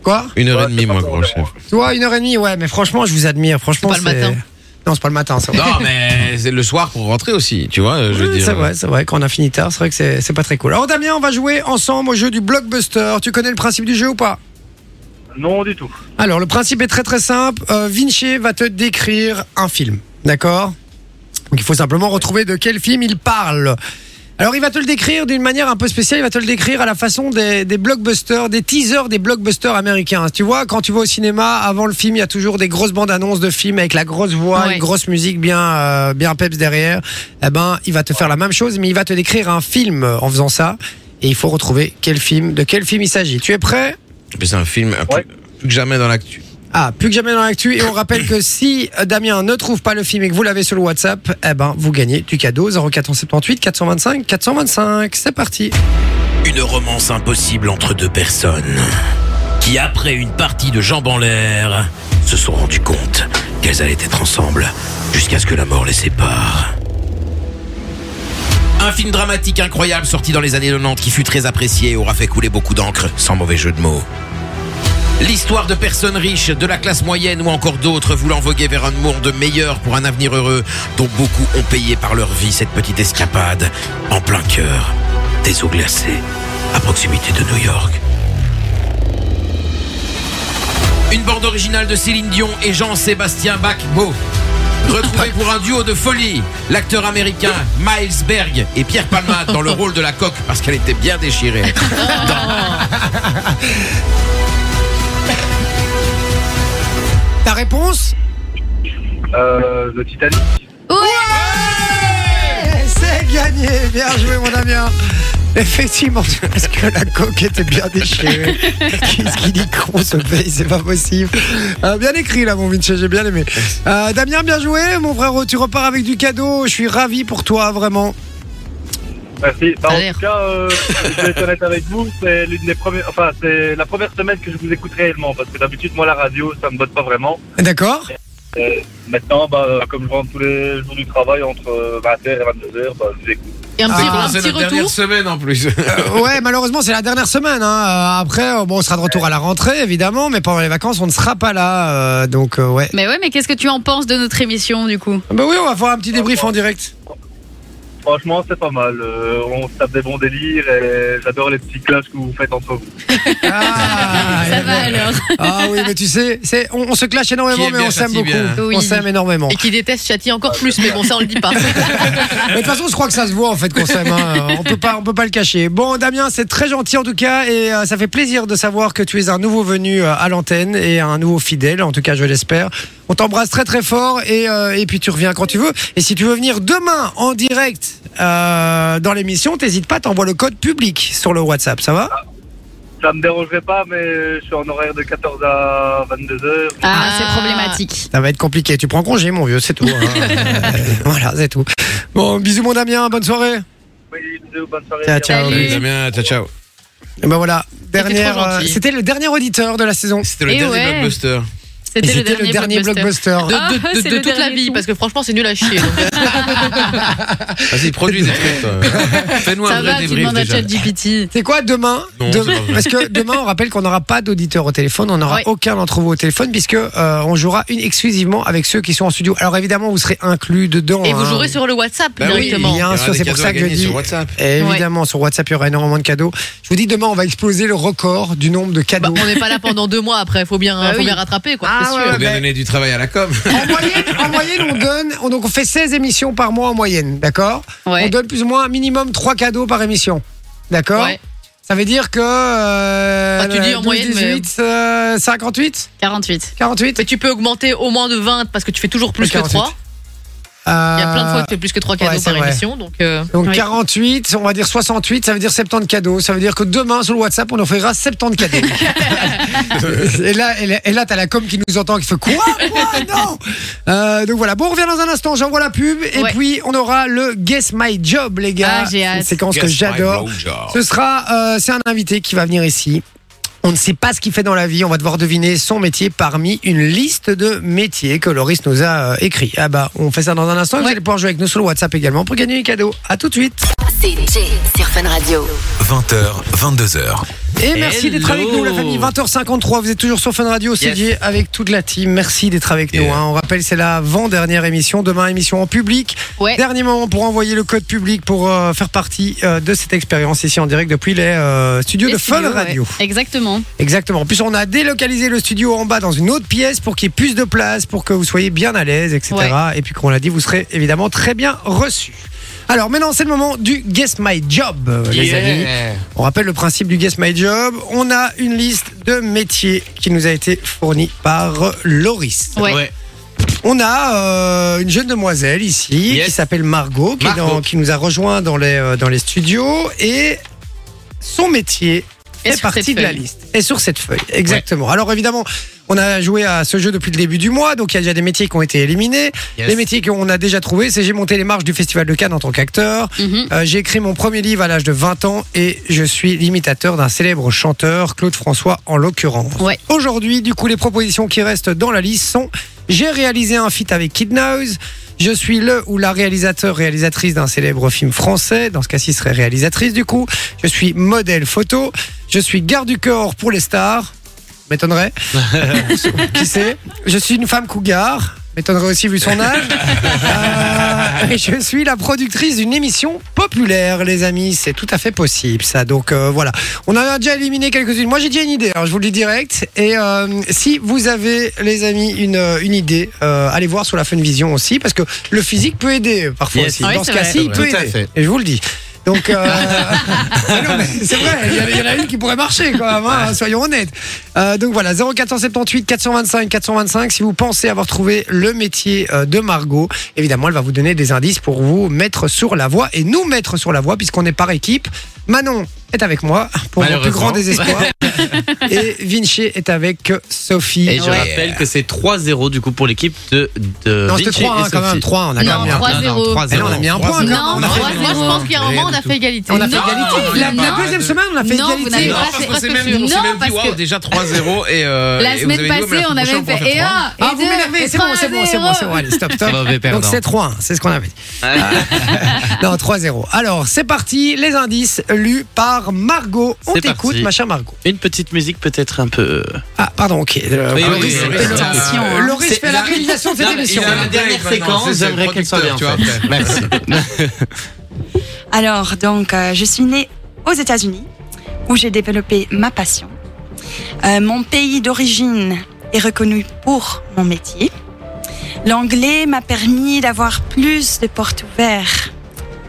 Speaker 3: quoi
Speaker 6: Une heure
Speaker 9: Ouais,
Speaker 6: et demie,
Speaker 9: c'est
Speaker 6: moi,
Speaker 9: pas
Speaker 6: gros
Speaker 9: bon,
Speaker 6: chef.
Speaker 3: Tu vois une heure et demie ouais, mais franchement je vous admire. Franchement
Speaker 5: C'est pas le
Speaker 3: c'est-
Speaker 5: matin.
Speaker 3: Non c'est pas le matin ça.
Speaker 6: Non, mais c'est le soir pour rentrer aussi, tu vois, euh, je veux
Speaker 3: Oui,
Speaker 6: dire.
Speaker 3: C'est vrai, c'est vrai. Quand on a fini tard, c'est vrai que c'est c'est pas très cool. Alors Damien, on va jouer ensemble au jeu du blockbuster. Tu connais le principe du jeu ou pas
Speaker 9: Non, du tout.
Speaker 3: Alors le principe est très très simple. Euh, Vinci va te décrire un film, d'accord Donc il faut simplement retrouver de quel film il parle. Alors il va te le décrire d'une manière un peu spéciale. Il va te le décrire à la façon des, des blockbusters, des teasers des blockbusters américains. Tu vois, quand tu vas au cinéma, avant le film, il y a toujours des grosses bandes annonces de films avec la grosse voix,
Speaker 4: Ouais.
Speaker 3: une grosse musique bien euh, bien peps derrière. Eh ben, il va te faire la même chose, mais il va te décrire un film en faisant ça. Et il faut retrouver quel film, de quel film il s'agit. Tu es prêt
Speaker 6: Mais C'est un film euh, plus,
Speaker 9: Ouais.
Speaker 6: plus que jamais dans l'actu.
Speaker 3: Ah, plus que jamais dans l'actu. Et on rappelle que si euh, Damien ne trouve pas le film et que vous l'avez sur le WhatsApp, eh ben, vous gagnez du cadeau 0478 425 425. C'est parti.
Speaker 10: Une romance impossible entre deux personnes qui, après une partie de jambes en l'air, se sont rendues compte qu'elles allaient être ensemble jusqu'à ce que la mort les sépare.
Speaker 6: Un film dramatique incroyable sorti dans les années 90 qui fut très apprécié et aura fait couler beaucoup d'encre, sans mauvais jeu de mots. L'histoire de personnes riches, de la classe moyenne ou encore d'autres voulant voguer vers un monde meilleur pour un avenir heureux dont beaucoup ont payé par leur vie cette petite escapade en plein cœur des eaux glacées à proximité de New York. Une bande originale de Céline Dion et Jean-Sébastien Bach. Beau. Retrouvé pour un duo de folie, l'acteur américain Miles Berg et Pierre Palmade dans le rôle de la coque parce qu'elle était bien déchirée.
Speaker 3: Ta réponse
Speaker 9: Euh, le Titanic.
Speaker 3: Eh, C'est gagné, bien joué mon Damien. Effectivement, parce que la coque était bien déchirée. Qu'est-ce qu'il dit qu'on se paye, c'est pas possible. Euh, bien écrit là, mon Vinci, j'ai bien aimé. Euh, Damien, bien joué, mon frère, tu repars avec du cadeau. Je suis ravi pour toi, vraiment.
Speaker 9: Merci. Bah,
Speaker 5: Ça a
Speaker 9: en
Speaker 5: l'air.
Speaker 9: tout cas, euh, je vais être honnête avec vous, c'est l'une des premières, enfin, c'est la première semaine que je vous écoute réellement, parce que d'habitude, moi, la radio, ça me botte pas vraiment.
Speaker 3: D'accord
Speaker 9: Euh, maintenant, bah, comme je rentre tous les jours du travail entre euh, 20h et 22h, bah, je vous écoute.
Speaker 5: Et un petit,
Speaker 3: Ah,
Speaker 5: un
Speaker 6: C'est
Speaker 5: petit
Speaker 6: notre dernière
Speaker 5: retour.
Speaker 6: semaine en plus.
Speaker 3: Euh, Ouais, malheureusement, c'est la dernière semaine. hein. Euh, Après, euh, bon, on sera de retour à la rentrée, évidemment, mais pendant les vacances, on ne sera pas là. euh, donc, euh, ouais.
Speaker 4: Mais ouais, mais qu'est-ce que tu en penses de notre émission du coup
Speaker 3: Bah oui, on va faire un petit débrief en direct.
Speaker 9: Franchement, c'est pas mal. Euh, on se tape des bons délires et j'adore les petits clashs que vous faites entre vous.
Speaker 3: Ah,
Speaker 4: Ça va alors
Speaker 3: Ah oui, mais tu sais, c'est, on, on se clash énormément,
Speaker 6: Qui aime
Speaker 3: mais
Speaker 6: bien
Speaker 3: on s'aime
Speaker 6: châtie
Speaker 3: beaucoup.
Speaker 6: bien,
Speaker 4: hein.
Speaker 3: On
Speaker 4: Oui.
Speaker 3: s'aime énormément.
Speaker 5: Et qui déteste Chati encore plus, mais bon, ça on le dit pas.
Speaker 3: Mais de toute façon, je crois que ça se voit en fait qu'on s'aime. hein. On peut pas, on peut pas le cacher. Bon, Damien, c'est très gentil en tout cas, et euh, ça fait plaisir de savoir que tu es un nouveau venu euh, à l'antenne et un nouveau fidèle. En tout cas, je l'espère. On t'embrasse très très fort et, euh, et puis tu reviens quand tu veux. Et si tu veux venir demain en direct euh, dans l'émission, t'hésites pas, t'envoies le code public sur le WhatsApp, ça va
Speaker 9: Ça me dérangerait pas, mais je suis en horaire de 14 à 22h.
Speaker 4: Ah, c'est
Speaker 5: Ah.
Speaker 4: problématique.
Speaker 3: Ça va être compliqué. Tu prends congé, mon vieux, c'est tout. hein. Euh, voilà, c'est tout. Bon, bisous mon Damien, bonne soirée.
Speaker 9: Oui, bisous, bonne soirée.
Speaker 3: Ciao, ciao.
Speaker 4: Salut.
Speaker 6: Allez, Damien, ciao, ciao.
Speaker 3: Et ben voilà,
Speaker 5: C'était
Speaker 3: dernière,
Speaker 5: trop
Speaker 3: euh,
Speaker 5: gentil.
Speaker 3: c'était le dernier auditeur de la saison.
Speaker 6: C'était le
Speaker 4: Eh
Speaker 6: dernier
Speaker 4: ouais.
Speaker 6: blockbuster.
Speaker 3: Et
Speaker 4: C'était le
Speaker 3: C'était
Speaker 4: dernier,
Speaker 3: le dernier blockbuster.
Speaker 5: De,
Speaker 4: Ah,
Speaker 5: de- de-
Speaker 4: c'est
Speaker 5: de
Speaker 4: le
Speaker 5: toute la
Speaker 4: dernier
Speaker 5: vie,
Speaker 4: tout.
Speaker 5: parce que franchement, c'est nul à chier. donc, euh,
Speaker 6: Vas-y, produis des trucs, toi. Fais-nous un
Speaker 4: Ça
Speaker 6: vrai
Speaker 4: va, tu
Speaker 6: débrief
Speaker 4: demandes à
Speaker 6: déjà.
Speaker 4: ChatGPT.
Speaker 3: C'est quoi demain
Speaker 6: Non,
Speaker 3: de-
Speaker 6: c'est pas vrai.
Speaker 3: Parce que demain, on rappelle qu'on n'aura pas d'auditeur au téléphone, on n'aura
Speaker 4: Ouais.
Speaker 3: aucun d'entre vous au téléphone, puisque euh, on jouera une exclusivement avec ceux qui sont en studio. Alors évidemment, vous serez inclus dedans.
Speaker 5: Et vous
Speaker 3: hein.
Speaker 5: jouerez sur le WhatsApp
Speaker 6: Bah oui,
Speaker 5: directement.
Speaker 3: il y
Speaker 6: il y
Speaker 3: a-
Speaker 6: aura
Speaker 3: sûr,
Speaker 6: des
Speaker 3: c'est pour
Speaker 6: cadeaux
Speaker 3: ça
Speaker 6: à
Speaker 3: que je
Speaker 6: gagner
Speaker 3: dis-
Speaker 6: sur WhatsApp.
Speaker 3: Et évidemment, sur WhatsApp, il y aura énormément de cadeaux. Je vous dis, demain, on va exploser le record du nombre de
Speaker 5: Bah,
Speaker 3: cadeaux.
Speaker 5: on n'est pas là pendant deux mois après, faut bien,
Speaker 4: Bah
Speaker 5: faut
Speaker 4: oui.
Speaker 5: bien rattraper quoi.
Speaker 3: Ah
Speaker 5: c'est
Speaker 3: ouais,
Speaker 5: sûr.
Speaker 6: On
Speaker 3: ouais.
Speaker 6: vient donner du travail à la com.
Speaker 3: En moyenne, en moyenne, on donne, on, donc on fait 16 émissions par mois en moyenne, d'accord On
Speaker 4: Ouais.
Speaker 3: donne plus ou moins un minimum 3 cadeaux par émission, d'accord
Speaker 5: Ouais.
Speaker 3: Ça veut dire que. euh,
Speaker 5: Ah, tu dis en
Speaker 3: 12,
Speaker 5: moyenne, mais-
Speaker 3: 18, euh, 58
Speaker 4: 48.
Speaker 3: 48
Speaker 5: Mais tu peux augmenter au moins de 20 parce que tu fais toujours plus que
Speaker 3: 48.
Speaker 5: 3. Il y a plein de fois que tu fais plus que 3 cadeaux
Speaker 3: Ah, ouais, c'est
Speaker 5: par
Speaker 3: vrai.
Speaker 5: émission. Donc, euh,
Speaker 3: Euh, Donc
Speaker 5: ouais.
Speaker 3: 48, on va dire 68, ça veut dire 70 cadeaux. Ça veut dire que demain, sur le WhatsApp, on offrira 70 cadeaux. et là, et là, et là, t'as la com qui nous entend, qui fait quoi Quoi Non Euh, Donc voilà, bon, on revient dans un instant, j'envoie la pub. Et
Speaker 4: Ouais.
Speaker 3: puis, on aura le Guess My Job, les gars.
Speaker 4: Ah, j'ai hâte.
Speaker 3: Une séquence que
Speaker 6: Guess my
Speaker 3: j'adore.
Speaker 6: blowjob.
Speaker 3: Ce sera, euh, c'est un invité qui va venir ici. On ne sait pas ce qu'il fait dans la vie. On va devoir deviner son métier parmi une liste de métiers que Loris nous a euh, écrit. Ah bah, on fait ça dans un instant. et Vous allez pouvoir jouer avec nous sur le WhatsApp également pour gagner des cadeaux. À tout de suite.
Speaker 1: C'est Jay sur Fun Radio.
Speaker 7: 20h, 22h.
Speaker 3: Et merci d'être avec nous, la famille. 20h53, vous êtes toujours sur Fun Radio, c'est
Speaker 6: Yes.
Speaker 3: dit avec toute la team. Merci d'être avec nous.
Speaker 6: Yeah.
Speaker 3: hein. On rappelle, c'est la avant-dernière émission. Demain, émission en public.
Speaker 4: Ouais.
Speaker 3: Dernier moment pour envoyer le code public pour euh, faire partie euh, de cette expérience ici en direct depuis les euh, studios
Speaker 4: Les
Speaker 3: de Fun
Speaker 4: studios, ouais.
Speaker 3: Radio.
Speaker 4: Exactement.
Speaker 3: Exactement. En plus, on a délocalisé le studio en bas dans une autre pièce pour qu'il y ait plus de place, pour que vous soyez bien à l'aise, etc. Et puis, qu'on l'a dit, vous serez évidemment très bien reçus. Alors maintenant, c'est le moment du Guess My Job, euh, les amis. On rappelle le principe du Guess My Job. On a une liste de métiers qui nous a été fournie par euh, Loris.
Speaker 4: Ouais.
Speaker 3: On a euh, une jeune demoiselle ici
Speaker 6: Yes.
Speaker 3: qui s'appelle Margot, qui, est
Speaker 6: Margot.
Speaker 3: dans- qui nous a rejoint dans les, euh, dans les studios et son métier
Speaker 4: Et
Speaker 3: est
Speaker 4: sur
Speaker 3: parti
Speaker 4: cette
Speaker 3: de la
Speaker 4: feuille.
Speaker 3: liste. Et sur cette feuille, exactement. Alors évidemment, on a joué à ce jeu depuis le début du mois, donc il y a déjà des métiers qui ont été éliminés.
Speaker 6: Yes.
Speaker 3: Les métiers qu'on a déjà trouvés, c'est j'ai monté les marches du Festival de Cannes en tant qu'acteur,
Speaker 4: Mhm.
Speaker 3: euh, j'ai écrit mon premier livre à l'âge de 20 ans et je suis l'imitateur d'un célèbre chanteur, Claude François en l'occurrence.
Speaker 4: Ouais.
Speaker 3: Aujourd'hui, du coup, les propositions qui restent dans la liste sont j'ai réalisé un feat avec Kid Now's, je suis le ou la réalisateur, réalisatrice d'un célèbre film français, dans ce cas-ci ce serait réalisatrice du coup, je suis modèle photo, je suis garde du corps pour les stars. m'étonnerait. Qui sait Je suis une femme cougar, m'étonnerait aussi vu son âge. Euh, et je suis la productrice d'une émission populaire, les amis. C'est tout à fait possible, ça. Donc euh, voilà. On en a déjà éliminé quelques-unes. Moi, j'ai déjà une idée, alors je vous le dis direct. Et euh, si vous avez, les amis, une, une idée, euh, allez voir sur la Funvision aussi, parce que le physique peut aider euh, parfois
Speaker 2: Yes.
Speaker 3: aussi.
Speaker 2: Ah oui,
Speaker 3: Dans ce
Speaker 2: c'est vrai.
Speaker 3: cas-ci, il
Speaker 2: C'est
Speaker 3: peut
Speaker 2: vrai. Tout à
Speaker 3: aider.
Speaker 2: fait.
Speaker 3: Et je vous le dis. Donc, euh, mais Ah non, mais c'est vrai, il y en a- il y, en a une qui pourrait marcher quand même, hein, soyons honnêtes. Euh, donc voilà, 0478 425 425, si vous pensez avoir trouvé le métier euh, de Margot, évidemment, elle va vous donner des indices pour vous mettre sur la voie et nous mettre sur la voie puisqu'on est par équipe. Manon est avec moi pour mon plus
Speaker 2: Malheureusement.
Speaker 3: grand désespoir. et Vinci est avec Sophie.
Speaker 2: Et je rappelle que c'est 3-0 du coup pour l'équipe de, de
Speaker 3: Non, c'était
Speaker 2: Vinci
Speaker 3: 3
Speaker 2: et
Speaker 3: hein, quand même,
Speaker 2: Sophie.
Speaker 3: 3, on a
Speaker 4: Non,
Speaker 3: quand même mis un point.
Speaker 4: 3-0.
Speaker 3: Eh non, on a mis un point. quand même,
Speaker 4: Non,
Speaker 3: on a fait-
Speaker 4: moi je pense qu'il y a un moment, on a fait égalité.
Speaker 3: on a fait
Speaker 4: Non,
Speaker 3: égalité. La, la
Speaker 4: non.
Speaker 3: deuxième semaine, on a fait
Speaker 4: Non, vous
Speaker 3: égalité.
Speaker 4: n'avez
Speaker 6: Non,
Speaker 4: pas
Speaker 6: je pense
Speaker 4: fait-
Speaker 6: que c'est même,
Speaker 4: parce que-
Speaker 6: on s'est
Speaker 4: Non,
Speaker 6: même dit,
Speaker 4: parce
Speaker 6: waouh,
Speaker 4: que-
Speaker 6: déjà 3-0 et euh,
Speaker 4: La
Speaker 6: et vous
Speaker 4: semaine
Speaker 6: avez dit, ouais, mais
Speaker 4: passée,
Speaker 6: la
Speaker 4: on
Speaker 6: semaine
Speaker 4: avait
Speaker 6: prochaine, on
Speaker 4: fait
Speaker 6: va faire
Speaker 4: et
Speaker 6: trois.
Speaker 4: un, et
Speaker 3: Ah, vous
Speaker 4: deux,
Speaker 3: m'énervez,
Speaker 4: et
Speaker 3: c'est bon, c'est bon, c'est bon, c'est bon. Allez, stop, stop.
Speaker 2: Mauvais perdant.
Speaker 3: Donc c'est 3-1, c'est ce qu'on avait dit. non, 3-0. Alors, c'est parti, les indices lus par Margot. On
Speaker 2: C'est
Speaker 3: t'écoute,
Speaker 2: parti.
Speaker 3: ma chère Margot.
Speaker 2: Une petite musique peut-être un peu.
Speaker 3: Ah, pardon, ok. Euh,
Speaker 2: Oui,
Speaker 3: Loris,
Speaker 2: oui, oui,
Speaker 3: euh,
Speaker 2: oui.
Speaker 4: Attention,
Speaker 3: euh,
Speaker 4: hein.
Speaker 3: Loris fait la réalisation de cette émission.
Speaker 2: la dernière séquence, j'aimerais qu'elle soit bien. en fait. Merci.
Speaker 11: Alors, donc, euh, je suis née aux États-Unis, où j'ai développé ma passion. Euh, mon pays d'origine est reconnu pour mon métier. L'anglais m'a permis d'avoir plus de portes ouvertes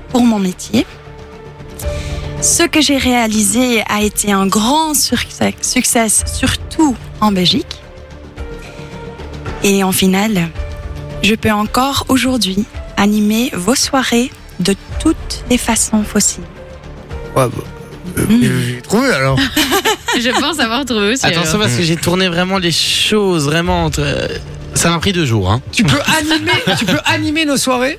Speaker 11: pour mon métier. Ce que j'ai réalisé a été un grand succès, succès, surtout en Belgique. Et en finale, je peux encore aujourd'hui animer vos soirées de toutes les façons possibles.
Speaker 3: J'ai trouvé alors.
Speaker 4: Je pense avoir trouvé aussi. alors.
Speaker 2: Attention parce que j'ai tourné vraiment les choses, vraiment. entre- euh, Ça m'a pris deux jours. Hein.
Speaker 3: Tu peux animer, tu peux animer nos soirées.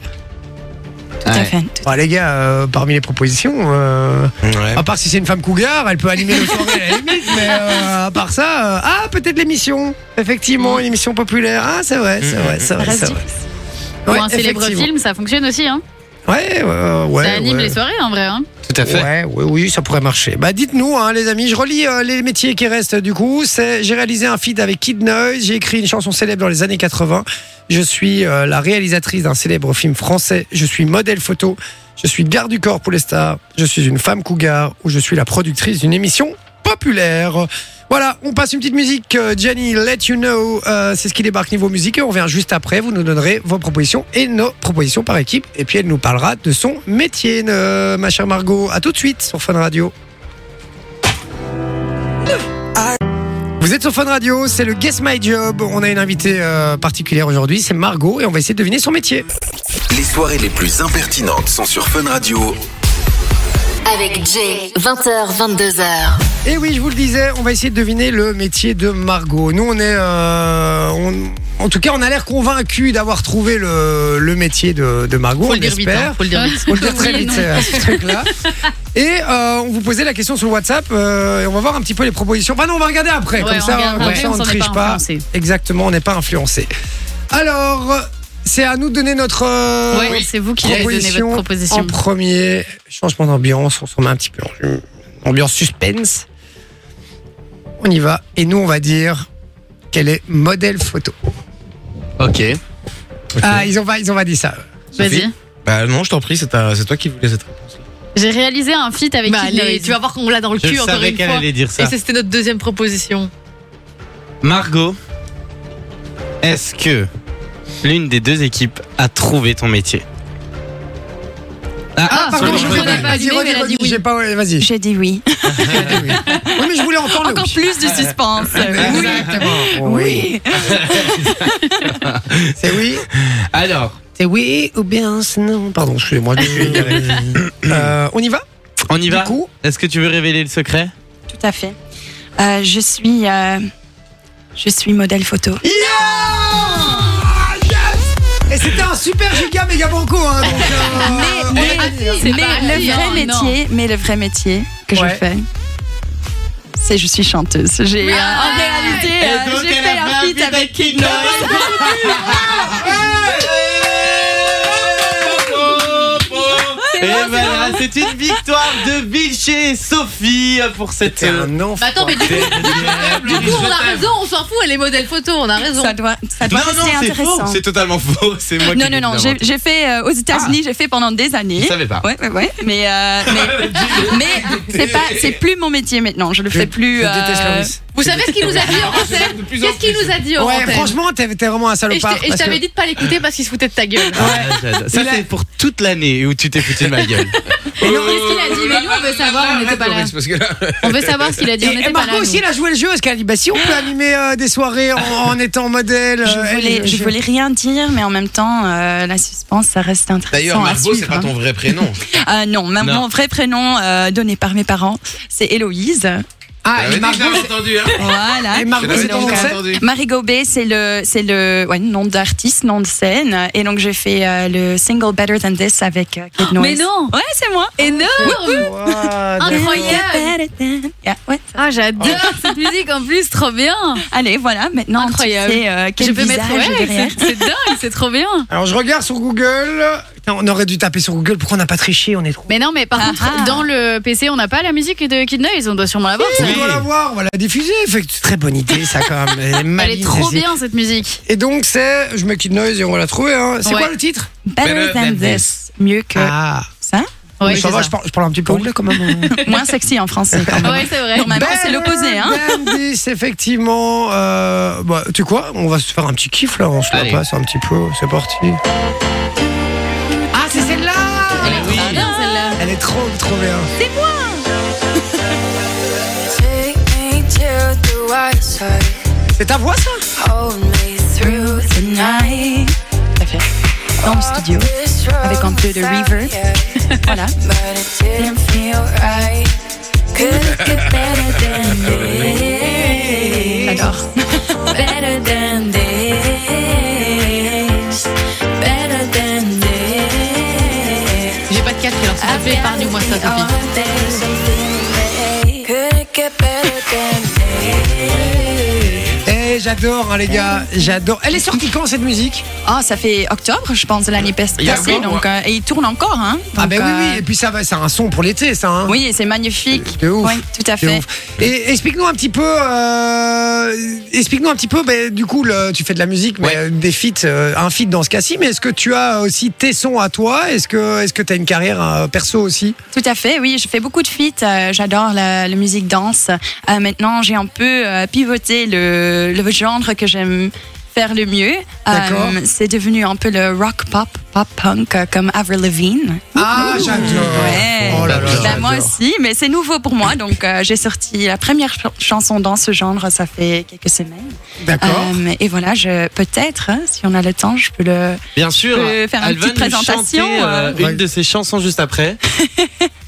Speaker 11: Tout à
Speaker 2: Ouais.
Speaker 11: fait.
Speaker 3: Bah, les gars, euh, parmi les propositions, euh,
Speaker 6: Ouais.
Speaker 2: Ah,
Speaker 3: à part si c'est une femme cougar, elle peut animer nos soirées à la limite, mais euh, à part ça, euh, ah peut-être l'émission. Effectivement, une émission populaire. Ah c'est vrai, c'est vrai, c'est vrai,
Speaker 11: Reste
Speaker 3: c'est vrai.
Speaker 11: difficile.
Speaker 4: Pour
Speaker 3: Ouais,
Speaker 4: un célèbre
Speaker 3: effectivement.
Speaker 4: film, ça fonctionne aussi. Hein.
Speaker 3: Ouais, ouais, ouais.
Speaker 4: ça anime
Speaker 3: ouais.
Speaker 4: les soirées en vrai. Hein.
Speaker 2: Tout à fait.
Speaker 3: Ouais, oui, oui, ça pourrait marcher. Bah, dites-nous, hein, les amis. Je relis euh, les métiers qui restent du coup. C'est, j'ai réalisé un feed avec Kid Noise. J'ai écrit une chanson célèbre dans les années 80. Je suis euh, la réalisatrice d'un célèbre film français. Je suis modèle photo. Je suis garde du corps pour les stars. Je suis une femme cougar ou je suis la productrice d'une émission populaire. Voilà, on passe une petite musique. euh, Gianni, let you know. euh, c'est ce qui débarque niveau musique. Et on revient juste après. Vous nous donnerez vos propositions et nos propositions par équipe. Et puis elle nous parlera de son métier, euh, ma chère Margot. À tout de suite sur Fun Radio. Vous êtes sur Fun Radio, c'est le Guess My Job. On a une invitée euh, particulière aujourd'hui, c'est Margot, et on va essayer de deviner son métier.
Speaker 7: Les soirées les plus impertinentes sont sur Fun Radio.
Speaker 1: Avec Jay, 20h, 22h.
Speaker 3: Et Eh oui, je vous le disais, on va essayer de deviner le métier de Margot. Nous, on est. euh, on- en tout cas, on a l'air convaincus d'avoir trouvé le, le métier de, de Margot,
Speaker 5: Faut
Speaker 3: on
Speaker 5: le dire vite,
Speaker 3: l'espère.
Speaker 5: hein, faut le dire vite.
Speaker 3: On le dit très
Speaker 4: Oui et
Speaker 3: vite,
Speaker 4: non.
Speaker 3: euh, ce truc-là. Et euh, on vous posait la question sur le WhatsApp, euh, et on va voir un petit peu les propositions. Enfin, non, on va regarder après,
Speaker 4: Ouais,
Speaker 3: comme
Speaker 4: on
Speaker 3: ça,
Speaker 4: regarde
Speaker 3: comme
Speaker 4: après,
Speaker 3: ça,
Speaker 4: on
Speaker 3: on ne
Speaker 4: s'en est
Speaker 3: triche
Speaker 4: pas
Speaker 3: pas.
Speaker 4: influencé.
Speaker 3: Exactement, on n'est pas influencé. Alors, c'est à nous de donner notre. euh,
Speaker 4: Ouais, c'est vous qui avez donné
Speaker 3: proposition
Speaker 4: votre proposition.
Speaker 3: en premier. Changement d'ambiance, on se remet un petit peu en ambiance suspense. On y va. Et nous, on va dire quel est modèle photo.
Speaker 2: Ok.
Speaker 3: Ah, ils ont pas, ils ont pas dit ça.
Speaker 6: Sophie
Speaker 4: Vas-y.
Speaker 6: Bah non, je t'en prie, c'est ta- c'est toi qui voulais cette
Speaker 4: J'ai réalisé un feat avec
Speaker 5: Bah,
Speaker 4: Kid
Speaker 5: allez,
Speaker 4: Noise.
Speaker 5: tu vas voir qu'on l'a dans le
Speaker 2: Je
Speaker 5: cul encore
Speaker 2: savais
Speaker 5: une
Speaker 2: qu'elle
Speaker 5: fois.
Speaker 2: allait dire
Speaker 5: Et
Speaker 2: ça.
Speaker 5: ça, c'était notre deuxième proposition.
Speaker 2: Margot, est-ce que l'une des deux équipes a trouvé ton métier
Speaker 3: Ah,
Speaker 4: sur
Speaker 3: pardon,
Speaker 4: le
Speaker 3: je
Speaker 4: modèle.
Speaker 3: voulais-
Speaker 4: Elle a pas
Speaker 3: vas-y,
Speaker 4: dit, mais
Speaker 3: redis,
Speaker 4: elle a
Speaker 3: redis,
Speaker 4: dit oui.
Speaker 3: j'ai pas- ouais, Vas-y.
Speaker 11: J'ai dit oui.
Speaker 3: Oui, mais je voulais entendre. le
Speaker 11: Encore
Speaker 3: oui.
Speaker 11: plus de suspense.
Speaker 3: Exactement.
Speaker 11: Oui.
Speaker 3: C'est oui.
Speaker 2: Alors,
Speaker 3: C'est oui ou bien c'est non. Pardon, excusez-moi. je me suis égaré. Euh, on y va.
Speaker 2: on y
Speaker 3: Du
Speaker 2: va
Speaker 3: coup,
Speaker 2: Est-ce que tu veux révéler le secret
Speaker 11: Tout à fait. Euh, je suis. euh, je suis modèle photo.
Speaker 3: et c'était un super giga méga banco. Hein, donc, euh, on
Speaker 11: mais-
Speaker 3: va dire.
Speaker 4: C'est
Speaker 11: Mais
Speaker 4: pas-
Speaker 11: le
Speaker 4: non,
Speaker 11: vrai
Speaker 4: non.
Speaker 11: métier, mais le vrai métier que
Speaker 3: Ouais.
Speaker 11: je fais, c'est je suis chanteuse. J'ai euh, en réalité, euh, j'ai fait un feat avec Kid Noise.
Speaker 2: Et voilà, C'est une victoire de Vichy et Sophie pour cette. euh,
Speaker 3: un
Speaker 4: Bah attends, mais du coup, du coup, on a raison, on s'en fout, elle est modèles photo, on a raison.
Speaker 11: Ça doit, ça doit
Speaker 2: non, non,
Speaker 11: rester
Speaker 2: c'est faux,
Speaker 11: intéressant.
Speaker 2: c'est totalement faux. C'est moi
Speaker 11: non,
Speaker 2: qui
Speaker 11: non, non,
Speaker 2: l'ai
Speaker 11: j'ai j'ai fait euh, aux États-Unis, j'ai fait pendant des années.
Speaker 2: Je savais pas.
Speaker 11: Ouais, ouais, ouais. Mais, euh, mais, mais c'est pas, c'est plus mon métier maintenant. Je le fais plus.
Speaker 3: je
Speaker 11: euh,
Speaker 3: déteste le risque.
Speaker 4: Vous savez ce qu'il nous a dit en antenne Qu'est-ce qu'il nous a dit en
Speaker 3: Ouais,
Speaker 4: antenne
Speaker 3: franchement, t'es t'es vraiment un
Speaker 4: Et je
Speaker 3: salopard.
Speaker 4: t'ai- et je
Speaker 3: parce que-
Speaker 4: t'avais dit de pas l'écouter parce qu'il se foutait de ta gueule.
Speaker 2: Ah, j'adore. Ça,
Speaker 3: Il a-
Speaker 2: c'est pour toute l'année où tu t'es foutu de ma gueule.
Speaker 4: Et non, qu'est-ce qu'il a dit Mais nous, on veut savoir, on n'était pas là. Ah,
Speaker 6: Parce que là,
Speaker 4: On veut savoir ce qu'il a dit, on
Speaker 3: Et, et
Speaker 4: n'était pas là.
Speaker 3: Marco aussi,
Speaker 4: nous.
Speaker 3: il a joué le jeu. Parce qu'elle a dit, bah, si on peut animer euh, des soirées en, en étant modèle.
Speaker 11: Je
Speaker 3: euh, elle,
Speaker 11: voulais,
Speaker 3: le
Speaker 11: je
Speaker 3: jeu.
Speaker 11: voulais rien dire, mais en même temps, euh, la suspense, ça reste intéressant.
Speaker 6: D'ailleurs,
Speaker 11: à
Speaker 6: Margot, c'est
Speaker 11: suivre. hein.
Speaker 6: pas ton vrai prénom.
Speaker 11: Ah non, ma-
Speaker 2: Non.
Speaker 11: mon vrai prénom euh, donné par mes parents, c'est Héloïse.
Speaker 3: Ah,
Speaker 6: J'avais
Speaker 3: et
Speaker 6: dit que je
Speaker 3: Margot,
Speaker 6: l'avais entendu, hein.
Speaker 4: Ah,
Speaker 11: Voilà. euh,
Speaker 3: et Margot,
Speaker 6: Je l'avais dit
Speaker 3: c'est
Speaker 6: que
Speaker 3: ton
Speaker 6: je
Speaker 3: nom,
Speaker 6: l'avais
Speaker 3: c'est-
Speaker 6: entendu.
Speaker 11: Marie Gobet, c'est le, c'est le ouais, nom d'artiste, nom de scène. Et donc, j'ai fait euh, le single Better Than This avec euh, Kid
Speaker 4: Mais
Speaker 11: Noise.
Speaker 4: non
Speaker 11: Ouais, c'est moi.
Speaker 4: Énorme
Speaker 3: Ah,
Speaker 4: Incroyable
Speaker 11: Better than- Yeah, ouais.
Speaker 4: Ah, j'adore cette musique en plus, trop bien
Speaker 11: Allez, voilà, maintenant,
Speaker 4: Incroyable.
Speaker 11: tu sais euh, quel
Speaker 4: Je peux
Speaker 11: visage
Speaker 4: mettre. ouais,
Speaker 11: est derrière.
Speaker 4: c'est- c'est dingue, c'est trop bien
Speaker 3: Alors, je regarde sur Google. Putain, On aurait dû taper sur Google. Pourquoi on n'a pas triché On est trop.
Speaker 4: Mais non, mais par
Speaker 11: Ah,
Speaker 4: contre,
Speaker 11: ah.
Speaker 4: dans le PC, on n'a pas la musique de Kid Noise, on doit sûrement l'avoir. ça.
Speaker 3: On doit la voir, on va la diffuser. Fait que c'est très bonne idée, ça, quand même. Elle est,
Speaker 4: Elle
Speaker 3: maligne,
Speaker 4: est trop
Speaker 3: celle-ci.
Speaker 4: bien cette musique.
Speaker 3: Et donc, c'est. Je mets Kid Noise et on va la trouver. hein. C'est
Speaker 4: Ouais.
Speaker 3: quoi le titre
Speaker 11: Better Than This. Mieux que
Speaker 3: Ah,
Speaker 11: ça.
Speaker 4: Ouais,
Speaker 3: ça
Speaker 4: c'est
Speaker 3: va,
Speaker 4: ça.
Speaker 3: je parle, je parle un petit peu anglais quand même. hein.
Speaker 11: Moins sexy en français, quand même.
Speaker 4: Ouais, c'est vrai.
Speaker 11: Normalement, c'est l'opposé, hein.
Speaker 3: Better than this, effectivement. euh, bah, tu sais quoi On va se faire un petit kiff là, on se la
Speaker 2: Allez.
Speaker 3: passe un petit peu, c'est parti. Ah, c'est celle-là Ah,
Speaker 4: Oui. bien celle-là.
Speaker 3: Elle est trop, trop bien.
Speaker 12: Take me to the white side.
Speaker 3: C'est ta voix ça
Speaker 12: Hold me through the night.
Speaker 11: Tout à fait. Dans le studio.
Speaker 12: Avec
Speaker 11: un peu de reverb. Voilà.
Speaker 12: But it didn't feel right. Could get better than this.
Speaker 11: J'adore.
Speaker 12: Better than this. Better than this.
Speaker 5: J'ai pas de casque, alors s'il
Speaker 11: Ah,
Speaker 5: te plaît, épargne-moi ça, Sophie.
Speaker 12: Could get better than this.
Speaker 3: Eh, j'adore, hein, les gars, j'adore. Elle est sortie quand cette musique
Speaker 11: Ah, ça fait octobre, je pense, de l'année pas-
Speaker 6: Il y a
Speaker 11: passée.
Speaker 6: encore,
Speaker 11: Donc, euh, et il tourne encore. Hein,
Speaker 3: Ah,
Speaker 11: Donc,
Speaker 3: ben oui,
Speaker 11: euh,
Speaker 3: oui, et puis ça va, c'est un son pour l'été, ça. Hein.
Speaker 11: Oui, et c'est magnifique.
Speaker 3: De ouf.
Speaker 11: Oui, tout à
Speaker 3: C'est
Speaker 11: fait.
Speaker 3: ouf. Et explique-nous un petit peu, euh, explique-nous un petit peu, ben, du coup, le- tu fais de la musique, mais
Speaker 6: Ouais.
Speaker 3: euh, des feats, euh, un feat dans ce cas-ci, mais est-ce que tu as aussi tes sons à toi Est-ce que est-ce que tu as une carrière euh, perso aussi
Speaker 11: Tout à fait, oui, je fais beaucoup de feats. euh, J'adore la, la musique danse. Euh, maintenant, j'ai un peu euh, pivoté le, le genre que j'aime faire le mieux. Euh,
Speaker 3: D'accord.
Speaker 11: c'est devenu un peu le rock pop, pop punk, euh, comme Avril Lavigne.
Speaker 3: Ah, j'adore
Speaker 11: Ouais.
Speaker 3: Oh là là,
Speaker 11: Bah, moi
Speaker 3: j'adore.
Speaker 11: aussi, mais c'est nouveau pour moi. Donc, euh, j'ai sorti la première ch- chanson dans ce genre, ça fait quelques semaines.
Speaker 3: D'accord.
Speaker 11: Euh, et voilà, je peut-être, hein, si on a le temps, je peux le.
Speaker 2: Bien sûr.
Speaker 11: Je peux faire une
Speaker 2: elle va
Speaker 11: petite
Speaker 2: nous
Speaker 11: présentation,
Speaker 2: chanter, euh,
Speaker 3: euh,
Speaker 2: une de ses chansons juste après.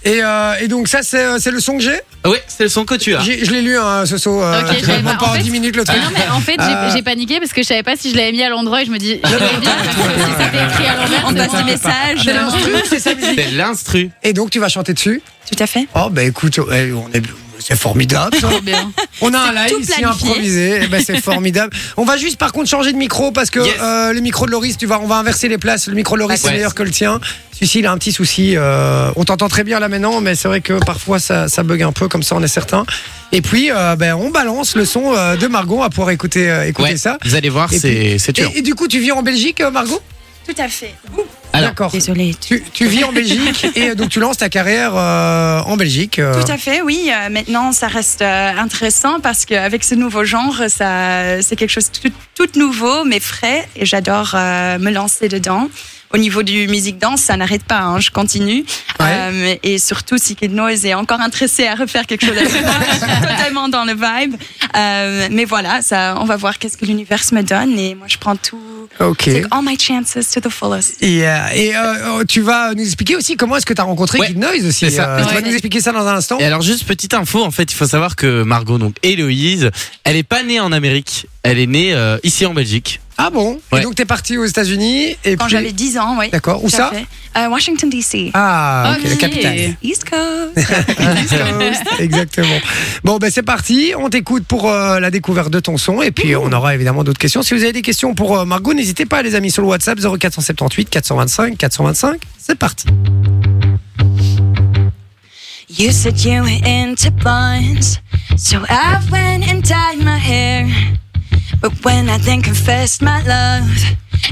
Speaker 3: Et, euh, et donc ça, c'est euh, c'est le son que j'ai.
Speaker 2: Ah ouais, c'est le son que tu as.
Speaker 3: J'ai- Je l'ai lu, hein, ce saut. Euh,
Speaker 4: Ok,
Speaker 3: je
Speaker 4: j'avais
Speaker 3: réponds
Speaker 4: pas-
Speaker 3: pas
Speaker 4: en
Speaker 3: en
Speaker 4: fait-
Speaker 3: 10 minutes le
Speaker 4: Ah
Speaker 3: truc.
Speaker 4: Non, mais en fait, j'ai-
Speaker 3: Euh.
Speaker 4: j'ai paniqué parce que je savais pas si je l'avais mis à l'endroit et je me dis, je vais le dire parce que si c'était écrit à l'envers,
Speaker 11: On
Speaker 4: c'est
Speaker 11: passe
Speaker 4: bon.
Speaker 11: des messages.
Speaker 3: C'est l'instru, c'est sa musique.
Speaker 2: C'est l'instru.
Speaker 3: Et donc tu vas chanter dessus.
Speaker 11: Tout à fait.
Speaker 3: Oh bah écoute, ouais, on est, c'est formidable. ça.
Speaker 4: Trop bien.
Speaker 3: On a un live
Speaker 11: tout
Speaker 3: ici
Speaker 11: planifié.
Speaker 3: improvisé, Eh ben, c'est formidable. On va juste par contre changer de micro parce que
Speaker 6: Yes.
Speaker 3: euh, le micro de Loris, tu vas, on va inverser les places. Le micro de Loris
Speaker 6: D'accord.
Speaker 3: est meilleur que le tien. Celui-ci, il a un petit souci. euh, on t'entend très bien là maintenant, mais c'est vrai que parfois ça, ça bug un peu, comme ça on est certain. Et puis, euh, ben, on balance le son euh, de Margot, on va pouvoir écouter, euh, écouter
Speaker 2: Ouais,
Speaker 3: ça.
Speaker 2: Vous allez voir,
Speaker 3: Et
Speaker 2: c'est c'est tuant.
Speaker 3: Et, et du coup, tu vis en Belgique, euh, Margot
Speaker 11: Tout à fait.
Speaker 2: Alors,
Speaker 3: D'accord.
Speaker 11: Désolée.
Speaker 3: Tu, tu vis en Belgique et euh, donc tu lances ta carrière euh, en Belgique. euh.
Speaker 11: Tout à fait, oui. Euh, maintenant, ça reste euh, intéressant parce qu'avec ce nouveau genre, ça, c'est quelque chose de tout, tout nouveau, mais frais, et j'adore euh, me lancer dedans. Au niveau du musique danse, ça n'arrête pas, hein, je continue.
Speaker 3: Ouais.
Speaker 11: Euh, et surtout, si Kid Noise est encore intéressé à refaire quelque chose avec moi, je suis totalement dans le vibe. Euh, mais voilà, ça, on va voir qu'est-ce que l'univers me donne, et moi, je prends tout.
Speaker 3: Ok.
Speaker 11: Take all my chances to the fullest.
Speaker 3: Et, euh, et, euh, tu vas nous expliquer aussi comment est-ce que tu as rencontré
Speaker 2: Ouais,
Speaker 3: Kid Noise aussi.
Speaker 2: c'est ça.
Speaker 3: euh, Tu vas
Speaker 11: Ouais.
Speaker 3: nous expliquer ça dans un instant.
Speaker 2: Et alors juste petite info, en fait, il faut savoir que Margot, donc Héloïse, elle est pas née en Amérique, elle est née euh, ici en Belgique.
Speaker 3: Ah bon
Speaker 2: Ouais.
Speaker 3: Et donc t'es parti aux États-Unis et
Speaker 11: Quand
Speaker 3: puis-
Speaker 11: j'avais 10 ans, oui.
Speaker 3: D'accord. Où
Speaker 11: Tout à
Speaker 3: ça
Speaker 11: fait. Euh, Washington, D.C.
Speaker 3: Ah, ok,
Speaker 4: Ok.
Speaker 3: la capitale.
Speaker 11: East Coast.
Speaker 3: East Coast, Exactement. Bon, ben c'est parti. On t'écoute pour euh, la découverte de ton son. Et puis, on aura évidemment d'autres questions. Si vous avez des questions pour euh, Margot, n'hésitez pas, les amis, sur le WhatsApp 0478 425 425. C'est parti.
Speaker 12: You said you were into buns, so I went and dyed my hair. But when I then confessed my love,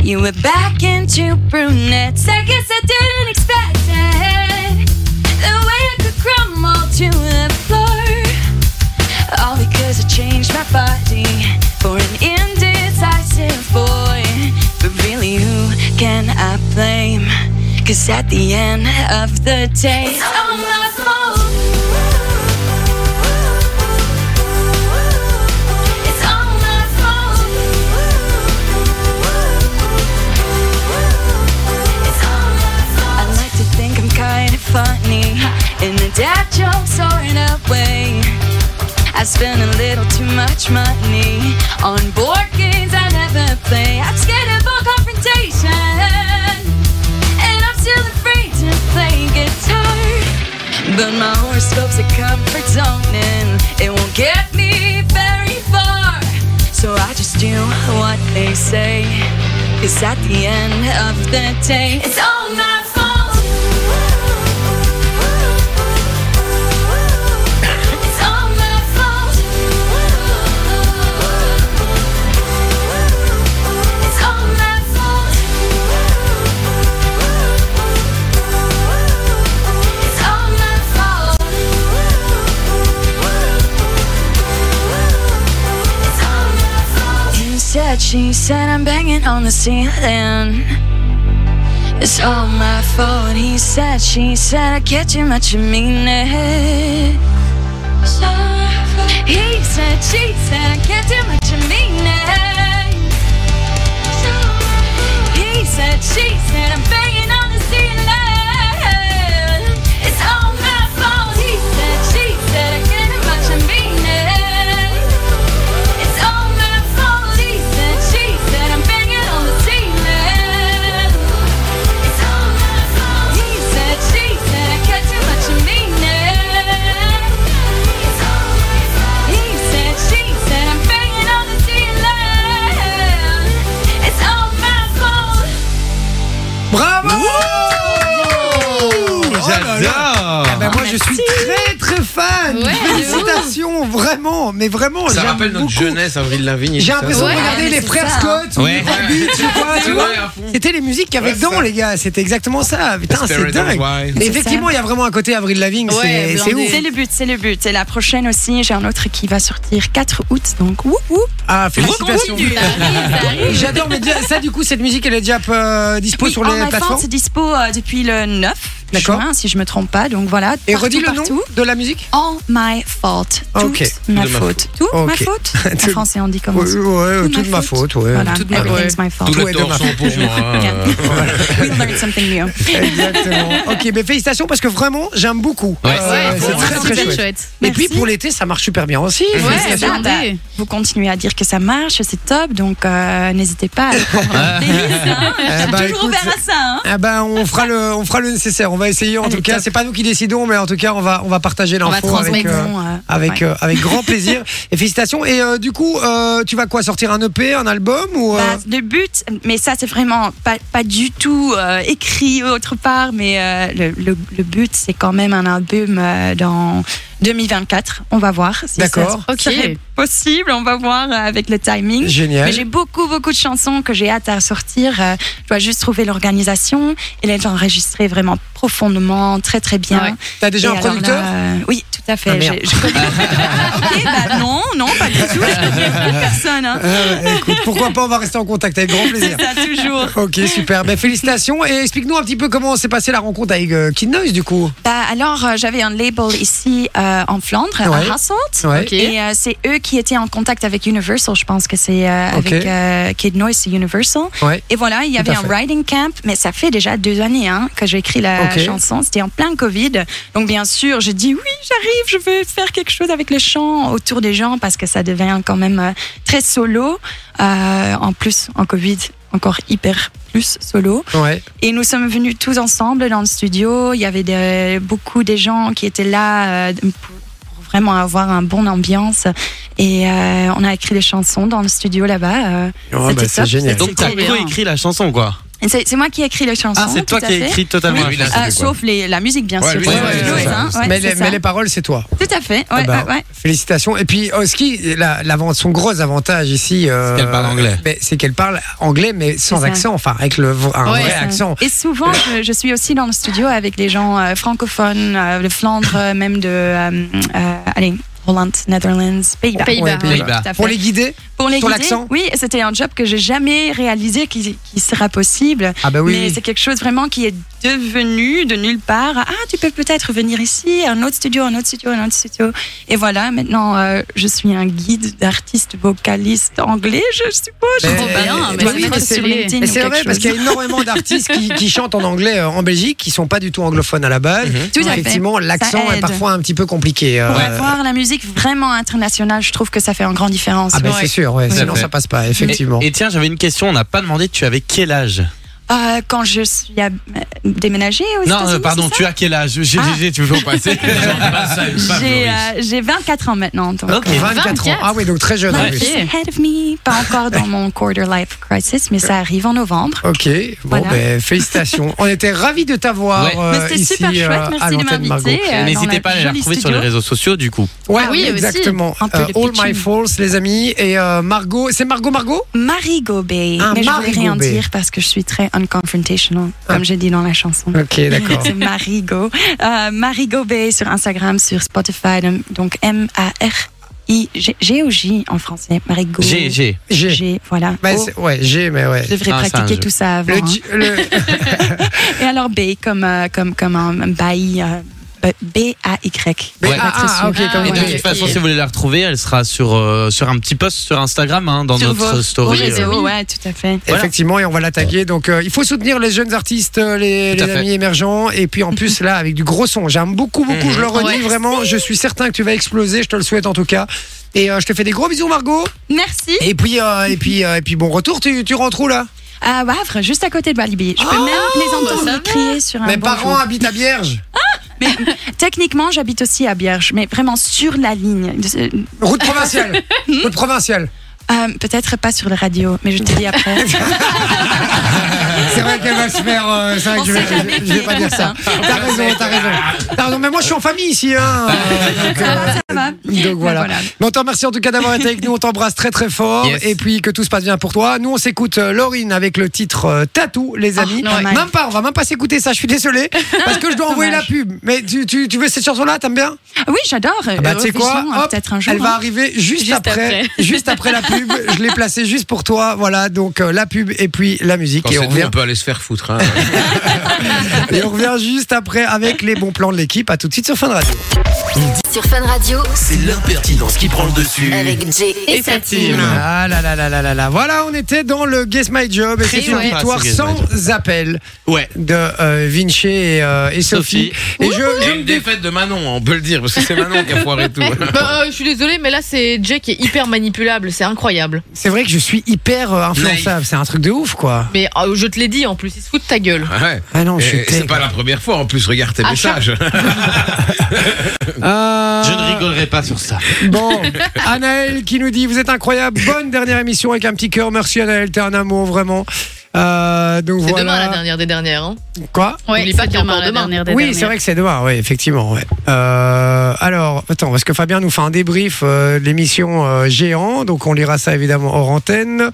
Speaker 12: you were back into brunettes. I guess I didn't expect it. The way I could crumble to the floor, all because I changed my body for an indecisive boy. But really, who can I blame? Cause at the end of the day, it's all my fault. It's all my fault. It's all my fault. I like to think I'm kinda funny in a dad joke sort of way. I spend a little too much money on board games I never play. I'm scared of all confrontation. And I'm still afraid to play guitar. But my horoscope's a comfort zone, and it won't get me very far. So I just do what they say. Cause at the end of the day, it's all my fault. It's all my fault. It's all my fault. It's all my fault. It's all my fault. Instead, she said I'm banging on the ceiling. It's all my fault. He said, she said, I get too much of meaning. He said, she said, I can't do much of meaning. He said, she said, I'm banging on the ceiling. It's all my fault. He said, she said, I can't do much of meaning. It's all my fault. He said, she said, I'm banging on the ceiling. It's all my fault. He said, she said, I can't do much of meaning. He said, she said, I'm banging on the ceiling. It's all my fault.
Speaker 3: Bravo
Speaker 6: Oh,
Speaker 4: Oh
Speaker 3: Oh
Speaker 2: J'adore
Speaker 3: Ah ben moi je suis très très fan.
Speaker 12: Ouais, de
Speaker 3: Félicitations, vraiment, mais vraiment.
Speaker 6: Ça
Speaker 3: j'aime
Speaker 6: rappelle notre
Speaker 3: beaucoup.
Speaker 6: jeunesse, Avril Lavigne. et
Speaker 3: J'ai
Speaker 6: tout ça.
Speaker 3: l'impression
Speaker 6: Ouais.
Speaker 3: de regarder
Speaker 6: Ouais,
Speaker 3: les
Speaker 6: c'est
Speaker 3: frères
Speaker 6: ça.
Speaker 3: Scott, ou
Speaker 6: Ouais.
Speaker 3: les frères Beach, je sais pas, tu
Speaker 6: Ouais,
Speaker 3: vois.
Speaker 6: à fond.
Speaker 3: C'était les musiques avec
Speaker 6: Ouais,
Speaker 3: dents,
Speaker 6: ça.
Speaker 3: les gars. C'était exactement ça. Putain, c'est
Speaker 6: Spirit
Speaker 3: dingue.
Speaker 6: of Wine.
Speaker 3: Mais
Speaker 11: C'est
Speaker 3: effectivement,
Speaker 11: ça.
Speaker 3: il y a vraiment un côté Avril Lavigne. c'est- c'est ouf.
Speaker 11: C'est le but, c'est le but. Et la prochaine aussi, j'ai un autre qui va sortir 4 août, donc woup woup.
Speaker 3: Ah, félicitations.
Speaker 11: Continue.
Speaker 3: J'adore, mais déjà, ça, du coup, cette musique, elle est déjà euh, dispo
Speaker 11: Oui,
Speaker 3: sur
Speaker 11: en
Speaker 3: les
Speaker 11: iPhone,
Speaker 3: plateformes.
Speaker 11: c'est dispo euh, depuis le 9
Speaker 3: D'accord.
Speaker 11: juin, si je me trompe pas. Donc voilà.
Speaker 3: Et
Speaker 11: partout,
Speaker 3: redis le nom
Speaker 11: partout.
Speaker 3: de la musique
Speaker 11: All my fault. Toute
Speaker 3: Ok.
Speaker 11: ma
Speaker 3: De ma
Speaker 11: faute.
Speaker 3: faute.
Speaker 11: Tout ma
Speaker 3: Ok.
Speaker 11: faute. En français, on dit comment
Speaker 3: Ouais,
Speaker 11: ça
Speaker 3: ouais,
Speaker 11: Tout
Speaker 3: Euh, toute ma faute, ouais.
Speaker 11: Voilà,
Speaker 3: Toute ma-
Speaker 11: everything's my fault.
Speaker 6: Tous les torts sont pour moi. hein.
Speaker 11: We learned something new.
Speaker 3: Exactement. Ok, mais félicitations parce que vraiment, j'aime beaucoup.
Speaker 6: Ouais.
Speaker 3: Euh,
Speaker 4: Ouais,
Speaker 3: c'est
Speaker 4: c'est
Speaker 3: très
Speaker 4: vraiment
Speaker 3: très
Speaker 4: super
Speaker 3: chouette.
Speaker 4: chouette.
Speaker 3: Et puis pour l'été, ça marche super bien aussi.
Speaker 11: Ouais,
Speaker 3: Félicitations.
Speaker 11: bah, bah,
Speaker 4: blindé.
Speaker 11: vous continuez à dire que ça marche, c'est top, donc euh, n'hésitez pas. à le prendre.
Speaker 3: Eh
Speaker 11: J'ai
Speaker 3: bah,
Speaker 11: toujours
Speaker 3: écoute,
Speaker 11: ouvert à ça. hein.
Speaker 3: Ah ben on fera le on fera le nécessaire on va essayer en
Speaker 11: Allez,
Speaker 3: tout cas
Speaker 11: top.
Speaker 3: c'est pas nous qui décidons mais en tout cas on va on va partager
Speaker 4: va
Speaker 3: l'info avec
Speaker 4: transmettre.
Speaker 3: euh,
Speaker 11: Bon, euh,
Speaker 3: avec
Speaker 11: ouais.
Speaker 3: euh, avec grand plaisir et félicitations et euh, du coup euh, tu vas quoi sortir un EP un album ou euh,
Speaker 11: Bah, le but, mais ça c'est vraiment pas, pas du tout euh, écrit autre part, mais euh, le, le- le but c'est quand même un album euh, dans 2024. On va voir si
Speaker 3: D'accord.
Speaker 11: ça
Speaker 4: Ok.
Speaker 11: serait possible. On va voir euh, avec le timing.
Speaker 3: génial
Speaker 11: Mais j'ai beaucoup, beaucoup de chansons que j'ai hâte à sortir. Euh, je dois juste trouver l'organisation et les enregistrer vraiment profondément, très, très bien.
Speaker 4: Ouais.
Speaker 3: t'as Ah déjà
Speaker 11: Et
Speaker 3: un
Speaker 11: alors là,
Speaker 3: producteur
Speaker 11: euh, Oui, tout à fait.
Speaker 3: Ah, merde.
Speaker 11: J'ai- je connais- ok, bah non, non, pas du tout. Je connais plus personne. hein.
Speaker 3: Euh, écoute pourquoi pas on va rester en contact avec grand plaisir
Speaker 11: Ça, toujours.
Speaker 3: Ok super ben félicitations et explique-nous un petit peu comment s'est passée la rencontre avec euh, Kid Noise du coup
Speaker 11: Bah, alors, euh, j'avais un label ici euh, en Flandre,
Speaker 3: Ouais.
Speaker 11: à Hasselt.
Speaker 3: ouais
Speaker 4: Ok.
Speaker 11: Et euh, c'est eux qui étaient en contact avec Universal, je pense que c'est euh,
Speaker 3: Ok.
Speaker 11: avec euh, Kid Noise, c'est Universal.
Speaker 3: ouais
Speaker 11: Et voilà, il y
Speaker 3: Tout à
Speaker 11: avait un
Speaker 3: fait.
Speaker 11: writing camp, mais ça fait déjà deux années hein, que j'ai écrit la
Speaker 3: Ok.
Speaker 11: chanson. C'était en plein Covid. Donc, bien sûr, j'ai dit oui, j'arrive, je veux faire quelque chose avec le chant autour des gens parce que ça devient quand même euh, très solo. Euh, en plus, en Covid, encore hyper plus solo.
Speaker 3: ouais
Speaker 11: Et nous sommes venus tous ensemble dans le studio. Il y avait de- beaucoup des gens qui étaient là euh, pour, pour vraiment avoir un bon ambiance. Et euh, on a écrit des chansons dans le studio là-bas. euh,
Speaker 3: Ouais,
Speaker 11: C'était
Speaker 3: bah, c'est
Speaker 11: top,
Speaker 3: génial
Speaker 11: c'était
Speaker 2: Donc t'as
Speaker 11: trop bien.
Speaker 2: coécrit la chanson quoi
Speaker 11: Et C'est c'est moi qui ai écrit les chansons.
Speaker 2: Ah, c'est toi
Speaker 11: tout à
Speaker 2: qui as
Speaker 11: fait.
Speaker 2: écrit totalement
Speaker 11: Oui.
Speaker 2: la chanson,
Speaker 11: Euh,
Speaker 2: quoi.
Speaker 11: sauf les- la musique, bien
Speaker 3: Ouais,
Speaker 11: sûr.
Speaker 3: lui,
Speaker 11: Ouais,
Speaker 3: c'est
Speaker 11: ouais,
Speaker 3: vrai,
Speaker 11: ouais,
Speaker 3: c'est vrai.
Speaker 11: hein, ouais,
Speaker 3: mais,
Speaker 11: c'est
Speaker 3: les, mais
Speaker 11: ça.
Speaker 3: les paroles, c'est toi.
Speaker 11: Tout à fait.
Speaker 2: Ah
Speaker 3: Eh
Speaker 11: Ouais,
Speaker 2: bah,
Speaker 3: ben,
Speaker 11: ouais, ouais.
Speaker 3: Félicitations. Et puis, euh, ce qui, la, l'avant- son gros avantage ici, euh,
Speaker 2: C'est qu'elle parle anglais.
Speaker 3: mais c'est qu'elle parle anglais, mais sans
Speaker 11: ça.
Speaker 3: accent, enfin avec le, v- un
Speaker 11: Ouais,
Speaker 3: vrai
Speaker 11: ça.
Speaker 3: accent.
Speaker 11: Et souvent, je, je suis aussi dans le studio avec des gens euh, francophones euh, de Flandre, euh, même de. euh, euh, allez. Hollande, Netherlands, Pays-Bas.
Speaker 3: Pays-Bas,
Speaker 2: Eh
Speaker 3: Ouais, ouais. Pays-Bas.
Speaker 2: Bah,
Speaker 11: tout à fait.
Speaker 3: Pour les guider
Speaker 11: Pour les
Speaker 3: Sur
Speaker 11: guider,
Speaker 3: l'accent
Speaker 11: Oui, et c'était un job que j'ai jamais réalisé qu'il qu'il sera possible.
Speaker 3: Ah bah oui,
Speaker 11: Mais
Speaker 3: oui.
Speaker 11: c'est quelque chose vraiment qui est devenu de nulle part. Ah, tu peux peut-être venir ici, un autre studio, un autre studio, un autre studio. Et voilà, maintenant, euh, je suis un guide d'artiste vocaliste anglais, je suppose.
Speaker 3: Mais-
Speaker 11: Trop
Speaker 3: bien, mais Ben, oui, mais c'est- Mais c'est vrai parce qu'il y a énormément d'artistes qui, qui chantent en anglais euh, en Belgique qui sont pas du tout anglophones à la base.
Speaker 11: Mhm. Tout à fait.
Speaker 3: Effectivement,
Speaker 11: Ça
Speaker 3: l'accent est
Speaker 11: aide.
Speaker 3: parfois un petit peu compliqué. euh,
Speaker 11: Pour avoir la musique vraiment internationale, je trouve que ça fait une grande différence.
Speaker 3: Ah ben c'est sûr, ouais,
Speaker 2: Tout à
Speaker 3: sinon
Speaker 2: fait.
Speaker 3: ça passe pas, effectivement.
Speaker 2: Et, et tiens, j'avais une question, on n'a pas demandé, tu avais quel age
Speaker 11: Euh, quand je suis à- euh, déménagée aux
Speaker 2: Non, euh,
Speaker 11: États-Unis,
Speaker 2: pardon, tu as quel âge J'ai- j'ai- tu veux pas passer
Speaker 11: Ah. j'ai euh, j'ai 24 ans maintenant. donc,
Speaker 2: Ok,
Speaker 11: euh,
Speaker 3: 24 ans. Ah oui, donc très jeune. en
Speaker 11: Life
Speaker 3: plus.
Speaker 11: is ahead of me. Pas encore dans mon quarter life crisis, mais ça arrive en novembre.
Speaker 3: Ok, bon,
Speaker 11: Voilà.
Speaker 3: ben, félicitations. On était ravis de t'avoir
Speaker 2: Ouais.
Speaker 3: euh,
Speaker 11: Mais c'était
Speaker 3: ici
Speaker 11: super
Speaker 3: euh,
Speaker 11: chouette, merci
Speaker 3: à
Speaker 11: de m'inviter,
Speaker 3: l'antenne Margot.
Speaker 11: euh, dans
Speaker 2: N'hésitez
Speaker 11: la
Speaker 2: pas à aller la
Speaker 11: jolie
Speaker 2: retrouver sur les
Speaker 11: studio.
Speaker 2: réseaux sociaux du coup.
Speaker 3: Ouais,
Speaker 11: Ah oui, aussi.
Speaker 3: exactement.
Speaker 11: Un peu
Speaker 3: Euh,
Speaker 11: les
Speaker 3: All
Speaker 11: pitching.
Speaker 3: My Falls, les amis. Et euh, Margot, c'est Margot Margot
Speaker 11: Marie Gobet.
Speaker 3: Ah,
Speaker 11: mais je
Speaker 3: Marie
Speaker 11: ne vais rien
Speaker 3: Gobet. Ah.
Speaker 11: dire parce que je suis très unconfrontational, comme j'ai dit dans la chanson.
Speaker 3: Ok, d'accord.
Speaker 11: C'est Marie Go. Euh, Marie Gobet sur Instagram, sur Spotify. Donc M-A-R-I-G-O-J en français. Marie Go.
Speaker 2: G, G.
Speaker 3: G.
Speaker 11: G, Oh. voilà.
Speaker 3: Ben,
Speaker 11: O.
Speaker 3: c'est- ouais, j'ai, mais ouais.
Speaker 11: Je devrais
Speaker 2: Ah, c'est un
Speaker 11: pratiquer
Speaker 2: jeu.
Speaker 11: tout ça avant.
Speaker 3: Le
Speaker 11: hein.
Speaker 3: G- le-
Speaker 11: Et alors B comme, euh, comme, comme un, un bailli. euh, B-A-Y.
Speaker 3: Mais-
Speaker 2: Ouais.
Speaker 3: ah, ah,
Speaker 11: sûr.
Speaker 3: ok, comme
Speaker 2: Et
Speaker 3: vous
Speaker 2: de
Speaker 3: voulez.
Speaker 2: toute façon, si vous voulez la retrouver, elle sera sur, euh, sur un petit post sur Instagram, hein, dans
Speaker 11: Sur
Speaker 2: notre
Speaker 11: vos-
Speaker 2: story.
Speaker 11: vos
Speaker 2: euh,
Speaker 11: réseaux, Oh, ouais, tout à fait.
Speaker 2: Voilà.
Speaker 3: Effectivement, et on va l'attaquer. Donc, euh, il faut soutenir les jeunes artistes, euh, les,
Speaker 2: Tout à
Speaker 3: les
Speaker 2: fait.
Speaker 3: amis émergents. Et
Speaker 11: Mhm.
Speaker 3: puis, en plus, là, avec du gros son. J'aime beaucoup, beaucoup. Je le redis vraiment. Je suis certain que tu vas exploser. Je te le souhaite en tout cas. Et euh, je te fais des gros bisous, Margot.
Speaker 11: Merci.
Speaker 3: Et puis, euh, et puis, euh, et puis, bon retour. Tu, tu rentres où là
Speaker 11: À Wavre, juste à côté de Walibi. Je peux même les entendre crier sur un
Speaker 3: Mes
Speaker 11: Ah, bonjour.
Speaker 3: parents habitent à Vierge.
Speaker 11: Techniquement, j'habite aussi à Bierge, mais vraiment sur la ligne. Euh,
Speaker 3: Route provinciale. Route provinciale.
Speaker 11: euh, Peut-être pas sur la radio, mais je te dis après.
Speaker 3: C'est vrai qu'elle va se faire. euh, c'est vrai que
Speaker 11: On
Speaker 3: je vais,
Speaker 11: sait jamais
Speaker 3: je- je vais pas dire ça. T'as raison, t'as raison. T'as raison, mais moi je suis en famille ici. Hein, euh, donc, euh,
Speaker 11: Ah, Ça va. Ben
Speaker 3: Donc voilà.
Speaker 11: voilà.
Speaker 3: Mais on te remercie en tout cas d'avoir été avec nous. On t'embrasse très très fort.
Speaker 2: Yes.
Speaker 3: Et puis que tout se passe bien pour toi. Nous, on s'écoute euh, Laurine avec le titre euh, Tatou, les amis.
Speaker 11: non, ouais.
Speaker 3: Même pas, on va même pas s'écouter ça. Je suis désolé. Parce que je dois envoyer la
Speaker 11: Dommage.
Speaker 3: pub. Mais tu, tu, tu veux cette chanson-là T'aimes bien
Speaker 11: Ah Oui, j'adore.
Speaker 3: Ah bah, tu sais quoi
Speaker 11: Eurovision, euh,
Speaker 3: Hop,
Speaker 11: Peut-être un jour.
Speaker 3: Elle va
Speaker 11: hein.
Speaker 3: arriver juste,
Speaker 4: Juste
Speaker 3: après,
Speaker 4: après.
Speaker 3: Juste après la pub. Je l'ai placée juste pour toi. Voilà. Donc euh, la pub et puis la musique.
Speaker 6: Quand
Speaker 3: et
Speaker 6: c'est
Speaker 3: on
Speaker 6: de nous,
Speaker 3: revient.
Speaker 6: on peut aller se faire foutre. hein.
Speaker 3: Et on revient juste après avec les bons plans de l'équipe. À tout de suite sur Fun Radio.
Speaker 1: Sur Fun Radio,
Speaker 7: C'est l'impertinence qui prend le dessus.
Speaker 1: avec Jay et sa team.
Speaker 3: Ah là là là là là là. Voilà, on était dans le Guess My Job et
Speaker 2: Très
Speaker 3: c'est une
Speaker 2: sympa,
Speaker 3: victoire
Speaker 2: ce Guess My
Speaker 3: sans appel
Speaker 2: Ouais.
Speaker 3: de euh, Vinci et, euh, et Sophie. Et je,
Speaker 6: Il y
Speaker 3: je
Speaker 6: a
Speaker 3: me
Speaker 6: une
Speaker 3: dé-
Speaker 6: défaite de Manon, on peut le dire, parce que c'est Manon qui a foiré tout.
Speaker 5: Bah, euh, je suis désolée, mais là, c'est Jay qui est hyper manipulable. C'est incroyable.
Speaker 3: C'est vrai que je suis hyper euh, influençable. C'est un truc de ouf, quoi.
Speaker 5: Mais euh, je te l'ai dit en plus, il se fout de ta gueule.
Speaker 6: Ouais.
Speaker 3: Ah non,
Speaker 6: Et-
Speaker 3: je suis
Speaker 6: et c'est
Speaker 3: teg.
Speaker 6: pas la première fois en plus, regarde tes
Speaker 5: À
Speaker 6: messages.
Speaker 3: Euh,
Speaker 2: Je ne rigolerai pas sur ça.
Speaker 3: Bon, Anaël qui nous dit Vous êtes incroyable, bonne dernière émission avec un petit cœur. Merci Anaël, t'es un amour, vraiment. Euh, donc
Speaker 5: C'est
Speaker 3: voilà.
Speaker 5: demain la dernière des dernières. Hein.
Speaker 3: Quoi
Speaker 4: Ouais,
Speaker 5: N'oublie pas
Speaker 4: c'est
Speaker 5: qu'il y a
Speaker 4: demain,
Speaker 5: encore
Speaker 4: la
Speaker 5: demain.
Speaker 4: dernière des
Speaker 3: Oui,
Speaker 4: dernières.
Speaker 3: c'est vrai que c'est demain, oui, effectivement. ouais. Euh, alors, attends, parce que Fabien nous fait un débrief euh, de l'émission euh, Géant, donc on lira ça évidemment hors antenne.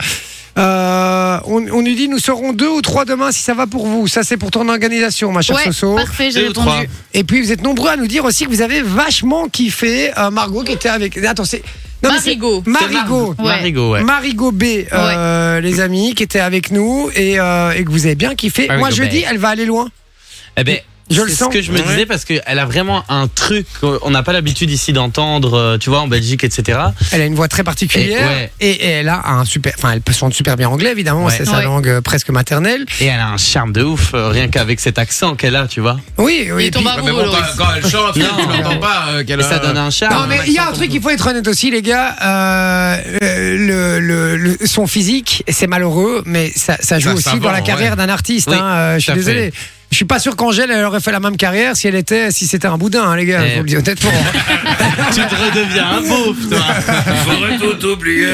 Speaker 3: Euh, on, on nous dit nous serons deux ou trois demain si ça va pour vous. Ça c'est pour ton organisation, ma chère
Speaker 4: Ouais,
Speaker 3: Soso.
Speaker 4: parfait, j'ai
Speaker 2: Deux ou trois.
Speaker 4: répondu.
Speaker 3: Et puis vous êtes nombreux à nous dire aussi que vous avez vachement kiffé euh, Margot qui était avec. Attends, c'est non, mais c'est-
Speaker 5: Marigot.
Speaker 3: Marigot.
Speaker 4: Ouais.
Speaker 2: Marigot, ouais.
Speaker 3: Marigot B, euh, les amis, qui était avec nous et, euh, et que vous avez bien kiffé.
Speaker 2: Marigot
Speaker 3: Moi, je
Speaker 2: Bay.
Speaker 3: dis, elle va aller loin.
Speaker 2: Eh ben,
Speaker 3: Je le
Speaker 2: c'est
Speaker 3: sens.
Speaker 2: ce que je me
Speaker 3: Ouais.
Speaker 2: disais parce qu'elle a vraiment un truc qu'on n'a pas l'habitude ici d'entendre, euh, tu vois, en Belgique, etc.
Speaker 3: Elle a une voix très particulière et,
Speaker 2: Et- ouais.
Speaker 3: et elle a un super, enfin elle peut chanter super bien anglais évidemment,
Speaker 2: Ouais.
Speaker 3: c'est sa
Speaker 5: Ouais.
Speaker 3: langue euh, presque maternelle.
Speaker 2: Et elle a un charme de ouf, euh, rien qu'avec cet accent qu'elle a, tu vois.
Speaker 3: Oui,
Speaker 5: Il
Speaker 3: oui.
Speaker 5: est
Speaker 3: et puis-
Speaker 5: tombé
Speaker 6: Ah, Mais
Speaker 5: amoureux,
Speaker 6: bon,
Speaker 5: Loris.
Speaker 6: quand, quand elle chante, tu
Speaker 2: Non.
Speaker 6: l'entends pas. euh, qu'elle
Speaker 2: Et
Speaker 6: a-
Speaker 2: ça donne un charme.
Speaker 3: Non mais il y a un truc, il faut être honnête aussi les gars, euh, euh, le, le- le- son physique c'est malheureux, mais ça, ça joue
Speaker 6: Ça,
Speaker 3: aussi
Speaker 6: ça
Speaker 3: dans
Speaker 6: vend,
Speaker 3: la carrière
Speaker 6: ouais.
Speaker 3: d'un artiste.
Speaker 2: Oui,
Speaker 3: hein, euh, je suis
Speaker 2: tout à
Speaker 3: désolé. Je suis pas sûr qu'Angèle, elle aurait fait la même carrière si elle était, si c'était un boudin, hein, les
Speaker 2: Eh.
Speaker 3: gars. Je vous le dis honnêtement.
Speaker 2: tu te redeviens un beauf, toi.
Speaker 10: J'aurais tout oublié.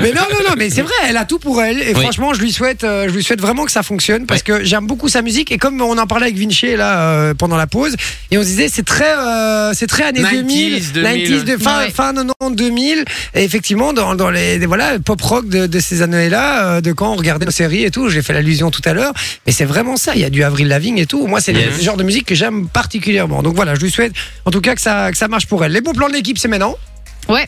Speaker 3: mais non, non, non, mais c'est vrai, elle a tout pour elle. Et
Speaker 10: Oui.
Speaker 3: franchement, je lui souhaite, euh, je lui souhaite vraiment que ça fonctionne parce que j'aime beaucoup sa musique. Et comme on en parlait avec Vinci là euh, pendant la pause, et on se disait c'est très, euh, c'est très années
Speaker 6: 90s,
Speaker 3: 2000, 90s, de fin,
Speaker 5: Ouais.
Speaker 3: fin 90, 2000. Et effectivement, dans, dans les, des- voilà, pop rock de, de ces années-là, euh, de quand on regardait nos séries et tout. J'ai fait l'allusion tout à l'heure, mais c'est vraiment ça. Il y a du Avril Lavigne et tout. Moi, c'est
Speaker 2: Yes.
Speaker 3: le genre de musique que j'aime particulièrement. Donc voilà, je lui souhaite, en tout cas, que ça, que ça marche pour elle. Les bons plans de l'équipe, c'est maintenant.
Speaker 4: Ouais.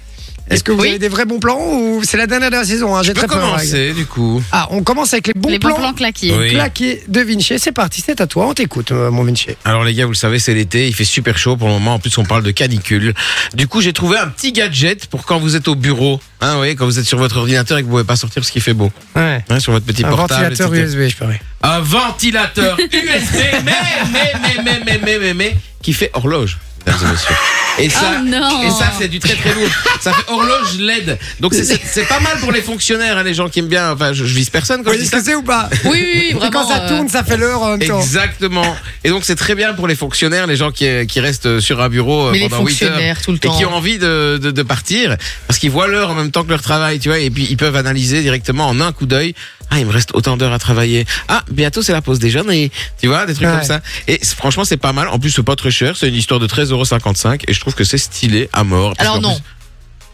Speaker 3: Est-ce que vous
Speaker 4: Oui.
Speaker 3: avez des vrais bons plans ou c'est la dernière de la saison hein, J'ai
Speaker 6: Je
Speaker 3: très
Speaker 6: peux
Speaker 3: peur. Greg.
Speaker 6: commencer, du coup.
Speaker 3: Ah, on commence avec les bons
Speaker 4: Les bons
Speaker 3: plans.
Speaker 4: plans claqués.
Speaker 6: Oui.
Speaker 3: Claqué de Vinci, c'est parti, c'est à toi, on t'écoute, euh, mon Vinci.
Speaker 6: Alors les gars, vous le savez, c'est l'été, il fait super chaud pour le moment. En plus, on parle de canicule. Du coup, j'ai trouvé un petit gadget pour quand vous êtes au bureau. Hein, vous voyez, quand vous êtes sur votre ordinateur et que vous pouvez pas sortir parce qu'il fait beau.
Speaker 3: Ouais.
Speaker 6: Hein, sur votre petit
Speaker 3: Un
Speaker 6: portable.
Speaker 3: ventilateur
Speaker 6: etc.
Speaker 3: USB, je parie.
Speaker 6: Un ventilateur USB, mais, mais, mais, mais, mais, mais, mais, mais, qui fait horloge. mesdames et messieurs. Et ça,
Speaker 4: Oh non.
Speaker 6: et ça c'est du très très lourd. Ça fait horloge LED. Donc c'est- c'est c'est pas mal pour les fonctionnaires, hein, les gens qui aiment bien. Enfin, je, je vise personne
Speaker 3: Vous
Speaker 6: quand je
Speaker 3: voyez
Speaker 6: dis
Speaker 3: ce
Speaker 6: ça.
Speaker 3: que c'est ou pas
Speaker 5: Oui, oui, oui,
Speaker 3: Et
Speaker 5: vraiment.
Speaker 3: quand ça
Speaker 5: euh,
Speaker 3: tourne, ça fait l'heure en même temps.
Speaker 6: Exactement. Et donc c'est très bien pour les fonctionnaires, les gens qui, qui restent sur un bureau euh,
Speaker 5: Mais les
Speaker 6: pendant 8 heures
Speaker 5: fonctionnaires, tout le
Speaker 6: et
Speaker 5: temps.
Speaker 6: qui ont envie de, de, de partir parce qu'ils voient l'heure en même temps que leur travail, tu vois, et puis ils peuvent analyser directement en un coup d'œil. Ah, il me reste autant d'heures à travailler. Ah, bientôt c'est la pause déjeuner. Tu vois, des trucs
Speaker 3: Ouais.
Speaker 6: comme ça. Et c'est- franchement, c'est pas mal. En plus, c'est pas très cher. C'est une histoire de 13,55€ et je trouve que c'est stylé à mort. Parce
Speaker 5: Alors
Speaker 6: qu'en
Speaker 5: non.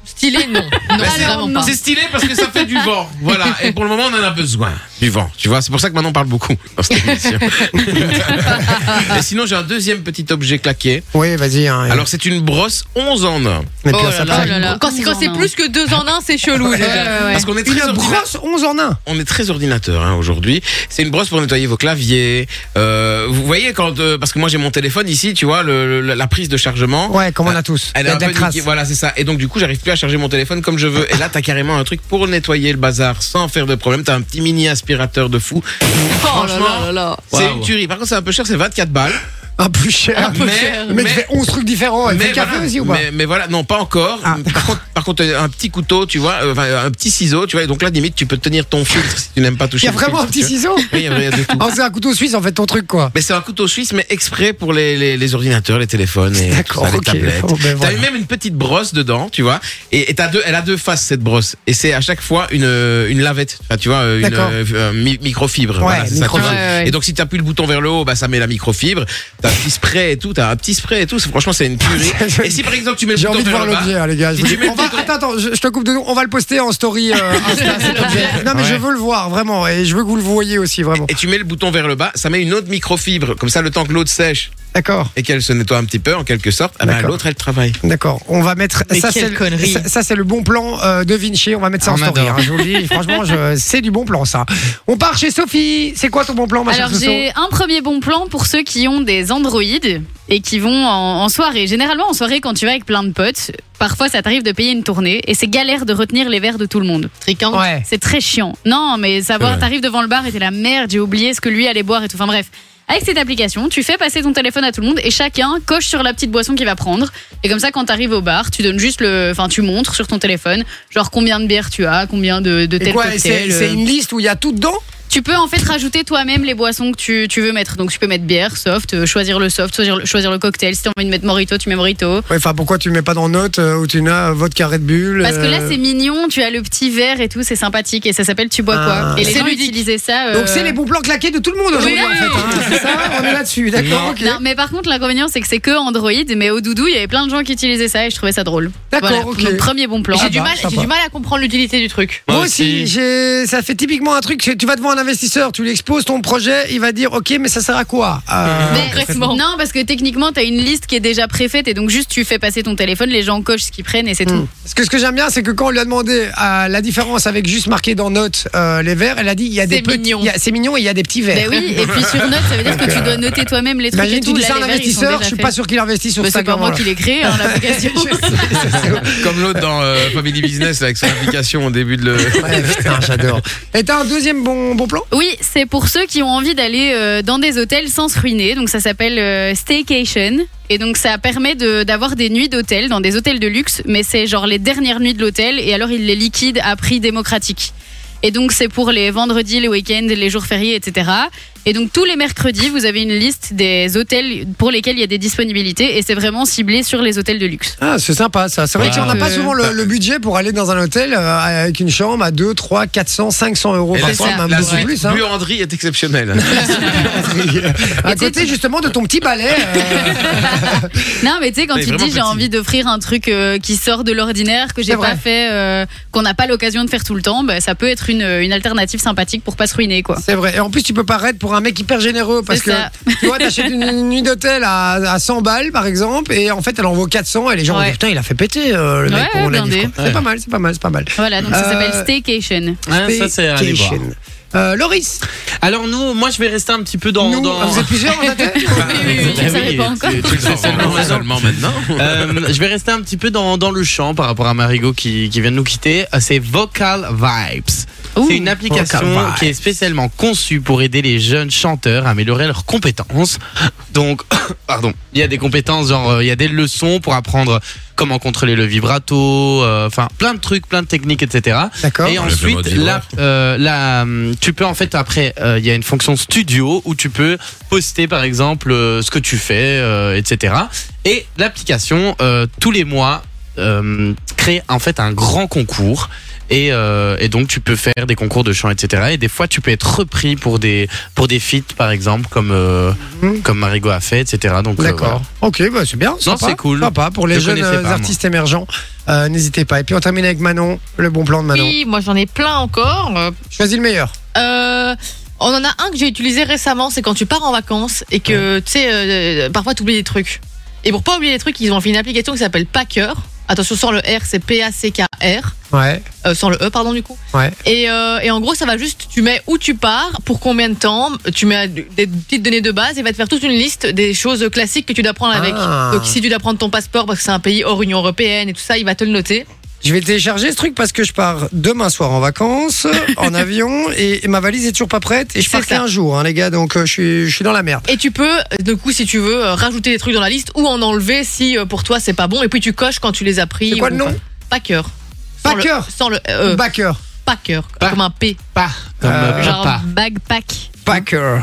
Speaker 5: Stylé, non.
Speaker 4: Bah,
Speaker 5: Non,
Speaker 6: Mais c'est-
Speaker 5: vraiment pas.
Speaker 6: C'est stylé parce que ça fait du vent. Voilà. Et pour le moment, on en a besoin. Du vent. Tu vois, c'est pour ça que maintenant on parle beaucoup dans cette émission. Et sinon, j'ai un deuxième petit objet claqué.
Speaker 3: Oui, vas-y. hein, et-
Speaker 6: Alors, c'est une brosse 11 en 1.
Speaker 3: mais puis
Speaker 5: Oh
Speaker 3: là,
Speaker 5: là
Speaker 3: ça
Speaker 5: là,
Speaker 3: plaque.
Speaker 5: oh là là. Quand c'est quand c'est plus que deux en un, c'est chelou. déjà.
Speaker 6: Parce qu'on est très
Speaker 3: Une
Speaker 6: ordina-
Speaker 3: brosse 11 en 1.
Speaker 6: On est très ordinateur hein, aujourd'hui. C'est une brosse pour nettoyer vos claviers. Euh, vous voyez quand euh, parce que moi j'ai mon téléphone ici, tu vois, le- le- la prise de chargement.
Speaker 3: Ouais, comme on a tous.
Speaker 6: Elle
Speaker 3: Il y
Speaker 6: est
Speaker 3: a
Speaker 6: un
Speaker 3: de la
Speaker 6: peu
Speaker 3: crasse.
Speaker 6: niquée, voilà, c'est ça. Et donc, du coup, j'arrive plus à charger mon téléphone comme je veux. Et là, t'as carrément un truc pour nettoyer le bazar sans faire de problème. T'as un petit mini aspirateur de fou.
Speaker 5: Oh là
Speaker 6: Franchement,
Speaker 5: là là là.
Speaker 6: C'est une tuerie. Par contre, c'est un peu cher, c'est 24 balles.
Speaker 3: Un peu Ah, cher.
Speaker 6: Ah, mais,
Speaker 3: Le mec fait 11 trucs différents. Il oh, fait
Speaker 6: mais
Speaker 3: le café
Speaker 6: voilà.
Speaker 3: aussi ou pas
Speaker 6: Mais, mais voilà, non, pas encore.
Speaker 3: Ah,
Speaker 6: par, contre, par contre, un petit couteau, tu vois, euh, enfin, un petit ciseau, tu vois. Et donc là, limite, tu peux tenir ton filtre si tu n'aimes pas
Speaker 3: Il
Speaker 6: toucher.
Speaker 3: y a
Speaker 6: le
Speaker 3: vraiment un
Speaker 6: filtre,
Speaker 3: petit
Speaker 6: tu vois.
Speaker 3: ciseau
Speaker 6: Oui, il y a- il y a de tout.
Speaker 3: Ah, c'est un couteau suisse en fait ton truc quoi.
Speaker 6: Mais c'est un couteau suisse, mais exprès pour les, les, les ordinateurs, les téléphones et
Speaker 3: D'accord,
Speaker 6: tout ça, les
Speaker 3: ok.
Speaker 6: tablettes.
Speaker 3: Bon, ben
Speaker 6: T'as
Speaker 3: voilà.
Speaker 6: eu même une petite brosse dedans, tu vois. Et, et t'as deux, elle a deux faces cette brosse. Et c'est à chaque fois une euh, une lavette. Enfin, tu vois, euh, une
Speaker 3: D'accord.
Speaker 6: euh, euh, mi- microfibre.
Speaker 3: Ouais,
Speaker 6: voilà, c'est ça, tu
Speaker 3: microfibre.
Speaker 6: vois.
Speaker 5: Ouais, ouais.
Speaker 6: Et donc si t'appuies le bouton vers le haut, bah ça met la microfibre. T'as un petit spray et tout. T'as un petit spray et tout. C'est- Franchement, c'est une tuerie. et si par exemple tu mets le
Speaker 3: J'ai
Speaker 6: bouton
Speaker 3: envie de
Speaker 6: vers
Speaker 3: voir
Speaker 6: le bas,
Speaker 3: l'objet, hein, les gars. Je
Speaker 6: Si
Speaker 3: vous
Speaker 6: tu
Speaker 3: dis-
Speaker 6: mets le
Speaker 3: on va-
Speaker 6: bouton-
Speaker 3: Attends, attends, je, je te coupe de nous. On va le poster en story euh, Insta, cet objet. Non, mais
Speaker 6: Ouais.
Speaker 3: je veux le voir, vraiment. Et je veux que vous le voyez aussi, vraiment.
Speaker 6: et tu mets le bouton vers le bas, ça met une autre microfibre. Comme ça, le temps que l'autre sèche
Speaker 3: D'accord,
Speaker 6: et qu'elle se nettoie un petit peu, en quelque sorte, eh ben,
Speaker 3: D'accord.
Speaker 6: l'autre elle travaille.
Speaker 3: d'accord. On va mettre.
Speaker 5: Mais
Speaker 3: ça,
Speaker 5: quelle
Speaker 3: c'est le-
Speaker 5: connerie.
Speaker 3: ça- ça, c'est le bon plan euh, de Vinci. On va mettre ça
Speaker 2: Ah,
Speaker 3: en
Speaker 2: on
Speaker 3: story.
Speaker 2: adore.
Speaker 3: hein, je vous le dis, franchement, je- c'est du bon plan, ça. On part chez Sophie. C'est quoi ton bon plan, ma chère
Speaker 4: Alors
Speaker 3: Soso
Speaker 4: j'ai un premier bon plan pour ceux qui ont des Android et qui vont en, en soirée. Généralement en soirée quand tu vas avec plein de potes, parfois ça t'arrive de payer une tournée et c'est galère de retenir les verres de tout le monde.
Speaker 5: Tricante.
Speaker 3: Ouais.
Speaker 4: C'est très chiant. Non mais
Speaker 6: C'est
Speaker 4: savoir,
Speaker 6: vrai.
Speaker 4: t'arrives devant le bar et t'es la merde, j'ai oublié ce que lui allait boire et tout. Enfin bref. Avec cette application, tu fais passer ton téléphone à tout le monde et chacun coche sur la petite boisson qu'il va prendre. Et comme ça, quand t'arrives au bar, tu donnes juste le, enfin, tu montres sur ton téléphone, genre combien de bières tu as, combien de, de
Speaker 3: Et
Speaker 4: tel
Speaker 3: quoi, c'est
Speaker 4: cocktail, euh.
Speaker 3: c'est une liste où il y a tout dedans
Speaker 4: Tu peux en fait rajouter toi-même les boissons que tu, tu veux mettre. Donc tu peux mettre bière, soft, euh, choisir le soft, choisir le, choisir le cocktail. Si t'as envie de mettre morito, tu mets morito.
Speaker 3: Ouais, enfin, pourquoi tu le mets pas dans note euh, où tu n'as euh, vodka Red Bull
Speaker 4: Parce que là
Speaker 3: euh,
Speaker 4: c'est mignon, tu as le petit verre et tout, c'est sympathique et ça s'appelle tu bois
Speaker 3: Ah.
Speaker 4: quoi. Et les
Speaker 5: C'est
Speaker 4: gens
Speaker 5: ludique.
Speaker 4: utilisaient ça. euh,
Speaker 3: Donc c'est les bons plans claqués de tout le monde aujourd'hui
Speaker 4: Oui.
Speaker 3: en fait. hein. C'est ça, on est là-dessus, d'accord
Speaker 6: Non.
Speaker 3: ok.
Speaker 4: Non, mais par contre l'inconvénient c'est que c'est que Android, mais au doudou il y avait plein de gens qui utilisaient ça et je trouvais ça drôle.
Speaker 3: D'accord,
Speaker 4: Voilà.
Speaker 3: ok.
Speaker 4: Donc, premier bon plan.
Speaker 5: J'ai
Speaker 3: Ah
Speaker 5: du
Speaker 3: bah,
Speaker 5: mal, j'ai
Speaker 3: sympa.
Speaker 5: du mal à comprendre l'utilité du truc.
Speaker 3: Moi
Speaker 6: Moi
Speaker 3: aussi,
Speaker 6: aussi.
Speaker 3: j'ai- ça fait typiquement un truc, tu vas devant un investisseur, tu lui exposes ton projet, il va dire ok mais ça sert à quoi Euh,
Speaker 4: Mais-
Speaker 5: Concrètement.
Speaker 4: Ben, non, parce que techniquement, t'as une liste qui est déjà préfaite et donc juste tu fais passer ton téléphone, les gens cochent ce qu'ils prennent et c'est tout.
Speaker 3: Parce que ce que j'aime bien, c'est que quand on lui a demandé euh, la différence avec juste marqué dans note euh, les verres, elle a dit il y a des
Speaker 5: C'est
Speaker 3: petits-
Speaker 5: mignon.
Speaker 3: il y a- c'est mignon et il y a des petits verres.
Speaker 4: Ben oui, et puis sur note, ça veut dire que tu dois noter toi-même les trucs.
Speaker 3: euh, Imagine, tu
Speaker 4: et tout.
Speaker 3: dis
Speaker 4: Là,
Speaker 3: ça à un
Speaker 4: les verres, ils sont
Speaker 3: investisseur,
Speaker 4: déjà
Speaker 3: je suis
Speaker 4: faits.
Speaker 3: pas sûr qu'il investit sur
Speaker 4: Mais
Speaker 3: ça.
Speaker 4: c'est pas moi qui l'ai créé, hein, l'application.
Speaker 6: Comme l'autre dans euh, Family Business là, avec son application au début de le.
Speaker 3: Putain, j'adore. Et t'as un deuxième bon, bon plan
Speaker 4: oui, c'est pour ceux qui ont envie d'aller euh, dans des hôtels sans se ruiner. Donc ça s'appelle euh, Staycation. Et donc ça permet de- d'avoir des nuits d'hôtel, dans des hôtels de luxe, mais c'est genre les dernières nuits de l'hôtel et alors il les liquide à prix démocratique. Et donc, c'est pour les vendredis, les week-ends, les jours fériés, etc. Et donc, tous les mercredis, vous avez une liste des hôtels pour lesquels il y a des disponibilités. Et c'est vraiment ciblé sur les hôtels de luxe.
Speaker 3: Ah, c'est sympa ça. C'est vrai
Speaker 4: Ouais.
Speaker 3: qu'on n'a pas
Speaker 4: Euh,
Speaker 3: souvent le, le budget pour aller dans un hôtel euh, avec une chambre à 2, 3, 400, 500 euros
Speaker 6: Et
Speaker 3: par
Speaker 6: la
Speaker 3: soir,
Speaker 6: suite-
Speaker 3: même
Speaker 6: la
Speaker 3: Eh ben, beaucoup
Speaker 6: suite
Speaker 3: plus. hein.
Speaker 6: buanderie est exceptionnelle.
Speaker 3: À côté justement de ton petit balai. euh,
Speaker 4: Non, mais tu sais, quand
Speaker 6: Mais
Speaker 4: tu
Speaker 6: vraiment
Speaker 4: dis j'ai
Speaker 6: petit.
Speaker 4: envie d'offrir un truc euh, qui sort de l'ordinaire, que j'ai
Speaker 3: C'est
Speaker 4: pas
Speaker 3: vrai.
Speaker 4: fait, euh, qu'on n'a pas l'occasion de faire tout le temps, bah, ça peut être une, une alternative sympathique pour pas se ruiner, quoi.
Speaker 3: C'est vrai. Et en plus, tu peux paraître pour un mec hyper généreux parce
Speaker 4: C'est
Speaker 3: que
Speaker 4: ça.
Speaker 3: tu vois, t'achètes une, une nuit d'hôtel à, à 100 balles par exemple, et en fait, elle en vaut 400 et les gens vont
Speaker 4: Ouais.
Speaker 3: dire putain, il a fait péter euh, le
Speaker 4: Ouais,
Speaker 3: mec pour
Speaker 4: ouais,
Speaker 3: la nuit,
Speaker 4: blindé.
Speaker 3: quoi. C'est
Speaker 2: Ouais.
Speaker 3: pas mal, c'est pas mal, c'est pas mal.
Speaker 4: Voilà, donc ça
Speaker 3: Euh,
Speaker 4: s'appelle Staycation.
Speaker 2: Ah, ça, c'est à aller voir.
Speaker 3: Staycation. Euh, Loris,
Speaker 2: Alors nous, moi je vais rester un petit peu dans...
Speaker 3: nous,
Speaker 2: dans-
Speaker 3: vous êtes plusieurs en hôtel
Speaker 2: Ah
Speaker 4: savais
Speaker 2: oui,
Speaker 4: pas
Speaker 2: tu-
Speaker 4: encore.
Speaker 2: tu le sais seulement
Speaker 6: Non,
Speaker 2: maintenant.
Speaker 6: seulement maintenant.
Speaker 2: Euh, je vais rester un petit peu dans, dans le champ par rapport à Marigot qui, qui vient de nous quitter. Euh, C'est Vocal Vibes.
Speaker 4: Ouh.
Speaker 2: C'est une application
Speaker 3: Vocal Vibes.
Speaker 2: qui est spécialement conçue pour aider les jeunes chanteurs à améliorer leurs compétences. Donc, pardon, il y a des compétences, genre euh, il y a des leçons pour apprendre comment contrôler le vibrato, euh, enfin plein de trucs, plein de techniques, etc.
Speaker 3: D'accord.
Speaker 2: Et
Speaker 6: mode
Speaker 2: ensuite,
Speaker 6: vibra.
Speaker 2: là, euh, là, hum, tu peux en fait après, euh, il y a une fonction studio où tu peux poster par exemple euh, ce que tu fais, euh, etc. Et l'application euh, tous les mois euh, crée en fait un grand concours. Et, euh, et donc tu peux faire des concours de chant, etc. Et des fois tu peux être repris pour des pour des feats par exemple comme euh,
Speaker 3: Mhm.
Speaker 2: comme Marigot a fait, etc. Donc euh,
Speaker 3: D'accord.
Speaker 2: voilà.
Speaker 3: Ok, bah, c'est bien.
Speaker 2: Non,
Speaker 3: sympa,
Speaker 2: c'est cool.
Speaker 3: Sympa pour les
Speaker 2: Je
Speaker 3: jeunes
Speaker 2: connaissais
Speaker 3: euh,
Speaker 2: pas, moi.
Speaker 3: artistes émergents. Euh, N'hésitez pas. Et puis on termine avec Manon, le bon plan de Manon.
Speaker 5: Oui, moi j'en ai plein encore. Euh,
Speaker 3: Choisis le meilleur.
Speaker 5: Euh, on en a un que j'ai utilisé récemment, c'est quand tu pars en vacances et que tu sais, euh, parfois tu oublies des trucs. Et pour pas oublier des trucs, ils ont fait une application qui s'appelle Packer. Attention, sans le R, c'est P-A-C-K-R.
Speaker 3: Ouais,
Speaker 5: Euh, sans le E, pardon, du coup.
Speaker 3: ouais.
Speaker 5: Et, euh, et en gros, ça va juste, tu mets où tu pars, pour combien de temps, tu mets des petites données de base et va te faire toute une liste des choses classiques que tu dois prendre avec.
Speaker 3: Ah.
Speaker 5: Donc si tu dois prendre ton passeport parce que c'est un pays hors Union Européenne et tout ça, il va te le noter.
Speaker 3: Je vais télécharger ce truc parce que je pars demain soir en vacances, en avion, et, et ma valise est toujours pas prête. Et je
Speaker 5: C'est
Speaker 3: pars
Speaker 5: ça.
Speaker 3: qu'un jour, hein, les gars, donc euh, je, suis, je suis dans la merde.
Speaker 5: Et tu peux, euh, du coup, si tu veux, euh, rajouter des trucs dans la liste ou en enlever si euh, pour toi c'est pas bon. Et puis tu coches quand tu les as pris.
Speaker 3: C'est quoi
Speaker 5: ou
Speaker 3: le nom
Speaker 5: pas. Packer. Sans le-
Speaker 3: Packer
Speaker 5: Sans le euh,
Speaker 3: Backer.
Speaker 5: Packer.
Speaker 2: Pac-
Speaker 5: Comme un P.
Speaker 2: Pas comme
Speaker 3: Euh,
Speaker 2: euh,
Speaker 4: Genre
Speaker 2: papa.
Speaker 4: backpack.
Speaker 3: Packer.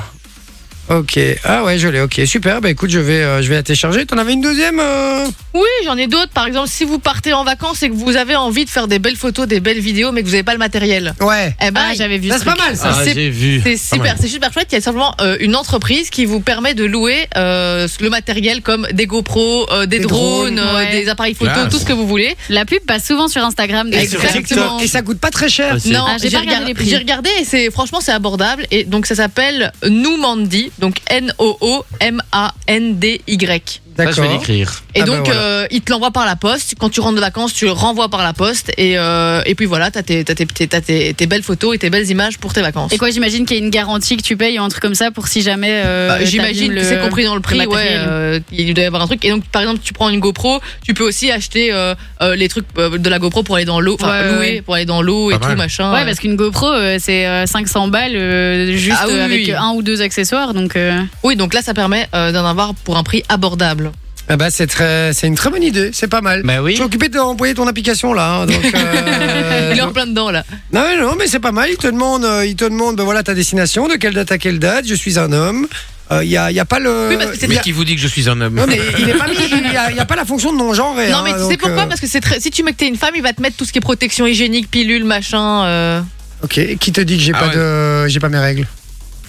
Speaker 3: Ok. Ah ouais, je l'ai. Ok, super. Bah écoute, je vais, euh, je vais la télécharger. T'en avais une deuxième euh
Speaker 5: Oui, j'en ai d'autres. Par exemple, si vous partez en vacances et que vous avez envie de faire des belles photos, des belles vidéos, mais que vous n'avez pas le matériel.
Speaker 3: Ouais.
Speaker 5: Eh ben,
Speaker 4: Ah, j'avais vu
Speaker 3: Là,
Speaker 4: ce
Speaker 3: c'est pas
Speaker 4: truc.
Speaker 3: mal ça.
Speaker 2: Ah,
Speaker 5: c'est-
Speaker 2: j'ai vu.
Speaker 5: C'est super, c'est super chouette. Il y a simplement euh, une entreprise qui vous permet de louer euh, le matériel comme des GoPro, euh, des,
Speaker 3: Des
Speaker 5: drones,
Speaker 3: drones,
Speaker 5: euh,
Speaker 4: ouais.
Speaker 5: des appareils photo,
Speaker 6: Classe.
Speaker 5: tout ce que vous voulez.
Speaker 4: La pub passe souvent sur Instagram.
Speaker 5: Et
Speaker 4: donc
Speaker 5: sur
Speaker 4: exactement.
Speaker 3: Et ça coûte pas très cher.
Speaker 2: Ah, c'est-
Speaker 5: Non,
Speaker 4: Ah, j'ai
Speaker 5: j'ai
Speaker 4: pas regardé
Speaker 5: regardé,
Speaker 4: les prix.
Speaker 5: j'ai regardé et c'est franchement c'est abordable et donc ça s'appelle Noomandi, donc N O O M A N D Y.
Speaker 2: Ça, je vais
Speaker 3: D'accord.
Speaker 2: l'écrire.
Speaker 5: Et
Speaker 3: Ah ben
Speaker 5: donc
Speaker 3: voilà.
Speaker 5: euh, il te l'envoie par la poste. Quand tu rentres de vacances, tu le renvoies par la poste et, euh, et puis voilà, t'as tes, t'as tes, tes- t'as tes- tes belles photos et tes belles images pour tes vacances.
Speaker 4: Et quoi, j'imagine qu'il y a une garantie que tu payes ou un truc comme ça pour si jamais. euh,
Speaker 5: Bah,
Speaker 4: t'abîmes
Speaker 5: J'imagine que
Speaker 4: le-
Speaker 5: c'est compris dans le prix.
Speaker 4: le
Speaker 5: ouais,
Speaker 4: matériel.
Speaker 5: euh, il doit y avoir un truc. Et donc, par exemple, tu prends une GoPro, tu peux aussi acheter euh, euh, les trucs euh, de la GoPro pour aller dans l'eau, enfin
Speaker 4: Ouais,
Speaker 5: louer
Speaker 4: ouais.
Speaker 5: pour aller dans l'eau et
Speaker 6: Pas
Speaker 5: tout
Speaker 6: mal.
Speaker 5: machin.
Speaker 4: Ouais, parce qu'une GoPro, euh, c'est euh, 500 balles euh, juste
Speaker 5: Ah oui,
Speaker 4: euh, avec
Speaker 5: oui.
Speaker 4: un ou deux accessoires. Donc, euh,
Speaker 5: Oui, donc là, ça permet euh, d'en avoir pour un prix abordable.
Speaker 3: Ah bah c'est très, c'est une très bonne idée. C'est pas mal.
Speaker 2: Bah
Speaker 3: Je
Speaker 2: oui.
Speaker 3: suis occupé d'envoyer ton application là. hein, donc, euh,
Speaker 5: Il est en plein dedans là.
Speaker 3: Non, mais non, mais c'est pas mal. Il te demande, euh, il te demande, ben voilà ta destination, de quelle date à quelle date. Je suis un homme. Euh, Il y a, il y a pas le.
Speaker 5: Oui, parce que c'est
Speaker 6: Mais
Speaker 5: bien.
Speaker 6: qui vous dit que je suis un homme
Speaker 3: Non, mais il est pas mis. Il y a, il y a pas la fonction de hein, non genre.
Speaker 5: Non mais tu sais pourquoi
Speaker 3: euh,
Speaker 5: Parce que c'est très... si tu mets que t'es une femme, il va te mettre tout ce qui est protection hygiénique, pilule, machin. euh.
Speaker 3: Ok. Qui te dit que j'ai
Speaker 6: Ah
Speaker 3: pas
Speaker 6: ouais.
Speaker 3: de, j'ai pas mes règles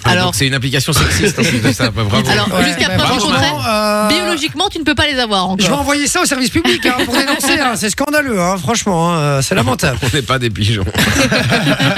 Speaker 6: Ah,
Speaker 5: Alors-
Speaker 6: donc c'est une application sexiste en plus de ça. Bah, bravo.
Speaker 5: Alors jusqu'à
Speaker 3: ben,
Speaker 5: preuve du
Speaker 3: franchement,
Speaker 5: contraire,
Speaker 3: euh,
Speaker 5: biologiquement, tu ne peux pas les avoir
Speaker 3: Je vais
Speaker 5: encore.
Speaker 3: envoyer ça au service public hein, pour dénoncer. hein. C'est scandaleux, hein, franchement. hein, C'est lamentable.
Speaker 6: on n'est pas des pigeons.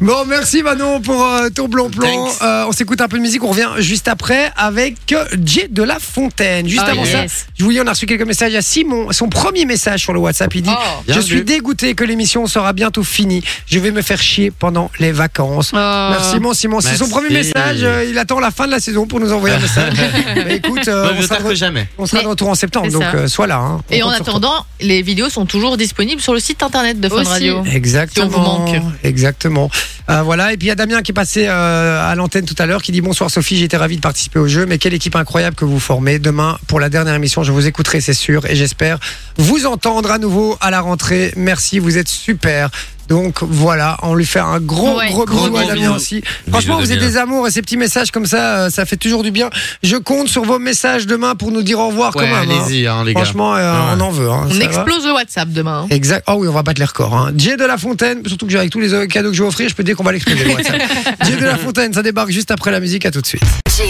Speaker 3: Bon, merci Manon pour euh, ton blond plan. Euh,
Speaker 6: Thanks.
Speaker 3: on s'écoute un peu de musique. On revient juste après avec euh, Jay de la Fontaine.
Speaker 5: Ah,
Speaker 3: Juste
Speaker 4: oh
Speaker 3: avant ça,
Speaker 4: yes.
Speaker 3: Je vous lis, on a reçu quelques messages. Il y a Simon, son premier message sur le WhatsApp, il dit
Speaker 5: Oh,
Speaker 3: Je
Speaker 2: bien
Speaker 3: suis
Speaker 2: vu.
Speaker 3: dégoûté que l'émission sera bientôt finie. Je vais me faire chier pendant les vacances.
Speaker 5: Euh, Ah.
Speaker 4: Oh.
Speaker 3: Merci Simon, Simon. C'est son
Speaker 2: Merci.
Speaker 3: premier message. euh, il attend la fin de la saison pour nous envoyer un message. Mais écoute, euh,
Speaker 2: Pas
Speaker 3: on
Speaker 2: mieux
Speaker 3: sera,
Speaker 2: tard
Speaker 3: de,
Speaker 2: que
Speaker 3: re-
Speaker 2: jamais.
Speaker 3: on sera de
Speaker 4: Mais-
Speaker 3: retour en septembre,
Speaker 4: c'est
Speaker 3: donc
Speaker 4: ça.
Speaker 3: euh, sois là. hein.
Speaker 5: Et
Speaker 3: On
Speaker 5: en
Speaker 3: compte sur toi.
Speaker 5: attendant, les vidéos sont toujours disponibles sur le site internet de Fun
Speaker 4: Aussi.
Speaker 5: Radio.
Speaker 3: Exactement.
Speaker 5: Si on vous manque.
Speaker 3: Exactement. Euh, voilà. Et puis il y a Damien qui est passé euh, à l'antenne tout à l'heure, qui dit bonsoir Sophie, j'étais ravi de participer au jeu, mais quelle équipe incroyable que vous formez. Demain pour la dernière émission, je vous écouterai, c'est sûr, et j'espère vous entendre à nouveau à la rentrée. Merci, vous êtes super. Donc voilà, on lui fait un gros
Speaker 4: Ouais.
Speaker 3: gros
Speaker 4: Gros
Speaker 3: bisou à
Speaker 4: gros
Speaker 3: Damien
Speaker 4: bisous.
Speaker 3: aussi. Franchement,
Speaker 4: Bisous,
Speaker 3: vous êtes
Speaker 4: Damien.
Speaker 3: des amours et ces petits messages comme ça, euh, ça fait toujours du bien. Je compte sur vos messages demain pour nous dire au revoir
Speaker 2: Ouais,
Speaker 3: quand même. hein.
Speaker 2: allez-y, hein, les gars.
Speaker 3: Franchement, euh,
Speaker 2: Ouais.
Speaker 3: on en veut. hein, ça
Speaker 5: On
Speaker 3: va.
Speaker 5: explose le WhatsApp demain. hein.
Speaker 3: Exact. Oh oui, on va battre les records. Hein. Jay de la Fontaine, surtout que j'ai- avec tous les euh, cadeaux que je vais offrir, je peux dire qu'on va l'exploser. le WhatsApp. Jay de la Fontaine, ça débarque juste après la musique. À tout de suite.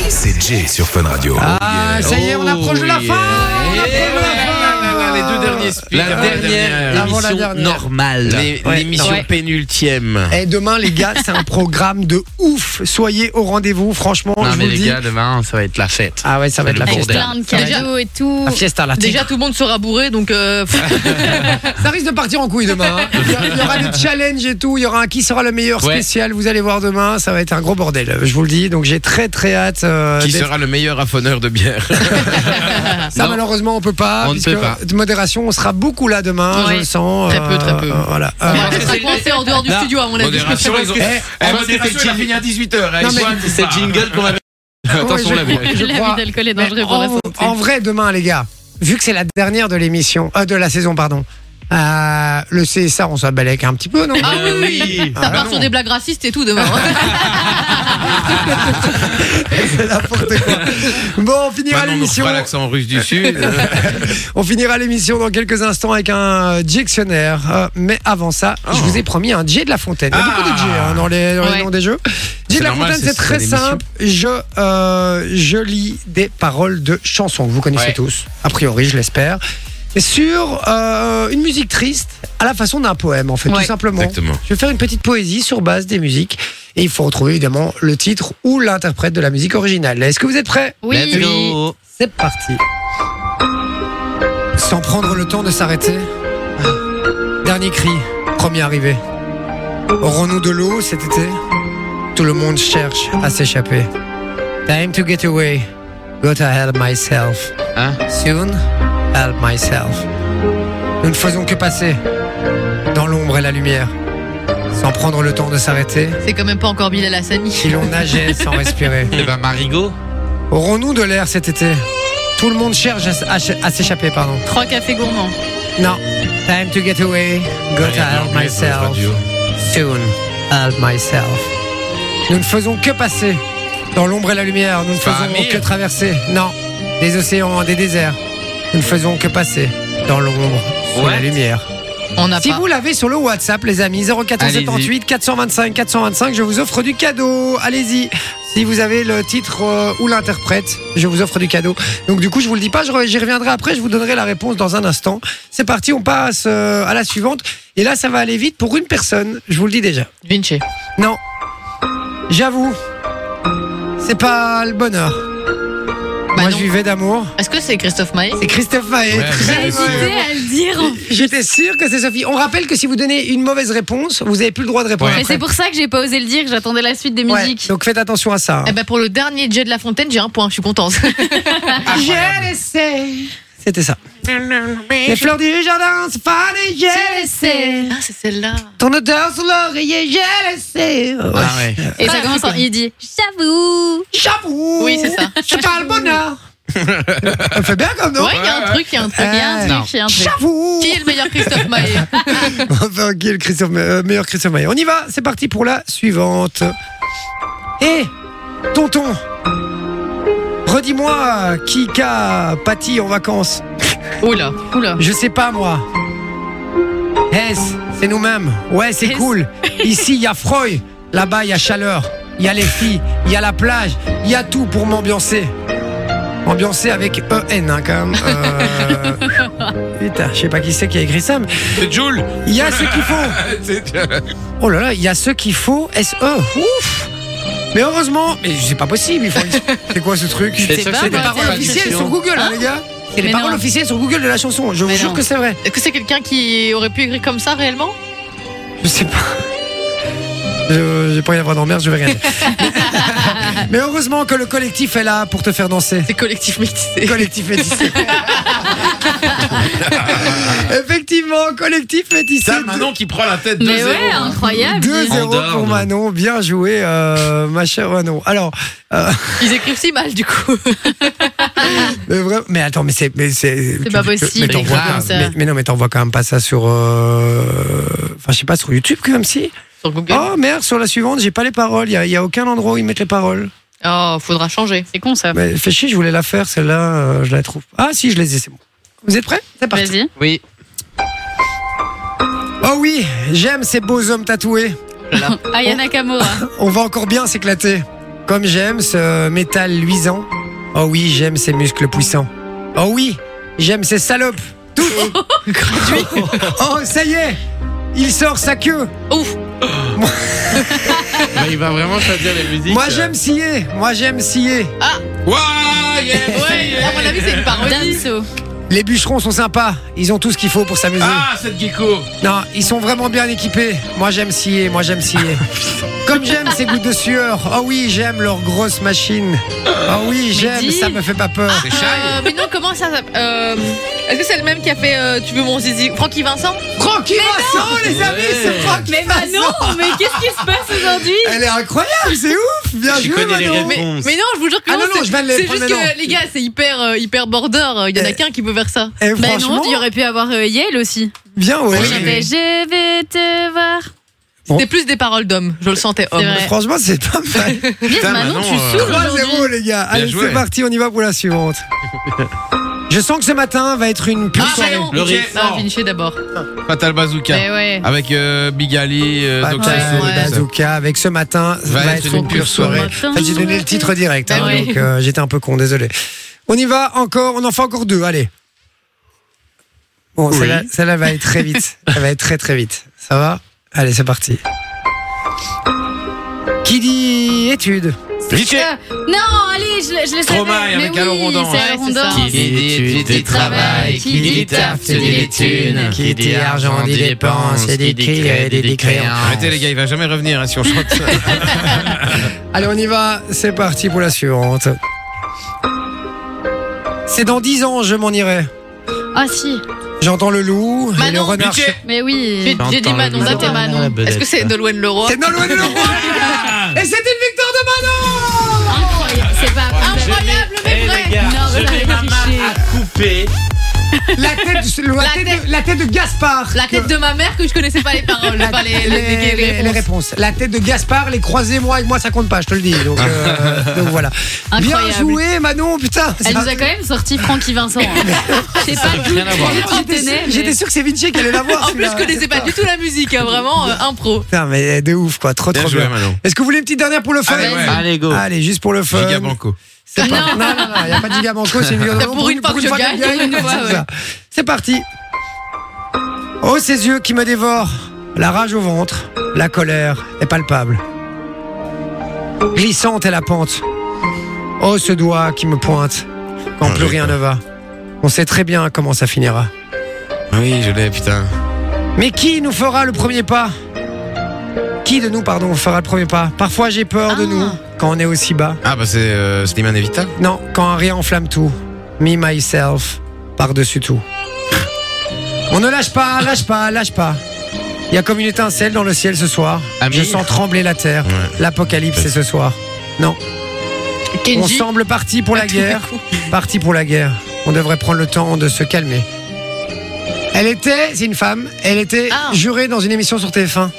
Speaker 7: C'est Jay sur Fun Radio.
Speaker 3: Ah, ça y est, on approche de la fin. on approche de la fin.
Speaker 2: Ah,
Speaker 6: Les deux derniers
Speaker 2: La dernière
Speaker 3: Avant la
Speaker 2: émission
Speaker 3: dernière.
Speaker 2: normale.
Speaker 6: Les-
Speaker 3: Ouais, Euh,
Speaker 6: L'émission
Speaker 2: E
Speaker 3: non.
Speaker 6: pénultième.
Speaker 3: Et Eh, demain, les gars, c'est un programme de ouf. Soyez au rendez-vous, franchement,
Speaker 2: Non,
Speaker 3: je vous
Speaker 2: mais
Speaker 3: le
Speaker 2: les
Speaker 3: dis.
Speaker 2: gars, demain, ça va être la fête.
Speaker 3: Ah ouais, ça va Ah, être la
Speaker 2: Le
Speaker 3: fête.
Speaker 2: bordel.
Speaker 4: Plein de cadeaux et tout.
Speaker 3: La fiesta, la
Speaker 5: Déjà, tout le monde sera bourré, donc euh, pff,
Speaker 3: Ça risque de partir en couille demain. hein. Il y a- il y aura des challenges et tout. Il y aura un qui sera le meilleur
Speaker 6: Ouais.
Speaker 3: spécial. Vous allez voir demain. Ça va être un gros bordel. Je vous le dis. Donc j'ai très très hâte. euh,
Speaker 6: Qui
Speaker 3: d'être-
Speaker 6: sera le meilleur affonneur de bière
Speaker 3: Ça
Speaker 6: Non.
Speaker 3: malheureusement on peut pas.
Speaker 6: On ne
Speaker 3: puisque
Speaker 6: peut pas.
Speaker 3: De modération, on sera beaucoup là demain.
Speaker 5: Ouais.
Speaker 3: Je le sens.
Speaker 5: Très peu, très peu.
Speaker 3: voilà.
Speaker 5: on
Speaker 3: Euh,
Speaker 5: va rester coincé en dehors du
Speaker 6: Non.
Speaker 5: studio, à mon avis.
Speaker 6: Modération, ils ont-
Speaker 3: Eh,
Speaker 6: Eh,
Speaker 3: on va
Speaker 6: modération, elle a fini à 18h.
Speaker 3: Non, mais-
Speaker 2: C'est le jingle qu'on avait. Attention,
Speaker 3: ouais,
Speaker 2: la voix.
Speaker 3: je
Speaker 4: L'ami
Speaker 3: crois-
Speaker 4: d'alcool est dangereux pour la
Speaker 3: en,
Speaker 4: santé.
Speaker 3: en vrai, demain, les gars, vu que c'est la dernière de l'émission, euh, de la saison, pardon, euh, le CSA, on s'en balèque un petit peu, non
Speaker 5: Ah oui, oui,
Speaker 6: oui.
Speaker 5: Ça
Speaker 3: Ah,
Speaker 5: part
Speaker 3: non.
Speaker 5: sur des blagues racistes et tout demain. hein.
Speaker 3: C'est n'importe quoi. Bon, on finira
Speaker 6: Maintenant, on
Speaker 3: l'émission.
Speaker 6: fera l'accent russe du Sud.
Speaker 3: On finira l'émission dans quelques instants avec un dictionnaire. Euh, mais avant ça,
Speaker 6: Oh.
Speaker 3: je vous ai promis un J de la Fontaine. Il y a beaucoup de J hein, dans, les, dans les
Speaker 5: Ouais.
Speaker 3: noms des jeux. J
Speaker 6: C'est
Speaker 3: de la
Speaker 6: normal,
Speaker 3: Fontaine,
Speaker 6: c'est-
Speaker 3: c'est très
Speaker 6: c'est l'émission.
Speaker 3: simple. Je, euh, je lis des paroles de chansons que vous connaissez
Speaker 6: Ouais.
Speaker 3: tous, a priori, je l'espère. Sur euh, une musique triste, à la façon d'un poème, en fait,
Speaker 5: Ouais.
Speaker 3: tout simplement.
Speaker 6: Exactement.
Speaker 3: Je vais faire une petite poésie sur base des musiques. Et il faut retrouver évidemment le titre ou l'interprète de la musique originale. Est-ce que vous êtes prêts
Speaker 4: Oui.
Speaker 2: oh, Let's go.
Speaker 3: c'est parti. Sans prendre le temps de s'arrêter. Dernier cri, premier arrivé. Aurons-nous de l'eau cet été Tout le monde cherche à s'échapper. Time to get away. Gotta help myself.
Speaker 2: Hein
Speaker 3: Soon, help myself. Nous ne faisons que passer dans l'ombre et la lumière. Sans prendre le temps de s'arrêter,
Speaker 5: C'est quand même pas encore Bilal Hassani.
Speaker 3: si l'on nageait sans respirer.
Speaker 2: Eh ben, Marigot.
Speaker 3: Aurons-nous de l'air cet été Tout le monde cherche à s- à ch- à s'échapper, pardon.
Speaker 4: Trois cafés gourmands.
Speaker 3: Non. Time to get away. Gotta help myself. Soon. Help myself. Nous ne faisons que passer dans l'ombre et la lumière. Nous ne faisons
Speaker 6: Famille.
Speaker 3: que traverser. Non. Des océans, des déserts. Nous ne faisons que passer dans l'ombre sous
Speaker 2: What
Speaker 3: la lumière.
Speaker 5: On n'a
Speaker 3: Si
Speaker 5: pas.
Speaker 3: vous l'avez sur le WhatsApp, les amis, 0478 425 425, je vous offre du cadeau. Allez-y. Si vous avez le titre euh, ou l'interprète, je vous offre du cadeau. Donc du coup, je vous le dis pas, je re- j'y reviendrai après, je vous donnerai la réponse dans un instant. C'est parti, on passe euh, à la suivante. Et là, ça va aller vite pour une personne, je vous le dis déjà.
Speaker 5: Vinci.
Speaker 3: Non. J'avoue, c'est pas le bonheur.
Speaker 5: Bah
Speaker 3: Moi,
Speaker 5: non.
Speaker 3: je vivais d'amour.
Speaker 5: Est-ce que c'est Christophe Maé
Speaker 3: C'est Christophe Maé.
Speaker 6: Ouais,
Speaker 3: Très
Speaker 6: ouais,
Speaker 3: bon.
Speaker 6: ouais.
Speaker 4: à le dire.
Speaker 3: J'étais sûr que c'est Sophie. On rappelle que si vous donnez une mauvaise réponse, vous n'avez plus le droit de répondre.
Speaker 4: Mais
Speaker 3: après.
Speaker 4: c'est pour ça que j'ai pas osé le dire, j'attendais la suite des
Speaker 3: Ouais,
Speaker 4: musiques.
Speaker 3: donc faites attention à ça. hein.
Speaker 5: Eh ben pour le dernier jet de la fontaine, j'ai un point, je suis contente. Ah,
Speaker 3: Je le sais. C'était ça. Les fleurs du jardin se fanent et je le sais.
Speaker 5: Ah, c'est celle-là.
Speaker 3: Ton odeur sur l'oreiller, je le sais.
Speaker 2: Ah ouais.
Speaker 4: Et ça commence en il dit J'avoue
Speaker 3: J'avoue.
Speaker 5: Oui, c'est ça.
Speaker 3: Je parle bonheur. Elle fait bien comme nous.
Speaker 5: Ouais, il y a un truc, il y a un truc.
Speaker 4: Il y a un
Speaker 2: Non.
Speaker 4: truc, il y a un truc.
Speaker 3: J'avoue.
Speaker 5: Qui est le meilleur Christophe Maé
Speaker 3: Enfin, qui est le Christophe- euh, meilleur Christophe Maé On y va, c'est parti pour la suivante. Hé, tonton, redis-moi euh, qui qu'a pâti en vacances.
Speaker 5: Oula, oula.
Speaker 3: Je sais pas, moi. Hesse, c'est nous-mêmes. Ouais, c'est
Speaker 4: Hesse.
Speaker 3: cool. Ici, il y a Freud. Là-bas, il y a chaleur. Il y a les filles. Il y a la plage. Il y a tout pour m'ambiancer. Ambiancer avec EN, hein, quand même. Euh, Putain, je sais pas qui c'est qui a écrit ça, mais
Speaker 6: C'est Jules.
Speaker 3: il y a ce qu'il faut. Oh là là, il y a ce qu'il faut, SE. Ouf Mais heureusement, mais c'est pas possible. il faut- C'est quoi ce truc
Speaker 2: C'est
Speaker 3: C'est
Speaker 2: ça,
Speaker 5: pas,
Speaker 2: c'est
Speaker 3: des
Speaker 2: la
Speaker 3: paroles
Speaker 2: traduction.
Speaker 3: officielles sur Google, hein, les gars. C'est les
Speaker 4: Mais
Speaker 3: paroles
Speaker 4: non.
Speaker 3: officielles sur Google de la chanson. Je vous
Speaker 4: Mais
Speaker 3: jure
Speaker 4: non.
Speaker 3: que c'est vrai.
Speaker 5: Est-ce que c'est quelqu'un qui aurait pu écrire comme ça réellement
Speaker 3: Je sais pas. Je, j'ai pas y avoir d'emmerde, je vais rien. dire. mais heureusement que le collectif est là pour te faire danser.
Speaker 5: C'est collectif métissé.
Speaker 3: Collectif métissé. Effectivement, collectif métissé.
Speaker 6: C'est Manon qui prend la tête 2-0.
Speaker 4: Mais ouais, incroyable.
Speaker 3: 2-0 pour
Speaker 6: Andorre.
Speaker 3: Manon. Bien joué, euh, ma chère Manon. Alors, euh,
Speaker 5: Ils écrivent si mal, du coup.
Speaker 3: mais, vra- mais attends, mais c'est. mais C'est tu-
Speaker 5: pas
Speaker 3: tu-
Speaker 5: possible,
Speaker 3: Mais, t'en
Speaker 5: les
Speaker 3: vois-
Speaker 5: gars, comme ça.
Speaker 3: mais- mais non, mais t'envoies quand même pas ça sur. euh, Enfin, je sais pas, sur YouTube quand même, si.
Speaker 5: Sur Google.
Speaker 3: Oh merde, sur la suivante, j'ai pas les paroles. Il y a, y a aucun endroit où ils mettent les paroles.
Speaker 5: Oh, faudra changer.
Speaker 4: C'est con ça.
Speaker 3: Mais fais chier, je voulais la faire, celle-là, euh, je la trouve. Ah si, je les ai, c'est bon. Vous êtes prêts C'est parti.
Speaker 4: Vas-y.
Speaker 2: Oui.
Speaker 3: Oh oui, j'aime ces beaux hommes tatoués.
Speaker 4: Aya Nakamura.
Speaker 3: On va encore bien s'éclater. Comme j'aime ce métal luisant. Oh oui, j'aime ces muscles puissants. Oh oui, j'aime ces salopes. Tout Oh, ça y est Il sort sa queue.
Speaker 5: Ouf.
Speaker 2: Là, il va vraiment choisir les musiques.
Speaker 3: Moi
Speaker 2: euh,
Speaker 3: j'aime scier. Moi j'aime scier.
Speaker 6: Ah. Ouais, yeah,
Speaker 5: Ouais, à mon avis, c'est une parodie.
Speaker 4: Damso.
Speaker 3: Les bûcherons sont sympas. Ils ont tout ce qu'il faut pour s'amuser.
Speaker 6: Ah, cette gecko
Speaker 3: Non, ils sont vraiment bien équipés. Moi j'aime scier, moi j'aime scier. Comme j'aime ces gouttes de sueur. Oh oui, j'aime leur grosse machine. Oh oui, j'aime,
Speaker 5: dis-
Speaker 3: ça me fait pas peur.
Speaker 6: C'est shy
Speaker 5: Euh, mais non, comment ça s'appelle euh, Est-ce que c'est le même qui a fait euh, Tu veux mon zizi Francky Vincent
Speaker 3: Francky Vincent, les amis, c'est Francky Vincent.
Speaker 4: Non, mais qu'est-ce qui se passe aujourd'hui
Speaker 3: Elle est incroyable, c'est ouf. Bien
Speaker 2: Tu
Speaker 3: joué,
Speaker 2: connais les
Speaker 3: Manon.
Speaker 5: mais,
Speaker 2: réponses.
Speaker 5: mais non, je vous jure que
Speaker 3: Ah
Speaker 5: non,
Speaker 3: non, non,
Speaker 5: c'est-
Speaker 3: je viens de les
Speaker 5: c'est
Speaker 3: prendre
Speaker 5: juste que
Speaker 3: maintenant.
Speaker 5: les gars, c'est hyper, euh, hyper border. Il y en a
Speaker 3: Eh.
Speaker 5: qu'un qui peut faire ça.
Speaker 3: Et
Speaker 4: Bah
Speaker 3: franchement,
Speaker 4: non, il aurait pu avoir euh, Yel aussi.
Speaker 3: bien, ouais.
Speaker 4: Il avait Je vais te voir.
Speaker 5: C'était plus des paroles d'hommes. Je le sentais homme.
Speaker 4: vrai. Ah,
Speaker 3: Franchement, c'est pas mal.
Speaker 4: Yes,
Speaker 2: Putain,
Speaker 4: Manon,
Speaker 2: Manon,
Speaker 4: tu
Speaker 2: euh,
Speaker 4: saoules aujourd'hui.
Speaker 3: 3-0, les gars. Allez,
Speaker 6: joué.
Speaker 3: c'est parti, on y va pour la suivante. Je sens que ce matin va être une pure
Speaker 5: Ah,
Speaker 3: soirée.
Speaker 5: voyons.
Speaker 6: Le
Speaker 5: Ok,
Speaker 6: rythme.
Speaker 5: non, Vinci d'abord.
Speaker 6: Fatal Bazooka.
Speaker 5: Mais ouais.
Speaker 3: Ah,
Speaker 6: Avec euh, Big Ali, euh,
Speaker 3: Pas
Speaker 6: Doc
Speaker 3: de
Speaker 6: Sassoon,
Speaker 5: ouais.
Speaker 6: tout ça.
Speaker 3: bazooka, avec ce matin Bah, va, être une pure soirée.
Speaker 4: soirée.
Speaker 3: En fait, j'ai donné le titre direct, hein,
Speaker 5: Ah oui.
Speaker 3: donc euh, j'étais un peu con, désolé. On y va encore, on en fait encore deux, allez. Bon, celle-là, celle-là va être très vite. Ça va être très très vite. Ça va Allez, c'est parti. Qui dit études
Speaker 6: Vinci.
Speaker 4: Ah, Non, allez, je, le- je le savais.
Speaker 6: Stromae
Speaker 4: Mais
Speaker 6: avec
Speaker 4: oui,
Speaker 6: Alain Rondon,
Speaker 4: C'est
Speaker 6: ouais,
Speaker 4: Alain
Speaker 5: c'est
Speaker 4: Rondon.
Speaker 5: ça.
Speaker 2: hein. Qui dit études, dit travail, qui dit taf, se dit les thunes, qui dit argent, dit dépenses, qui dit crédit, dit créances.
Speaker 6: Arrêtez les gars, il va jamais revenir hein, si on chante.
Speaker 3: Allez, on y va, c'est parti pour la suivante. C'est dans dix ans, je m'en irai.
Speaker 4: Ah si,
Speaker 3: J'entends le loup et le
Speaker 5: Manon,
Speaker 3: renard.
Speaker 6: Vinci.
Speaker 4: mais oui.
Speaker 5: J'ai j'ai dit
Speaker 2: J'entends
Speaker 5: Manon,
Speaker 2: le
Speaker 5: ça
Speaker 2: bruit.
Speaker 5: t'es Manon.
Speaker 2: Ah,
Speaker 5: Est-ce que c'est
Speaker 2: peut-être.
Speaker 5: Nolwenn Leroy
Speaker 3: C'est dans le Et c'est une victoire de Manon
Speaker 4: Incroyable, c'est pas vrai.
Speaker 5: Ah, Incroyable, mais
Speaker 3: Eh,
Speaker 5: vrai
Speaker 4: Non, mais ça va être fiché.
Speaker 2: couper.
Speaker 3: La tête, la
Speaker 5: La
Speaker 3: tête
Speaker 5: tête-
Speaker 3: de, la tête de Gaspard.
Speaker 5: La tête de ma mère que je connaissais pas les paroles,
Speaker 3: La-
Speaker 5: pas les, les,
Speaker 3: les- les-
Speaker 5: les- les
Speaker 3: les
Speaker 5: réponses.
Speaker 3: réponses. La tête de Gaspard, les croisés, moi, et moi, ça compte pas, je te le dis. Donc, euh, donc voilà.
Speaker 4: Incroyable.
Speaker 3: Bien joué, Manon, putain.
Speaker 4: Elle
Speaker 3: ça-
Speaker 4: nous a quand même sorti Francky Vincent. hein. C'est pas le
Speaker 2: Rien à voir.
Speaker 3: J'étais sûr- Ah, J'étais sûr que c'est Vinci qui allait la voir.
Speaker 5: En plus, je connaissais pas du tout la musique, hein, vraiment euh, impro.
Speaker 3: Putain, mais de ouf, quoi. Trop,
Speaker 6: Bien
Speaker 3: trop
Speaker 6: joué,
Speaker 3: bien.
Speaker 6: Manon.
Speaker 3: Est-ce que vous voulez une petite dernière pour le fun
Speaker 6: Allez, ouais.
Speaker 2: Allez, go.
Speaker 3: Allez, juste pour le fun.
Speaker 6: Giga Banco.
Speaker 3: C'est pas- Non, non, non, il n'y a pas de gigamanco, c'est une
Speaker 5: T'as pour une fois que je gagne, une
Speaker 3: c'est
Speaker 5: fois, ouais.
Speaker 3: ça. C'est parti. Oh, ces yeux qui me dévorent, la rage au ventre, la colère est palpable. Glissante est la pente. Oh, ce doigt qui me pointe quand
Speaker 6: Ah,
Speaker 3: plus
Speaker 6: j'ai
Speaker 3: rien ne va. On sait très bien comment ça finira.
Speaker 6: Oui, je l'ai, putain.
Speaker 3: Mais qui nous fera le premier pas Qui de nous, pardon, fera le premier pas Parfois j'ai peur de
Speaker 4: Ah.
Speaker 3: nous quand on est aussi bas.
Speaker 6: Ah bah c'est euh, Slimane Evita.
Speaker 3: Non, quand un rien enflamme tout. Me, myself, par-dessus tout. On ne lâche pas, lâche pas, lâche pas. Il y a comme une étincelle dans le ciel ce soir.
Speaker 2: Amir.
Speaker 3: Je sens trembler la terre.
Speaker 6: Ouais.
Speaker 3: L'apocalypse est ce soir. Non, on
Speaker 5: Kenji,
Speaker 3: semble parti pour la
Speaker 5: Tout
Speaker 3: guerre.
Speaker 5: d'un coup.
Speaker 3: Parti pour la guerre. On devrait prendre le temps de se calmer. Elle était, c'est une femme, elle était
Speaker 5: Ah.
Speaker 3: jurée dans une émission sur TF1.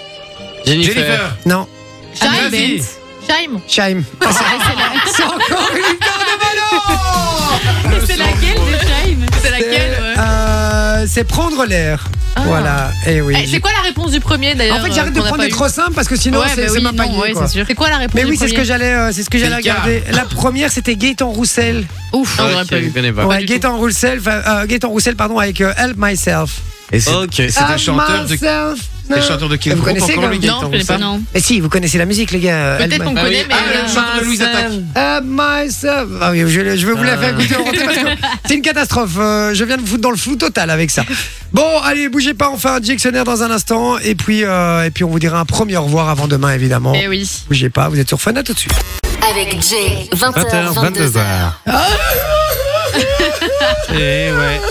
Speaker 2: Jennifer.
Speaker 6: Jennifer.
Speaker 3: Non,
Speaker 5: Chime,
Speaker 6: Vas-y.
Speaker 5: Chime.
Speaker 3: Chaim. C'est encore une victoire de Manon
Speaker 5: C'est laquelle de Chime C'est laquelle ouais. Ah.
Speaker 3: Euh, C'est prendre l'air. Voilà, et oui.
Speaker 5: Eh, C'est quoi la réponse du premier d'ailleurs
Speaker 3: en fait, j'arrête de
Speaker 5: euh, qu'on a
Speaker 3: prendre
Speaker 5: pas
Speaker 3: des
Speaker 5: eu
Speaker 3: trop simples parce que sinon,
Speaker 5: Ouais,
Speaker 3: c'est
Speaker 5: bah
Speaker 3: c'est
Speaker 5: oui,
Speaker 3: ma panier,
Speaker 5: non, ouais,
Speaker 3: quoi.
Speaker 5: c'est sûr. C'est quoi la réponse
Speaker 3: Mais
Speaker 5: du
Speaker 3: oui, c'est ce que
Speaker 5: premier
Speaker 3: j'allais, euh, c'est ce que j'allais
Speaker 6: Milka.
Speaker 3: regarder. La première, c'était Gaëtan Roussel.
Speaker 5: Ouf, Ah, on aurait
Speaker 2: Ok,
Speaker 5: pas
Speaker 2: je
Speaker 5: eu.
Speaker 2: connais pas.
Speaker 3: Ouais,
Speaker 5: du
Speaker 3: Gaëtan Roussel, enfin, euh, Gaëtan Roussel, pardon, avec euh, Help Myself.
Speaker 6: Et c'est
Speaker 2: Ok.
Speaker 6: c'est un
Speaker 3: Help
Speaker 6: chanteur de,
Speaker 3: myself.
Speaker 6: c'est chanteur de quel
Speaker 3: Ah, Vous
Speaker 6: groupe
Speaker 3: connaissez,
Speaker 6: encore
Speaker 3: quand
Speaker 6: lui
Speaker 3: même
Speaker 6: Gaëtan
Speaker 5: Non, je connais
Speaker 6: Roussel
Speaker 5: pas.
Speaker 4: Non.
Speaker 3: Mais si, vous connaissez la musique, les gars. euh, Help
Speaker 5: Peut-être qu'on
Speaker 3: My-
Speaker 2: Ah
Speaker 5: connaît,
Speaker 2: oui.
Speaker 5: mais.
Speaker 6: Ah, le
Speaker 5: euh,
Speaker 6: chanteur de Louise Attaque.
Speaker 3: Help Euh, Myself. Ah oui, je, je vais vous la
Speaker 4: Euh.
Speaker 3: faire écouter en rentrée parce que c'est une catastrophe. Euh, je viens de vous foutre dans le flou total avec ça. Bon, allez, bougez pas, on fait un dictionnaire dans un instant. Et puis, euh, et puis on vous dira un premier au revoir avant demain, évidemment.
Speaker 4: Mais Eh oui.
Speaker 3: Bougez pas, vous êtes sur Fun, à tout de suite.
Speaker 1: Avec Jay, 20h, 22h.
Speaker 2: Eh ouais.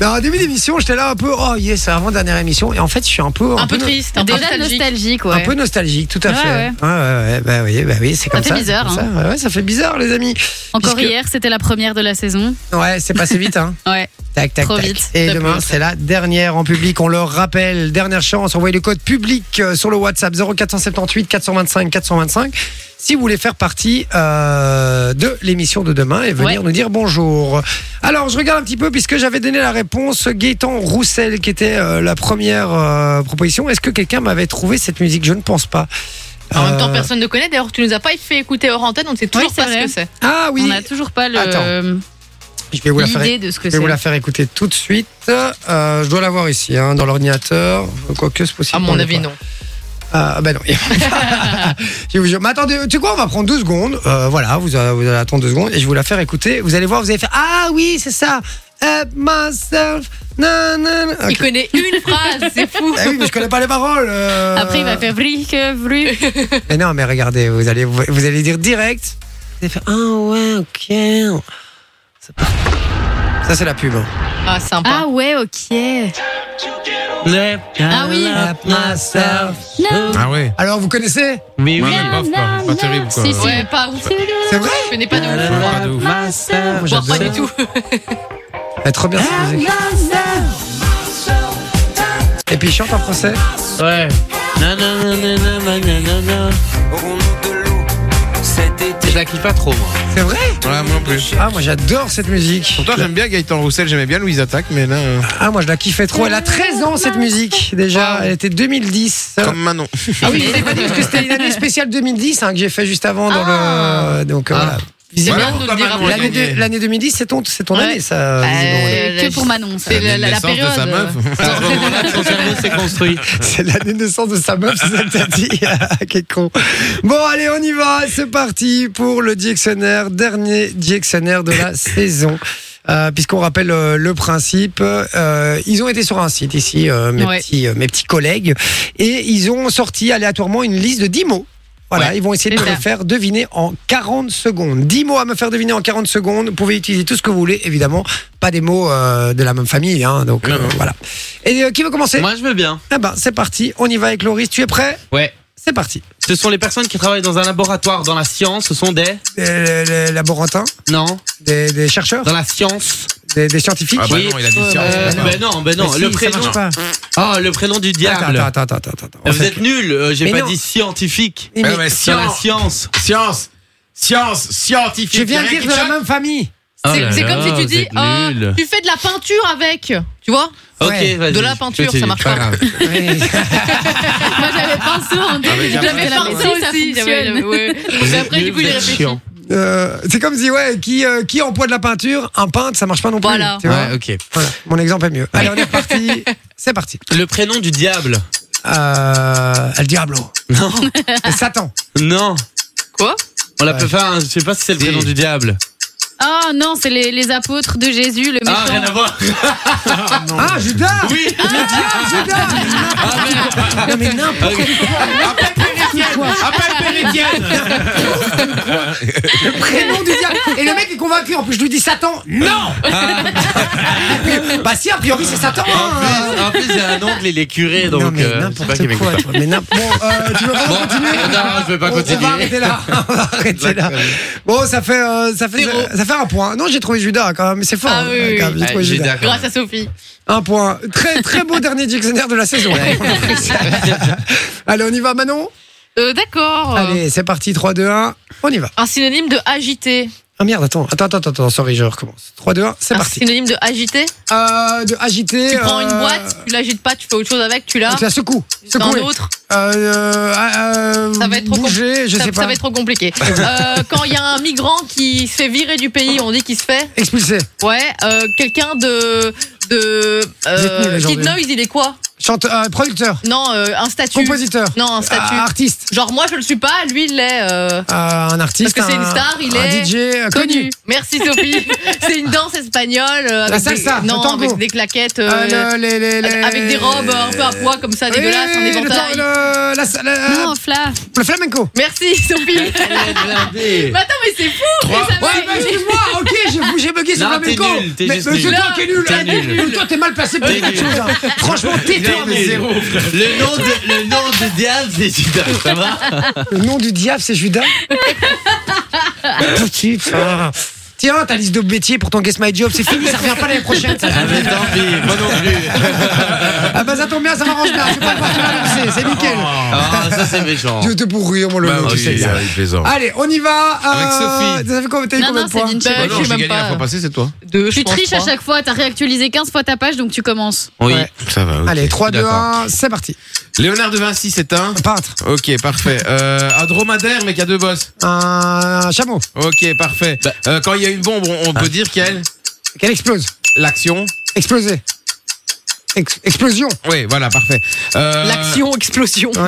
Speaker 3: Non, au début d'émission, j'étais là un peu, oh yes, c'est avant-dernière émission. Et en fait, je suis un peu.
Speaker 4: Un peu triste, un peu nostalgique. ouais.
Speaker 3: Un peu nostalgique, tout à
Speaker 4: Ouais,
Speaker 3: fait.
Speaker 4: ouais.
Speaker 3: ouais, ouais, bah oui, bah oui, c'est
Speaker 4: Ça
Speaker 3: comme
Speaker 4: fait
Speaker 3: ça. c'est
Speaker 4: bizarre,
Speaker 3: comme ça.
Speaker 4: hein.
Speaker 3: Ouais, ouais, ça fait bizarre, les amis.
Speaker 4: Encore
Speaker 3: Puisque-
Speaker 4: hier, c'était la première de la saison.
Speaker 3: Ouais, c'est passé vite, hein.
Speaker 4: Ouais.
Speaker 3: Tac, tac,
Speaker 4: Trop
Speaker 3: tac.
Speaker 4: vite.
Speaker 3: Et
Speaker 4: Top
Speaker 3: demain,
Speaker 4: plus.
Speaker 3: c'est la dernière en public. On leur rappelle, dernière chance. Envoyez le code public euh, sur le WhatsApp 0478 425 425 si vous voulez faire partie euh, de l'émission de demain et venir
Speaker 13: Ouais.
Speaker 3: nous dire bonjour. Alors, je regarde un petit peu puisque j'avais donné la réponse Gaëtan Roussel qui était euh, la première euh, proposition. Est-ce que quelqu'un m'avait trouvé cette musique Je ne pense pas.
Speaker 5: En même temps,
Speaker 3: Euh,
Speaker 5: personne ne connaît. D'ailleurs, tu nous as pas fait écouter hors antenne, on ne sait toujours pas ce que c'est.
Speaker 3: Ah oui.
Speaker 5: On a toujours pas le.
Speaker 3: Attends. Je vais vous la faire,
Speaker 5: l'idée de ce que
Speaker 3: je vais vous
Speaker 5: c'est.
Speaker 3: la faire écouter tout de suite. Euh, je dois l'avoir ici, hein, dans l'ordinateur. Quoique c'est possible.
Speaker 5: À
Speaker 3: qu'on
Speaker 5: mon
Speaker 3: l'ait
Speaker 5: avis,
Speaker 3: pas.
Speaker 5: non.
Speaker 3: Ah ben non. je vous jure. Mais attendez, tu sais quoi, on va prendre deux secondes. Euh, voilà, vous, euh, vous allez attendre deux secondes et je vais vous la faire écouter. Vous allez voir, vous allez faire Ah oui, c'est ça. Help myself. Nan, nan.
Speaker 5: Il
Speaker 3: Ok.
Speaker 5: connaît une phrase, c'est fou.
Speaker 3: Ah oui, mais je connais pas les paroles. euh.
Speaker 4: Après, il va faire vric, vric.
Speaker 3: Mais non, mais regardez, vous allez, vous, vous allez dire direct. Vous allez faire Ah ouais, ok. Ça part. Ça, c'est la pub. hein.
Speaker 5: Ah, sympa.
Speaker 4: Ah ouais, ok.
Speaker 3: Ah
Speaker 4: oui.
Speaker 6: Ah ouais.
Speaker 3: Alors vous connaissez
Speaker 2: Mais
Speaker 6: Ouais, mais bof, quoi. Pas terrible, quoi.
Speaker 5: Si, si. Ouais, pas ouf.
Speaker 3: C'est vrai
Speaker 5: Je connais pas de ouf.
Speaker 6: Ouais, pas de ouf.
Speaker 3: Moi,
Speaker 5: Voire
Speaker 3: j'adore.
Speaker 5: pas du tout.
Speaker 3: Elle est trop bien cette musique. Et puis il chante en français.
Speaker 2: Ouais. Je la kiffe pas trop, moi.
Speaker 3: C'est vrai
Speaker 6: Ouais, moi non plus.
Speaker 3: Ah moi j'adore cette musique.
Speaker 6: Pourtant, j'aime bien Gaëtan Roussel, j'aimais bien Louise Attaque, mais là. euh,
Speaker 3: Ah moi je la kiffais trop. Elle a 13 ans cette musique déjà. Elle était 2010.
Speaker 6: Comme Manon.
Speaker 3: Ah oui, je l'ai pas dit parce que c'était une année spéciale 2010 hein, que j'ai fait juste avant dans le. Donc euh, voilà.
Speaker 5: Visiblement,
Speaker 3: Voilà.
Speaker 5: nous le dira
Speaker 6: Manon,
Speaker 3: L'année
Speaker 6: gagné.
Speaker 3: de- L'année 2010, c'est ton, c'est ton
Speaker 5: Ouais.
Speaker 3: année, ça. visiblement.
Speaker 5: Euh,
Speaker 4: Que pour Manon, ça.
Speaker 5: C'est la, la- la
Speaker 6: naissance
Speaker 5: période. euh,
Speaker 6: de sa meuf.
Speaker 2: À ce moment-là, son cerveau s'est construit.
Speaker 3: C'est l'année de naissance de sa meuf, c'est ça que t'as dit. Quel con. Bon, allez, on y va. C'est parti pour le dictionnaire, dernier dictionnaire de la saison. Euh, Puisqu'on rappelle euh, le principe, euh, ils ont été sur un site ici, euh, mes,
Speaker 5: Ouais.
Speaker 3: petits, euh, mes petits collègues, et ils ont sorti aléatoirement une liste de 10 mots. Voilà, ils vont essayer de
Speaker 5: c'est
Speaker 3: me les
Speaker 5: ça.
Speaker 3: faire deviner en 40 secondes. 10 mots à me faire deviner en 40 secondes. Vous pouvez utiliser tout ce que vous voulez, évidemment. Pas des mots euh, de la même famille, hein, donc euh, voilà. Et euh, qui veut commencer
Speaker 2: Moi, je veux bien.
Speaker 3: ah ben, c'est parti, on y va avec Loris, tu es prêt
Speaker 2: Ouais.
Speaker 3: C'est parti.
Speaker 2: Ce sont les personnes qui travaillent dans un laboratoire, dans la science, ce sont des.
Speaker 3: Des, des laborantins,
Speaker 2: Non.
Speaker 3: des, des chercheurs,
Speaker 2: Dans la science.
Speaker 3: des, des scientifiques.
Speaker 6: Ah bah non, il a dit
Speaker 2: Euh,
Speaker 6: science. c'est pas grave.
Speaker 2: ben non, ben non.
Speaker 3: Mais si,
Speaker 2: le
Speaker 3: ça
Speaker 2: prénom.
Speaker 3: marche pas.
Speaker 2: Ah, le prénom du diable.
Speaker 3: Attends, attends, attends, attends. attends.
Speaker 2: Vous
Speaker 3: On fait-
Speaker 2: êtes nul, euh, j'ai
Speaker 3: Mais
Speaker 2: pas
Speaker 3: non.
Speaker 2: dit scientifique.
Speaker 3: Mais-
Speaker 6: Ouais, ouais,
Speaker 2: Dans la
Speaker 6: science.
Speaker 2: science.
Speaker 6: Science. Science. Scientifique.
Speaker 3: Je viens de dire
Speaker 6: Eric
Speaker 3: de la
Speaker 6: Hitchcock.
Speaker 3: même famille.
Speaker 6: Oh
Speaker 2: Oh
Speaker 5: C'est c'est comme si tu dis, Ah, tu fais de la peinture avec, tu vois
Speaker 3: Ouais.
Speaker 2: Ok, vas-y.
Speaker 5: De la peinture,
Speaker 2: Vas-y,
Speaker 5: ça marche
Speaker 2: pas
Speaker 5: pas.
Speaker 2: grave.
Speaker 3: Oui.
Speaker 4: Moi, j'avais pinceau en
Speaker 6: Ah, mais
Speaker 4: début.
Speaker 6: j'avais
Speaker 4: J'avais
Speaker 5: pinceau
Speaker 4: pinceau
Speaker 5: aussi,
Speaker 4: aussi.
Speaker 5: j'avais- ouais.
Speaker 2: Vous êtes
Speaker 5: après, du
Speaker 2: nuls,
Speaker 5: coup, j'ai
Speaker 2: vous êtes
Speaker 5: réfléchi.
Speaker 2: chiants.
Speaker 3: Euh, c'est comme si, ouais, qui, euh, qui emploie de la peinture, un peintre, ça marche pas non plus.
Speaker 5: Voilà.
Speaker 3: tu vois.
Speaker 2: Ouais, ok.
Speaker 3: Voilà, Mon exemple est mieux. Allez, on est parti. c'est parti.
Speaker 2: Le prénom du diable.
Speaker 3: Euh, El Diablo.
Speaker 2: Non.
Speaker 3: Et Satan.
Speaker 2: Non.
Speaker 5: Quoi
Speaker 2: On l'a
Speaker 3: Ouais.
Speaker 2: peut faire, un- je sais pas si c'est le prénom du diable.
Speaker 4: Ah non, c'est les, les apôtres de Jésus, le
Speaker 2: Ah, rien à
Speaker 4: méchant.
Speaker 2: voir.
Speaker 3: Ah, Judas
Speaker 2: Oui.
Speaker 3: Non, mais n'importe quoi. Le prénom du diable. Et le mec est convaincu. En plus, je lui dis Satan. Non Bah, si, a priori, c'est Satan. hein.
Speaker 2: Ah, En plus, j'ai un oncle, il est curé,
Speaker 3: Non,
Speaker 2: donc
Speaker 3: mais
Speaker 2: euh, c'est pas qu'il
Speaker 3: n'importe
Speaker 2: m'écoute
Speaker 3: quoi.
Speaker 2: pas.
Speaker 3: toi. Mais n'im- bon, euh, tu veux pas
Speaker 2: Bon,
Speaker 3: continuer
Speaker 2: non, je veux pas
Speaker 3: on, on va
Speaker 2: continuer.
Speaker 3: arrêter là. On va arrêter là. Bon, ça fait, euh, ça, fait,
Speaker 5: Zéro.
Speaker 3: ça fait un point. Non, j'ai trouvé Judas quand même. C'est fort. hein,
Speaker 5: Ah oui, oui,
Speaker 3: quand même,
Speaker 5: oui.
Speaker 3: j'ai trouvé
Speaker 2: Ah,
Speaker 3: Judas.
Speaker 2: Judas.
Speaker 5: Grâce à Sophie.
Speaker 3: Un point. Très, très beau dernier dictionnaire de la saison. Allez, on y va, Manon
Speaker 5: Euh, D'accord.
Speaker 3: Allez, c'est parti. 3, 2, 1. On y va.
Speaker 5: Un synonyme de agité.
Speaker 3: Ah merde, attends. Attends, attends, attends. Sorry, je recommence. 3, 2, 1. C'est
Speaker 5: Un
Speaker 3: parti.
Speaker 5: synonyme de agité.
Speaker 3: Euh, de agiter.
Speaker 5: Tu prends une
Speaker 3: euh,
Speaker 5: boîte, tu l'agites pas, tu fais autre chose avec, tu l'as.
Speaker 3: Tu la secoues.
Speaker 5: Un
Speaker 3: Secouer.
Speaker 5: autre.
Speaker 3: Euh, euh, euh,
Speaker 5: Ça va être trop
Speaker 3: bouger, je
Speaker 5: ça,
Speaker 3: sais
Speaker 5: ça
Speaker 3: pas.
Speaker 5: va être trop compliqué. Euh, quand il y a un migrant qui se fait virer du pays, on dit qu'il se fait.
Speaker 3: Expulsé.
Speaker 5: Ouais. euh, Quelqu'un de. de.
Speaker 3: Vous êtes nuls
Speaker 5: Euh,
Speaker 3: aujourd'hui.
Speaker 5: Kid Noise, il est quoi
Speaker 3: Chanteur, euh, producteur.
Speaker 5: Non, euh, un statut.
Speaker 3: Compositeur.
Speaker 5: Non, un statut.
Speaker 3: Ah, artiste.
Speaker 5: Genre, moi, je le suis pas, lui, il l'est. euh,
Speaker 3: Euh, un artiste.
Speaker 5: Parce que c'est
Speaker 3: un-
Speaker 5: une star, il
Speaker 3: un
Speaker 5: est
Speaker 3: DJ euh, connu.
Speaker 5: Merci Sophie. c'est une danse espagnole euh,
Speaker 3: La
Speaker 5: avec
Speaker 3: salsa,
Speaker 5: des,
Speaker 3: le
Speaker 5: non,
Speaker 3: tango.
Speaker 5: avec des claquettes, euh,
Speaker 3: Euh, le- les- les- les-
Speaker 5: avec des robes euh, un peu à pois comme ça,
Speaker 3: Oui,
Speaker 5: dégueulasse, hein, en
Speaker 3: le
Speaker 5: éventail.
Speaker 3: temps- le- la- la-
Speaker 4: Non, Fla.
Speaker 3: le flamenco.
Speaker 5: Merci Sophie.
Speaker 2: blindée.
Speaker 5: Mais attends, mais c'est fou.
Speaker 2: Trois-
Speaker 5: mais ça
Speaker 3: Ouais,
Speaker 5: fait-
Speaker 3: bah, excuse-moi, ok, j'ai bou- j'ai bugué sur
Speaker 2: Non,
Speaker 3: le
Speaker 2: t'es
Speaker 3: flamenco.
Speaker 2: nul, t'es
Speaker 3: mais mais
Speaker 2: juste
Speaker 3: c'est
Speaker 2: nul.
Speaker 3: toi qui es nul.
Speaker 2: T'es
Speaker 3: hein.
Speaker 2: nul.
Speaker 3: Donc toi, t'es mal placé pour
Speaker 2: T'es
Speaker 3: quelque
Speaker 2: nul.
Speaker 3: chose. hein. Franchement, tais-toi.
Speaker 2: Il est zéro. Le nom de, le nom de Diane, c'est Judas, ça va
Speaker 3: Le nom du diable, c'est Judas. Petit, enfin. Tiens, ta liste de métiers pour ton Guess My Job, c'est fini, ça revient pas l'année prochaine. ça.
Speaker 2: Ah, mais tant pis, moi non plus.
Speaker 3: Ah bah ça tombe bien, ça m'arrange bien, c'est pas le parti mal c'est nickel.
Speaker 2: Ah, ça c'est méchant.
Speaker 3: Je te pour rire, oh, mon Lolo,
Speaker 6: Bah,
Speaker 3: tu
Speaker 6: oui,
Speaker 3: sais bien.
Speaker 6: ça, il plaisante.
Speaker 2: Ah,
Speaker 3: Allez, on y va. euh,
Speaker 6: Avec Sophie.
Speaker 3: T'as fait combien t'as eu
Speaker 4: Non,
Speaker 3: combien
Speaker 4: non,
Speaker 3: de
Speaker 4: c'est
Speaker 3: points
Speaker 4: Vinci.
Speaker 5: Bah,
Speaker 6: Ah
Speaker 5: je
Speaker 6: non,
Speaker 5: sais
Speaker 6: j'ai
Speaker 5: même
Speaker 6: gagné
Speaker 5: pas.
Speaker 6: la fois passée, c'est toi.
Speaker 5: Deux, je
Speaker 4: Tu
Speaker 5: pense,
Speaker 4: triches à
Speaker 5: trois.
Speaker 4: chaque fois, t'as réactualisé 15 fois ta page, donc tu commences.
Speaker 6: Oui,
Speaker 3: Ouais.
Speaker 6: ça va. ok.
Speaker 3: Allez, 3, 2,
Speaker 6: D'accord.
Speaker 3: 1, c'est parti.
Speaker 6: Léonard de Vinci, c'est un.
Speaker 3: Un peintre,
Speaker 6: Ok, parfait. Euh, un dromadaire, mais qui a deux bosses.
Speaker 3: un chameau,
Speaker 6: Ok, parfait.
Speaker 2: Bah.
Speaker 6: Euh, quand il y a une bombe, on, on
Speaker 2: Ah.
Speaker 6: peut dire qu'elle.
Speaker 3: qu'elle explose.
Speaker 6: L'action.
Speaker 3: Exploser. Ex- explosion.
Speaker 6: Oui, voilà, parfait. Euh,
Speaker 5: L'action explosion.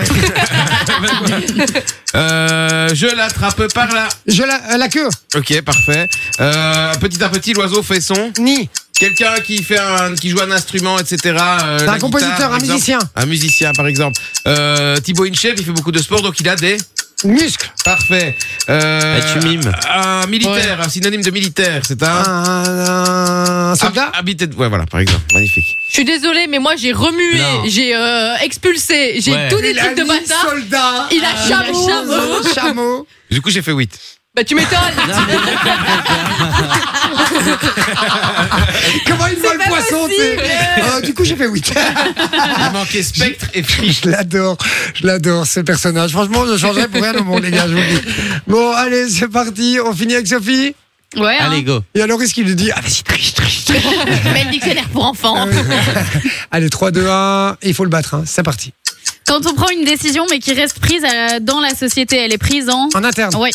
Speaker 3: Ouais.
Speaker 6: Euh, je l'attrape par là.
Speaker 3: Je la, euh, la queue.
Speaker 6: Ok, parfait. Euh, petit à petit, l'oiseau fait son.
Speaker 3: Ni.
Speaker 6: Quelqu'un qui fait un, qui joue un instrument, etc. euh, la
Speaker 3: Un
Speaker 6: guitare,
Speaker 3: compositeur,
Speaker 6: par
Speaker 3: un
Speaker 6: exemple.
Speaker 3: musicien.
Speaker 6: Un musicien, par exemple. Euh, Thibaut Inchep, il fait beaucoup de sport, donc il a des.
Speaker 3: Muscle.
Speaker 6: Parfait. Euh,
Speaker 2: Ah, tu mimes.
Speaker 6: Un militaire, un synonyme de militaire, c'est
Speaker 5: Ah.
Speaker 3: Un,
Speaker 6: un.
Speaker 3: un soldat.
Speaker 6: Hab- habité de- Ouais, voilà, par exemple. Magnifique.
Speaker 5: Je suis désolée, mais moi j'ai remué,
Speaker 2: Non.
Speaker 5: j'ai euh, expulsé, j'ai
Speaker 2: Ouais.
Speaker 5: tout des trucs de bâtard.
Speaker 3: soldat.
Speaker 5: Ah, Il a chameau.
Speaker 3: Un chameau.
Speaker 6: Du coup, j'ai fait 8.
Speaker 5: Bah tu m'étonnes.
Speaker 3: Comment il voit le poisson, tu sais. Euh, Du coup, j'ai fait 8.
Speaker 6: Il manquait spectre et friche.
Speaker 3: Je l'adore, je l'adore ce personnage. Franchement, je changerais pour rien au monde, les gars, je vous le dis. Bon, allez, c'est parti. On finit avec Sophie.
Speaker 4: Ouais, hein.
Speaker 2: Ah, Allez, go.
Speaker 3: Il y a Loris qui lui dit Ah, vas-y, triche, triche, triche.
Speaker 5: Mais le dictionnaire pour enfants.
Speaker 3: allez, 3, 2, 1. Il faut le battre, hein. c'est parti.
Speaker 4: Quand on prend une décision, mais qui reste prise à- dans la société, elle est prise en.
Speaker 3: En
Speaker 5: Ah
Speaker 3: interne.
Speaker 4: Ouais.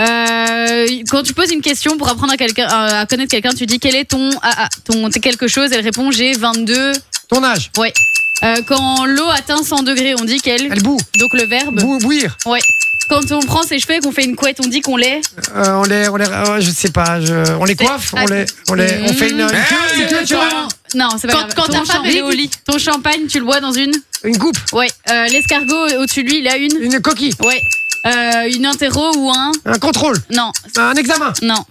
Speaker 4: Euh, quand tu poses une question pour apprendre à, quelqu'un euh, à à connaître quelqu'un, tu dis quel est ton, ah, ah, ton quelque chose, elle répond j'ai 22.
Speaker 3: Ton âge.
Speaker 4: Ouais. Euh, quand l'eau atteint 100 degrés, on dit qu'elle.
Speaker 3: Elle boue.
Speaker 4: Donc le
Speaker 5: Bah.
Speaker 4: verbe.
Speaker 3: Bou- bouillir.
Speaker 4: Ouais. Quand on prend ses cheveux et qu'on fait une couette, on dit qu'on l'est.
Speaker 3: Euh, on les, on les, euh, je sais pas, je- on les coiffe, on les, on les, on fait une, une queue, une queue, tu vois,
Speaker 4: Non, c'est pas
Speaker 5: Quand-
Speaker 4: grave.
Speaker 5: quand
Speaker 4: Ton
Speaker 5: ta femme,
Speaker 4: champagne-
Speaker 5: elle est au lit.
Speaker 4: Ton champagne, tu le bois dans une.
Speaker 3: une coupe,
Speaker 4: Ouais. Euh, L'escargot au-dessus de lui, il a une.
Speaker 3: une coquille,
Speaker 4: Ouais. Euh, une interro ou un.
Speaker 3: un contrôle,
Speaker 4: Non,
Speaker 3: un examen,
Speaker 4: non.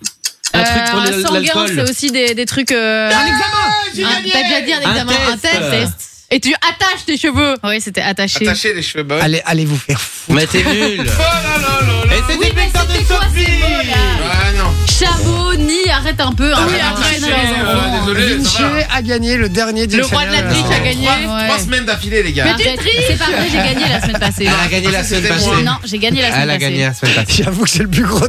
Speaker 4: Euh,
Speaker 2: Un truc
Speaker 3: Euh,
Speaker 2: pour
Speaker 4: un
Speaker 2: l'al-
Speaker 4: sanguin,
Speaker 2: l'alcool.
Speaker 4: c'est aussi des, des trucs. euh,
Speaker 3: un
Speaker 6: Ah,
Speaker 3: examen.
Speaker 5: T'as déjà dit un examen, un
Speaker 2: test.
Speaker 5: test. Et tu attaches tes cheveux.
Speaker 4: Ouais, c'était attaché.
Speaker 6: Attacher les cheveux bah Oh bas.
Speaker 3: Allez, allez vous faire foutre.
Speaker 2: Mais t'es nul. Et c'est
Speaker 4: Oui, mais
Speaker 2: victoire de
Speaker 4: c'était quoi
Speaker 2: Sophie.
Speaker 4: ces mots-là
Speaker 6: Ah non. Ah,
Speaker 4: Chameau, ni, arrête un peu. hein,
Speaker 5: Oui,
Speaker 4: c'est un
Speaker 5: arrête,
Speaker 4: vrai
Speaker 5: arrête,
Speaker 4: nom.
Speaker 6: Euh, désolé, ça va.
Speaker 3: Vinci a gagné le dernier
Speaker 5: Le roi de la
Speaker 3: dictionnaire.
Speaker 5: triche a gagné.
Speaker 4: Ouais.
Speaker 6: Trois semaines d'affilée, les gars.
Speaker 4: Arrête, C'est pas vrai, j'ai gagné la semaine passée.
Speaker 2: Elle a gagné la semaine
Speaker 6: C'était
Speaker 2: passée.
Speaker 4: Non, j'ai gagné la semaine
Speaker 2: Ah, Elle a
Speaker 4: passée.
Speaker 2: gagné la semaine passée.
Speaker 3: J'avoue que c'est le plus gros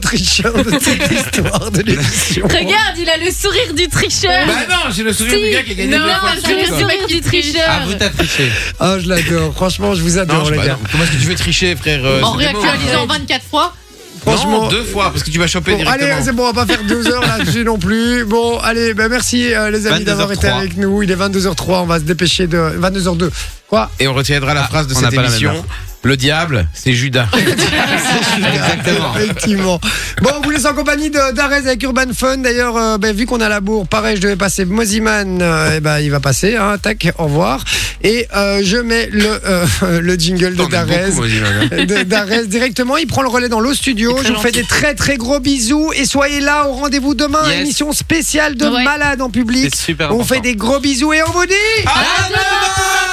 Speaker 3: tricheur de toute l'histoire de l'émission.
Speaker 4: Regarde, il a le sourire du tricheur.
Speaker 6: Bah non, j'ai le sourire du gars qui a gagné
Speaker 4: non,
Speaker 6: deux fois.
Speaker 4: il a le sourire du tricheur.
Speaker 2: Ah, vous t'as triché.
Speaker 3: Ah, je l'adore. Franchement, je vous
Speaker 6: Non,
Speaker 3: adore,
Speaker 6: je sais
Speaker 3: les
Speaker 6: pas,
Speaker 3: gars.
Speaker 6: non. Comment est-ce que tu veux tricher, frère euh,
Speaker 5: En
Speaker 6: c'est des mots.
Speaker 5: réactualisant 24 fois.
Speaker 3: Franchement.
Speaker 6: Non, deux fois, parce que tu vas choper
Speaker 3: Bon, allez,
Speaker 6: directement.
Speaker 3: c'est bon, on va pas faire deux heures là-dessus non plus. Bon, allez, ben merci euh, les amis d'avoir été
Speaker 2: 22h03.
Speaker 3: avec nous. Il est 22h03, on va se dépêcher de 22h02. Quoi
Speaker 6: Et Ah, on retiendra la phrase de
Speaker 2: on
Speaker 6: cette
Speaker 2: n'a pas la même
Speaker 6: émission.
Speaker 2: heure.
Speaker 6: Le diable, c'est Judas.
Speaker 2: Exactement.
Speaker 3: Effectivement. Bon, on vous laisse en compagnie de- d'Arez avec Urban Fun. D'ailleurs, euh, ben, vu qu'on a la bourre, pareil, je devais passer Moziman. et ben, il va passer. Hein, tac, au revoir. Et euh, je mets le, euh, le jingle de
Speaker 6: T'en aimes
Speaker 3: Darez.
Speaker 6: beaucoup, moi, Zimane, hein.
Speaker 3: de- d'Arès directement. Il prend le relais dans l'eau studio. Je vous fais des très très gros bisous et soyez là au rendez-vous demain.
Speaker 2: Yes.
Speaker 3: Émission spéciale de
Speaker 4: Ouais.
Speaker 3: malade en public.
Speaker 2: C'est super
Speaker 3: On fait
Speaker 2: important.
Speaker 3: des gros bisous et on vous dit.
Speaker 6: À demain